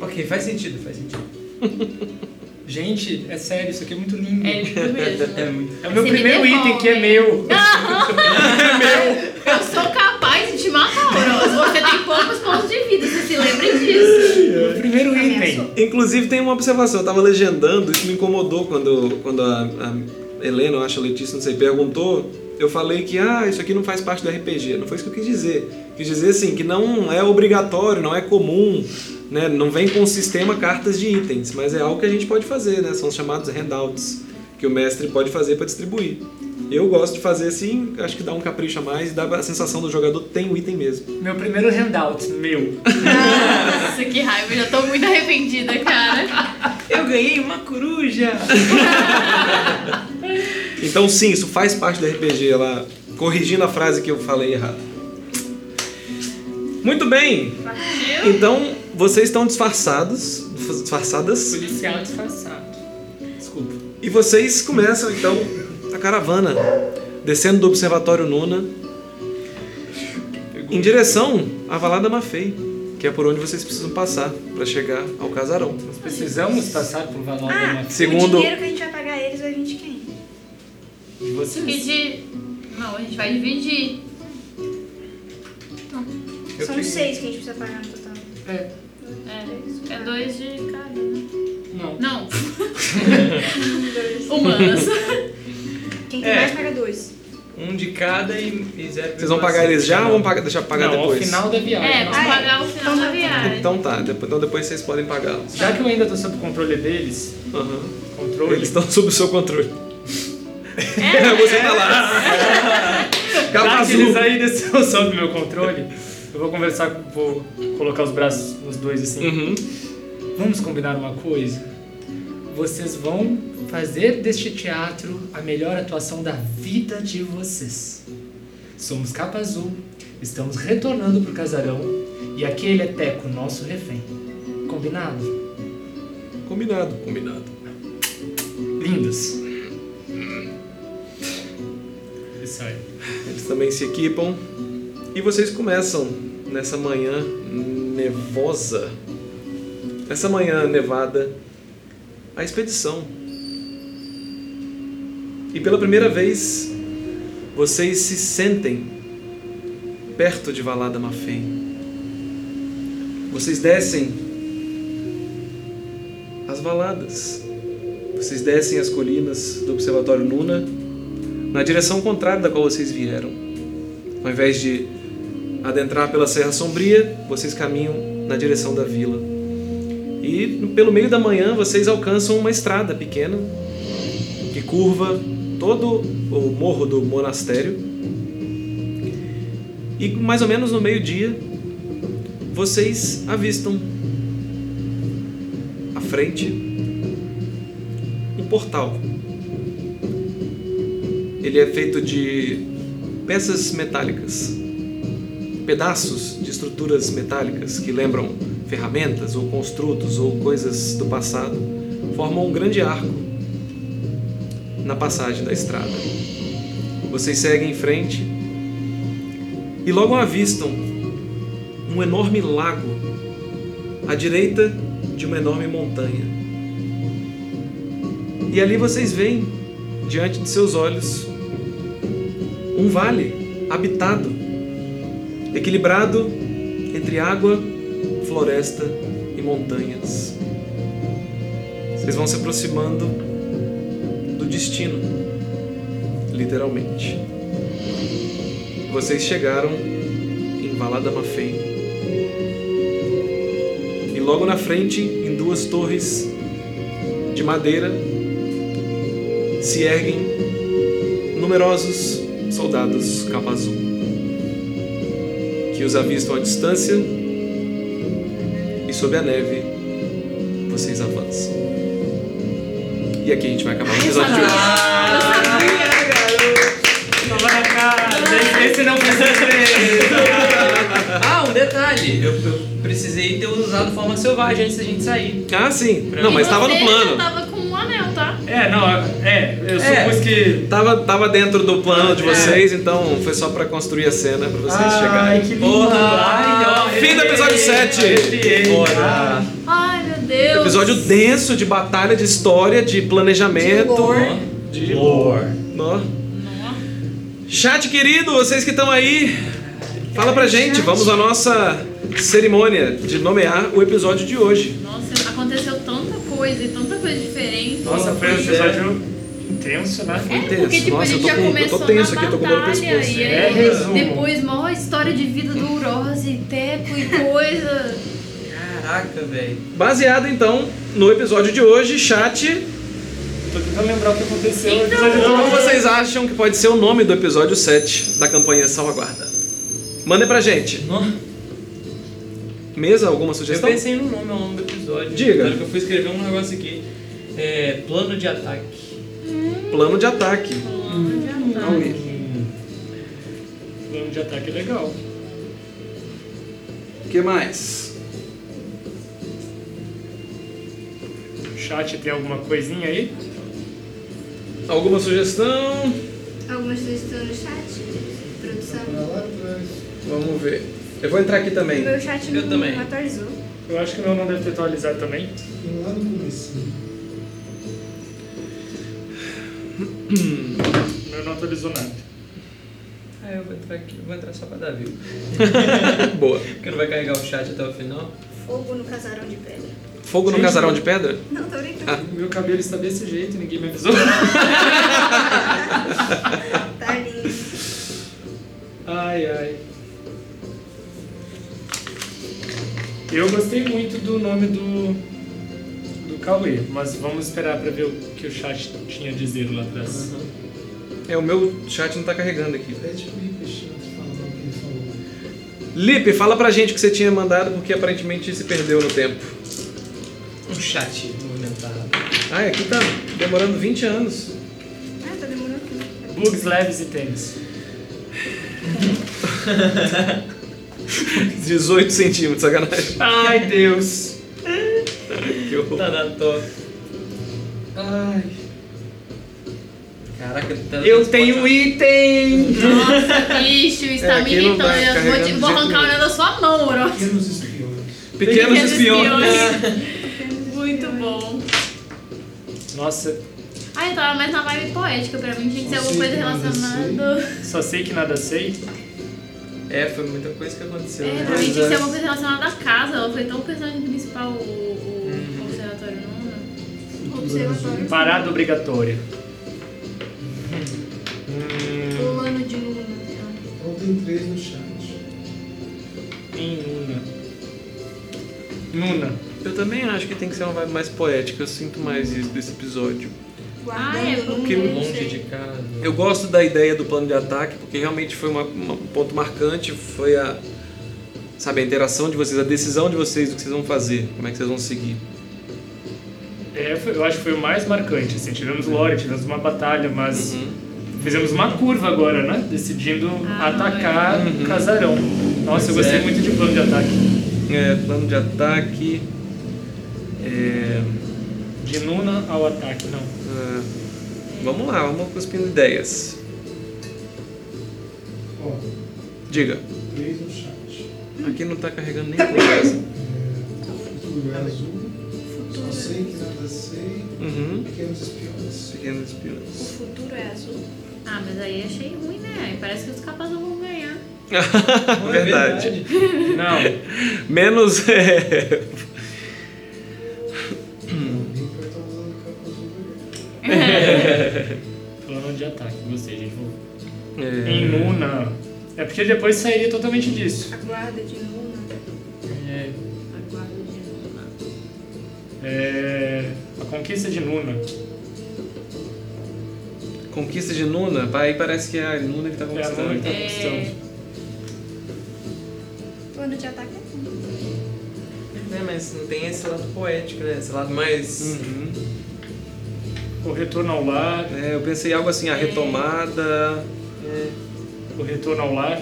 Speaker 2: Ok, faz sentido, faz sentido.
Speaker 5: Gente, é sério, isso aqui é muito lindo.
Speaker 7: É isso mesmo.
Speaker 2: É muito.
Speaker 5: É o meu
Speaker 7: Você me
Speaker 5: primeiro
Speaker 7: devolve.
Speaker 5: item que é meu. É
Speaker 7: Eu sou capaz de te matar, Horos. Você tem poucos pontos de vida, você se lembra disso.
Speaker 5: Meu primeiro item.
Speaker 3: Inclusive tem uma observação, eu tava legendando, isso me incomodou quando, quando a, a Helena, eu acho a Letícia, não sei, perguntou, eu falei que ah, isso aqui não faz parte do RPG. Não foi isso que eu quis dizer. Quis dizer assim, que não é obrigatório, não é comum, né? Não vem com o sistema cartas de itens, mas é algo que a gente pode fazer, né? São os chamados handouts que o mestre pode fazer para distribuir. Eu gosto de fazer assim, acho que dá um capricho a mais e dá a sensação do jogador que tem o item mesmo.
Speaker 5: Meu primeiro handout, meu.
Speaker 7: Nossa, que raiva, eu já tô muito arrependida, cara.
Speaker 2: Eu ganhei uma coruja!
Speaker 3: Então sim, isso faz parte do RPG, ela corrigindo a frase que eu falei errado. Muito bem. Então, vocês estão disfarçados, disfarçadas,
Speaker 5: Policial disfarçado.
Speaker 3: desculpa. E vocês começam então a caravana descendo do observatório Nuna em direção à Valada Mafei, que é por onde vocês precisam passar para chegar ao casarão.
Speaker 5: Precisamos passar por Valor da
Speaker 4: Ah,
Speaker 5: Mafia.
Speaker 3: Segundo-
Speaker 4: o dinheiro que a gente vai pagar eles vai vir de quem?
Speaker 5: de vocês.
Speaker 7: Dividir. Não, a gente vai dividir.
Speaker 4: São seis que a gente precisa pagar no total.
Speaker 5: É.
Speaker 7: É, é dois de cada. né?
Speaker 5: Não.
Speaker 7: Não, humanas.
Speaker 4: Quem tem
Speaker 2: É.
Speaker 4: mais paga dois.
Speaker 2: Um de cada e, e zero.
Speaker 3: Vocês vão pagar eles já ou vão pagar, deixar pagar
Speaker 5: não,
Speaker 3: depois?
Speaker 5: ao final da viagem.
Speaker 7: É,
Speaker 5: Não.
Speaker 7: vamos pagar o final da viagem.
Speaker 3: Então tá, depois, então depois vocês podem pagá-los.
Speaker 5: Já que eu ainda tô sob o controle deles,
Speaker 3: Aham.
Speaker 5: controle.
Speaker 3: Eles estão sob o seu controle. Você tá lá. Capa
Speaker 5: Já
Speaker 6: Tá,
Speaker 5: que
Speaker 3: azul.
Speaker 5: eles ainda estão sob meu controle, eu vou conversar, com- vou colocar os braços nos dois assim.
Speaker 3: Uhum.
Speaker 5: Vamos combinar uma coisa? Vocês vão fazer deste teatro a melhor atuação da vida de vocês. Somos Capa Azul, estamos retornando pro casarão e aquele é Teco, nosso refém. Combinado?
Speaker 3: Combinado, combinado.
Speaker 5: Lindos. Isso aí.
Speaker 3: Eles também se equipam e vocês começam nessa manhã nevosa, nessa manhã nevada, a expedição. E pela primeira vez vocês se sentem perto de Valada Mafei. Vocês descem as valadas. Vocês descem as colinas do Observatório Nuna na direção contrária da qual vocês vieram. Ao invés de adentrar pela Serra Sombria, vocês caminham na direção da vila. E pelo meio da manhã vocês alcançam uma estrada pequena que curva todo o morro do monastério. E mais ou menos no meio-dia vocês avistam à frente um portal. Ele é feito de peças metálicas pedaços de estruturas metálicas que lembram ferramentas ou construtos ou coisas do passado formam um grande arco na passagem da estrada. Vocês seguem em frente e logo avistam um enorme lago à direita de uma enorme montanha. E ali vocês veem, diante de seus olhos, um vale habitado equilibrado entre água, floresta e montanhas. Vocês vão se aproximando do destino, literalmente. Vocês chegaram em Valada Mafei. E logo na frente, em duas torres de madeira, se erguem numerosos soldados capa azul que os avistam à distância e sob a neve vocês avançam. E aqui a gente vai acabar o episódio de
Speaker 2: hoje. Ah, Esse não precisa ser. Ah, um detalhe. Eu, eu precisei ter usado forma selvagem antes da gente sair.
Speaker 3: Ah, sim. Não, mas estava no plano.
Speaker 7: tava com um anel, tá?
Speaker 6: É, não, é, eu
Speaker 3: É.
Speaker 6: supus que.
Speaker 3: Tava, tava dentro do plano de vocês, então foi só pra construir a cena pra vocês
Speaker 6: Ai,
Speaker 3: chegarem.
Speaker 6: que lindo!
Speaker 2: Ai, ó,
Speaker 3: Fim do episódio 7! Bora!
Speaker 7: Ai, meu Deus.
Speaker 3: Episódio denso de batalha, de história, de planejamento.
Speaker 20: De lore.
Speaker 3: De lore. Nó. Chat querido, vocês que estão aí, fala pra gente, vamos à nossa cerimônia de nomear o episódio de hoje.
Speaker 7: Nossa, aconteceu tanta coisa e tanta coisa diferente.
Speaker 6: Nossa, foi um
Speaker 3: é.
Speaker 6: episódio intenso, né?
Speaker 7: É,
Speaker 3: Intenso.
Speaker 7: porque tipo,
Speaker 3: Nossa,
Speaker 7: a
Speaker 3: eu
Speaker 7: gente
Speaker 3: tô
Speaker 7: já
Speaker 3: com- eu tô
Speaker 7: começou
Speaker 3: tenso
Speaker 7: na
Speaker 3: aqui, tô com dor no
Speaker 7: batalha
Speaker 3: pescoço.
Speaker 7: e aí
Speaker 6: É, resumo.
Speaker 7: depois mó história de vida do Urose, Teco e coisa.
Speaker 2: Caraca, velho.
Speaker 3: Baseado então no episódio de hoje, chat,
Speaker 6: Tô tentando lembrar o que aconteceu. no
Speaker 7: Então,
Speaker 6: episódio
Speaker 3: como
Speaker 6: todo.
Speaker 3: vocês acham que pode ser o nome do episódio 7 da campanha Salvaguarda? Mandem pra gente. Mesa, alguma
Speaker 2: Eu
Speaker 3: sugestão?
Speaker 2: pensei no nome ao longo do episódio.
Speaker 3: Diga.
Speaker 2: Na hora que eu fui escrever um negócio aqui. É, plano de ataque.
Speaker 3: Plano de ataque.
Speaker 6: Plano Então, de ataque legal.
Speaker 3: O que mais?
Speaker 6: Chat tem alguma coisinha aí?
Speaker 3: Alguma sugestão?
Speaker 4: Algumas sugestões no chat? Produção?
Speaker 3: Vamos ver. Eu vou entrar aqui também.
Speaker 4: Meu chat
Speaker 2: Eu também.
Speaker 4: não atualizou.
Speaker 6: Eu acho que o meu não deve ter atualizado também.
Speaker 21: Lá no começo.
Speaker 6: O meu não atualizou nada.
Speaker 2: Ah, eu vou entrar aqui. Eu vou entrar só pra dar view.
Speaker 3: Boa.
Speaker 2: Porque não vai carregar o chat até o final.
Speaker 4: Fogo no casarão de pedra.
Speaker 3: Fogo no
Speaker 6: Gente,
Speaker 3: casarão de pedra?
Speaker 4: Não, tô brincando.
Speaker 6: Meu cabelo está desse jeito, ninguém me avisou.
Speaker 4: Tá lindo.
Speaker 6: Ai, ai. Eu gostei muito do nome do, do Cauê, mas vamos esperar pra ver o que o chat tinha a dizer lá atrás.
Speaker 2: Uhum.
Speaker 3: É, o meu chat não tá carregando aqui.
Speaker 21: É tipo ir peixinho
Speaker 2: tá
Speaker 21: falando o que ele falou.
Speaker 3: Lipe, fala pra gente o que você tinha mandado, porque aparentemente se perdeu no tempo.
Speaker 2: Um chat movimentado.
Speaker 3: Ai, aqui tá demorando 20 anos.
Speaker 4: Ah, tá demorando.
Speaker 6: Bugs leves e tênis.
Speaker 3: 18 centímetros, sacanagem.
Speaker 6: Ai, Deus.
Speaker 3: Que horror.
Speaker 2: Tá na top.
Speaker 6: Ai.
Speaker 2: Caraca, tá
Speaker 6: Eu tenho um item.
Speaker 7: Nossa, bicho, isso
Speaker 3: É,
Speaker 7: tá me
Speaker 3: aqui não
Speaker 7: irritando.
Speaker 3: tá
Speaker 7: Eu vou, te-
Speaker 3: carregando
Speaker 7: vou
Speaker 3: de jeito
Speaker 7: arrancar o
Speaker 3: nenhum.
Speaker 7: olho da sua mão, Oro.
Speaker 19: Pequenos espiões.
Speaker 3: Pequenos
Speaker 7: Pequenos
Speaker 3: espiões.
Speaker 7: Muito bom.
Speaker 6: Nossa,
Speaker 7: Ah, eu tava mais na vibe poética pra mim. Tinha que ser alguma
Speaker 19: Sei
Speaker 7: coisa
Speaker 19: que nada
Speaker 7: relacionada.
Speaker 6: só sei que nada sei.
Speaker 2: É, foi muita coisa que aconteceu.
Speaker 7: É,
Speaker 2: né?
Speaker 7: pra mim tinha que ser alguma coisa relacionada à casa. Ela foi tão o personagem principal, o, o observatório, não? né?
Speaker 4: Observatório.
Speaker 6: Parada obrigatória.
Speaker 4: Plano de luna.
Speaker 19: Então tem três no chat.
Speaker 6: Em Nuna. Nuna.
Speaker 7: um
Speaker 3: Eu também acho que tem que ser uma vibe mais poética. Eu sinto mais isso desse episódio.
Speaker 7: Ah, é,
Speaker 4: Guardando
Speaker 7: porque
Speaker 4: luna, não
Speaker 2: Longe
Speaker 4: sei.
Speaker 2: de casa.
Speaker 3: Eu gosto da ideia do plano de ataque, porque realmente foi uma- uma- um ponto marcante, foi a, sabe, a interação de vocês, a decisão de vocês, do que vocês vão fazer, como é que vocês vão seguir.
Speaker 6: É, foi- eu acho que foi o mais marcante. Assim, tivemos lore, tivemos uma batalha,
Speaker 2: Uhum.
Speaker 6: mas fizemos uma curva agora, né? Decidindo
Speaker 7: Ah,
Speaker 6: atacar o casarão. Nossa, eu gostei
Speaker 2: é.
Speaker 6: muito de plano de ataque.
Speaker 3: É, plano de ataque. é,
Speaker 6: De Nuna ao ataque, não.
Speaker 3: ah, vamos lá, vamos cuspindo ideias.
Speaker 19: Ó,
Speaker 3: Diga,
Speaker 19: três no chat.
Speaker 3: aqui não tá carregando nem coisa.
Speaker 19: É, futuro é azul. Só sei que nada sei.
Speaker 3: Uhum.
Speaker 19: Pequenos espiões.
Speaker 3: Pequenos
Speaker 4: O
Speaker 3: espiões.
Speaker 4: futuro é azul.
Speaker 7: Ah, mas aí achei ruim, né? Aí Parece que os capazes vão ganhar.
Speaker 3: É Verdade.
Speaker 6: Não.
Speaker 3: Menos. é,
Speaker 19: Ninguém vai estar usando capa azul.
Speaker 6: plano de ataque, gostei, gente. Vou... Em
Speaker 3: é,
Speaker 6: Nuna. É porque depois sairia totalmente disso.
Speaker 4: A guarda de luna.
Speaker 6: É,
Speaker 7: Aguardo de luna.
Speaker 6: é, a conquista de Nuna.
Speaker 3: Conquista de Nuna, aí parece que é a Nuna que tá
Speaker 6: É a Nuna que
Speaker 3: conquistando.
Speaker 6: tá
Speaker 7: É.
Speaker 6: conquistando.
Speaker 4: Plano de ataque é assim.
Speaker 2: É, mas não tem esse lado poético, né? Esse lado mais.
Speaker 3: Uhum.
Speaker 6: O retorno ao lar.
Speaker 3: É, eu pensei algo assim, a retomada.
Speaker 6: o retorno ao lar.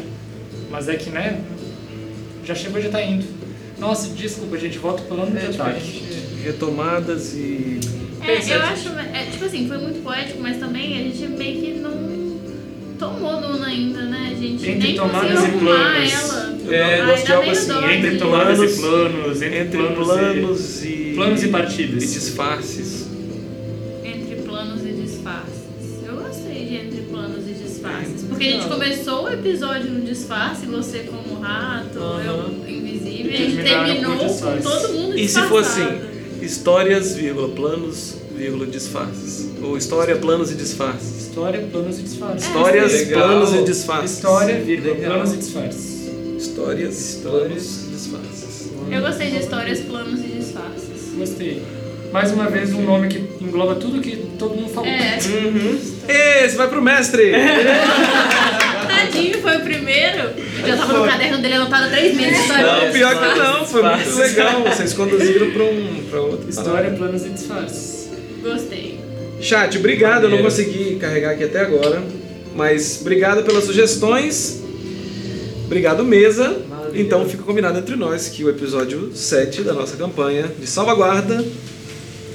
Speaker 6: Mas é que, né? Já chegou, já tá indo. Nossa, desculpa, gente, volta pro plano de
Speaker 2: É, tipo, a
Speaker 6: ataque.
Speaker 2: gente-
Speaker 3: Retomadas e.
Speaker 7: É, eu
Speaker 2: Pensa,
Speaker 7: acho. É, tipo assim, foi muito poético, mas também a gente meio que não tomou Luna ainda, né? A gente
Speaker 6: Entre
Speaker 7: nem
Speaker 6: tomadas
Speaker 7: conseguiu
Speaker 6: e
Speaker 7: arrumar
Speaker 6: planos.
Speaker 7: ela.
Speaker 3: É,
Speaker 7: Ah,
Speaker 3: eu gosto de
Speaker 7: ainda
Speaker 3: algo
Speaker 7: bem
Speaker 3: assim,
Speaker 7: dó,
Speaker 6: Entre
Speaker 7: gente.
Speaker 6: tomadas
Speaker 3: Planos.
Speaker 6: e planos, entre,
Speaker 3: Entre
Speaker 6: planos,
Speaker 3: planos e.
Speaker 6: e... planos e
Speaker 3: e
Speaker 6: partidas.
Speaker 3: disfarces.
Speaker 7: Entre planos e disfarces. Eu gostei de entre planos e disfarces.
Speaker 3: É,
Speaker 7: Porque a gente começou o episódio no disfarce, você como rato,
Speaker 2: Aham.
Speaker 7: eu
Speaker 6: E
Speaker 7: invisível, e a gente
Speaker 6: terminaram
Speaker 7: terminou
Speaker 6: com
Speaker 7: com
Speaker 6: disfarce.
Speaker 7: todo mundo
Speaker 3: E se
Speaker 7: disfarçado.
Speaker 3: for assim, histórias, vírgula, planos, vírgula, disfarces. Ou história, planos e disfarces.
Speaker 6: História, planos e disfarces.
Speaker 3: Histórias,
Speaker 2: legal.
Speaker 3: planos e disfarces.
Speaker 6: História, vírgula,
Speaker 3: Legal.
Speaker 6: planos e disfarces.
Speaker 3: Histórias, planos e disfarces.
Speaker 7: Eu gostei de histórias, planos e disfarces.
Speaker 6: Gostei. Mais uma vez, um nome que engloba tudo que todo mundo falou.
Speaker 7: É,
Speaker 3: Ê, você vai pro mestre! Ah,
Speaker 7: tadinho, foi o primeiro. Já tava no caderno dele anotado há três meses. história.
Speaker 3: Não, pior que não, foi muito legal. Vocês conduziram pra, um, pra outra
Speaker 6: História, planos e disfarces.
Speaker 7: Gostei.
Speaker 3: Chat, obrigado. Eu não
Speaker 2: Maneiro.
Speaker 3: consegui carregar aqui até agora. Mas obrigado pelas sugestões. Obrigado, mesa.
Speaker 2: Valeu.
Speaker 3: Então fica combinado entre nós que o episódio 7 da nossa campanha de salvaguarda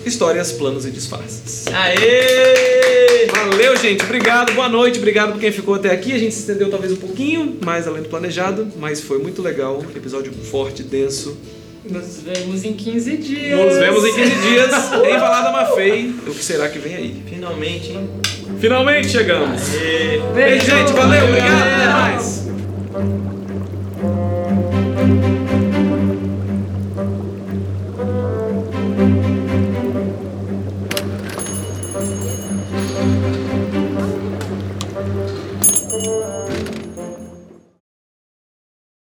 Speaker 3: Histórias, Planos e Disfarces.
Speaker 2: Aê!
Speaker 3: Valeu, gente. Obrigado, boa noite. Obrigado por quem ficou até aqui. A gente se estendeu talvez um pouquinho, mais além do planejado, mas foi muito legal. Episódio forte, denso.
Speaker 6: Nos vemos em 15 dias.
Speaker 3: Nos vemos em 15 dias em Balada Mafei. O que será que vem aí?
Speaker 2: Finalmente, hein?
Speaker 3: Finalmente chegamos.
Speaker 2: Aê!
Speaker 3: Beijo, gente. Valeu, obrigado. Até mais.
Speaker 6: Thank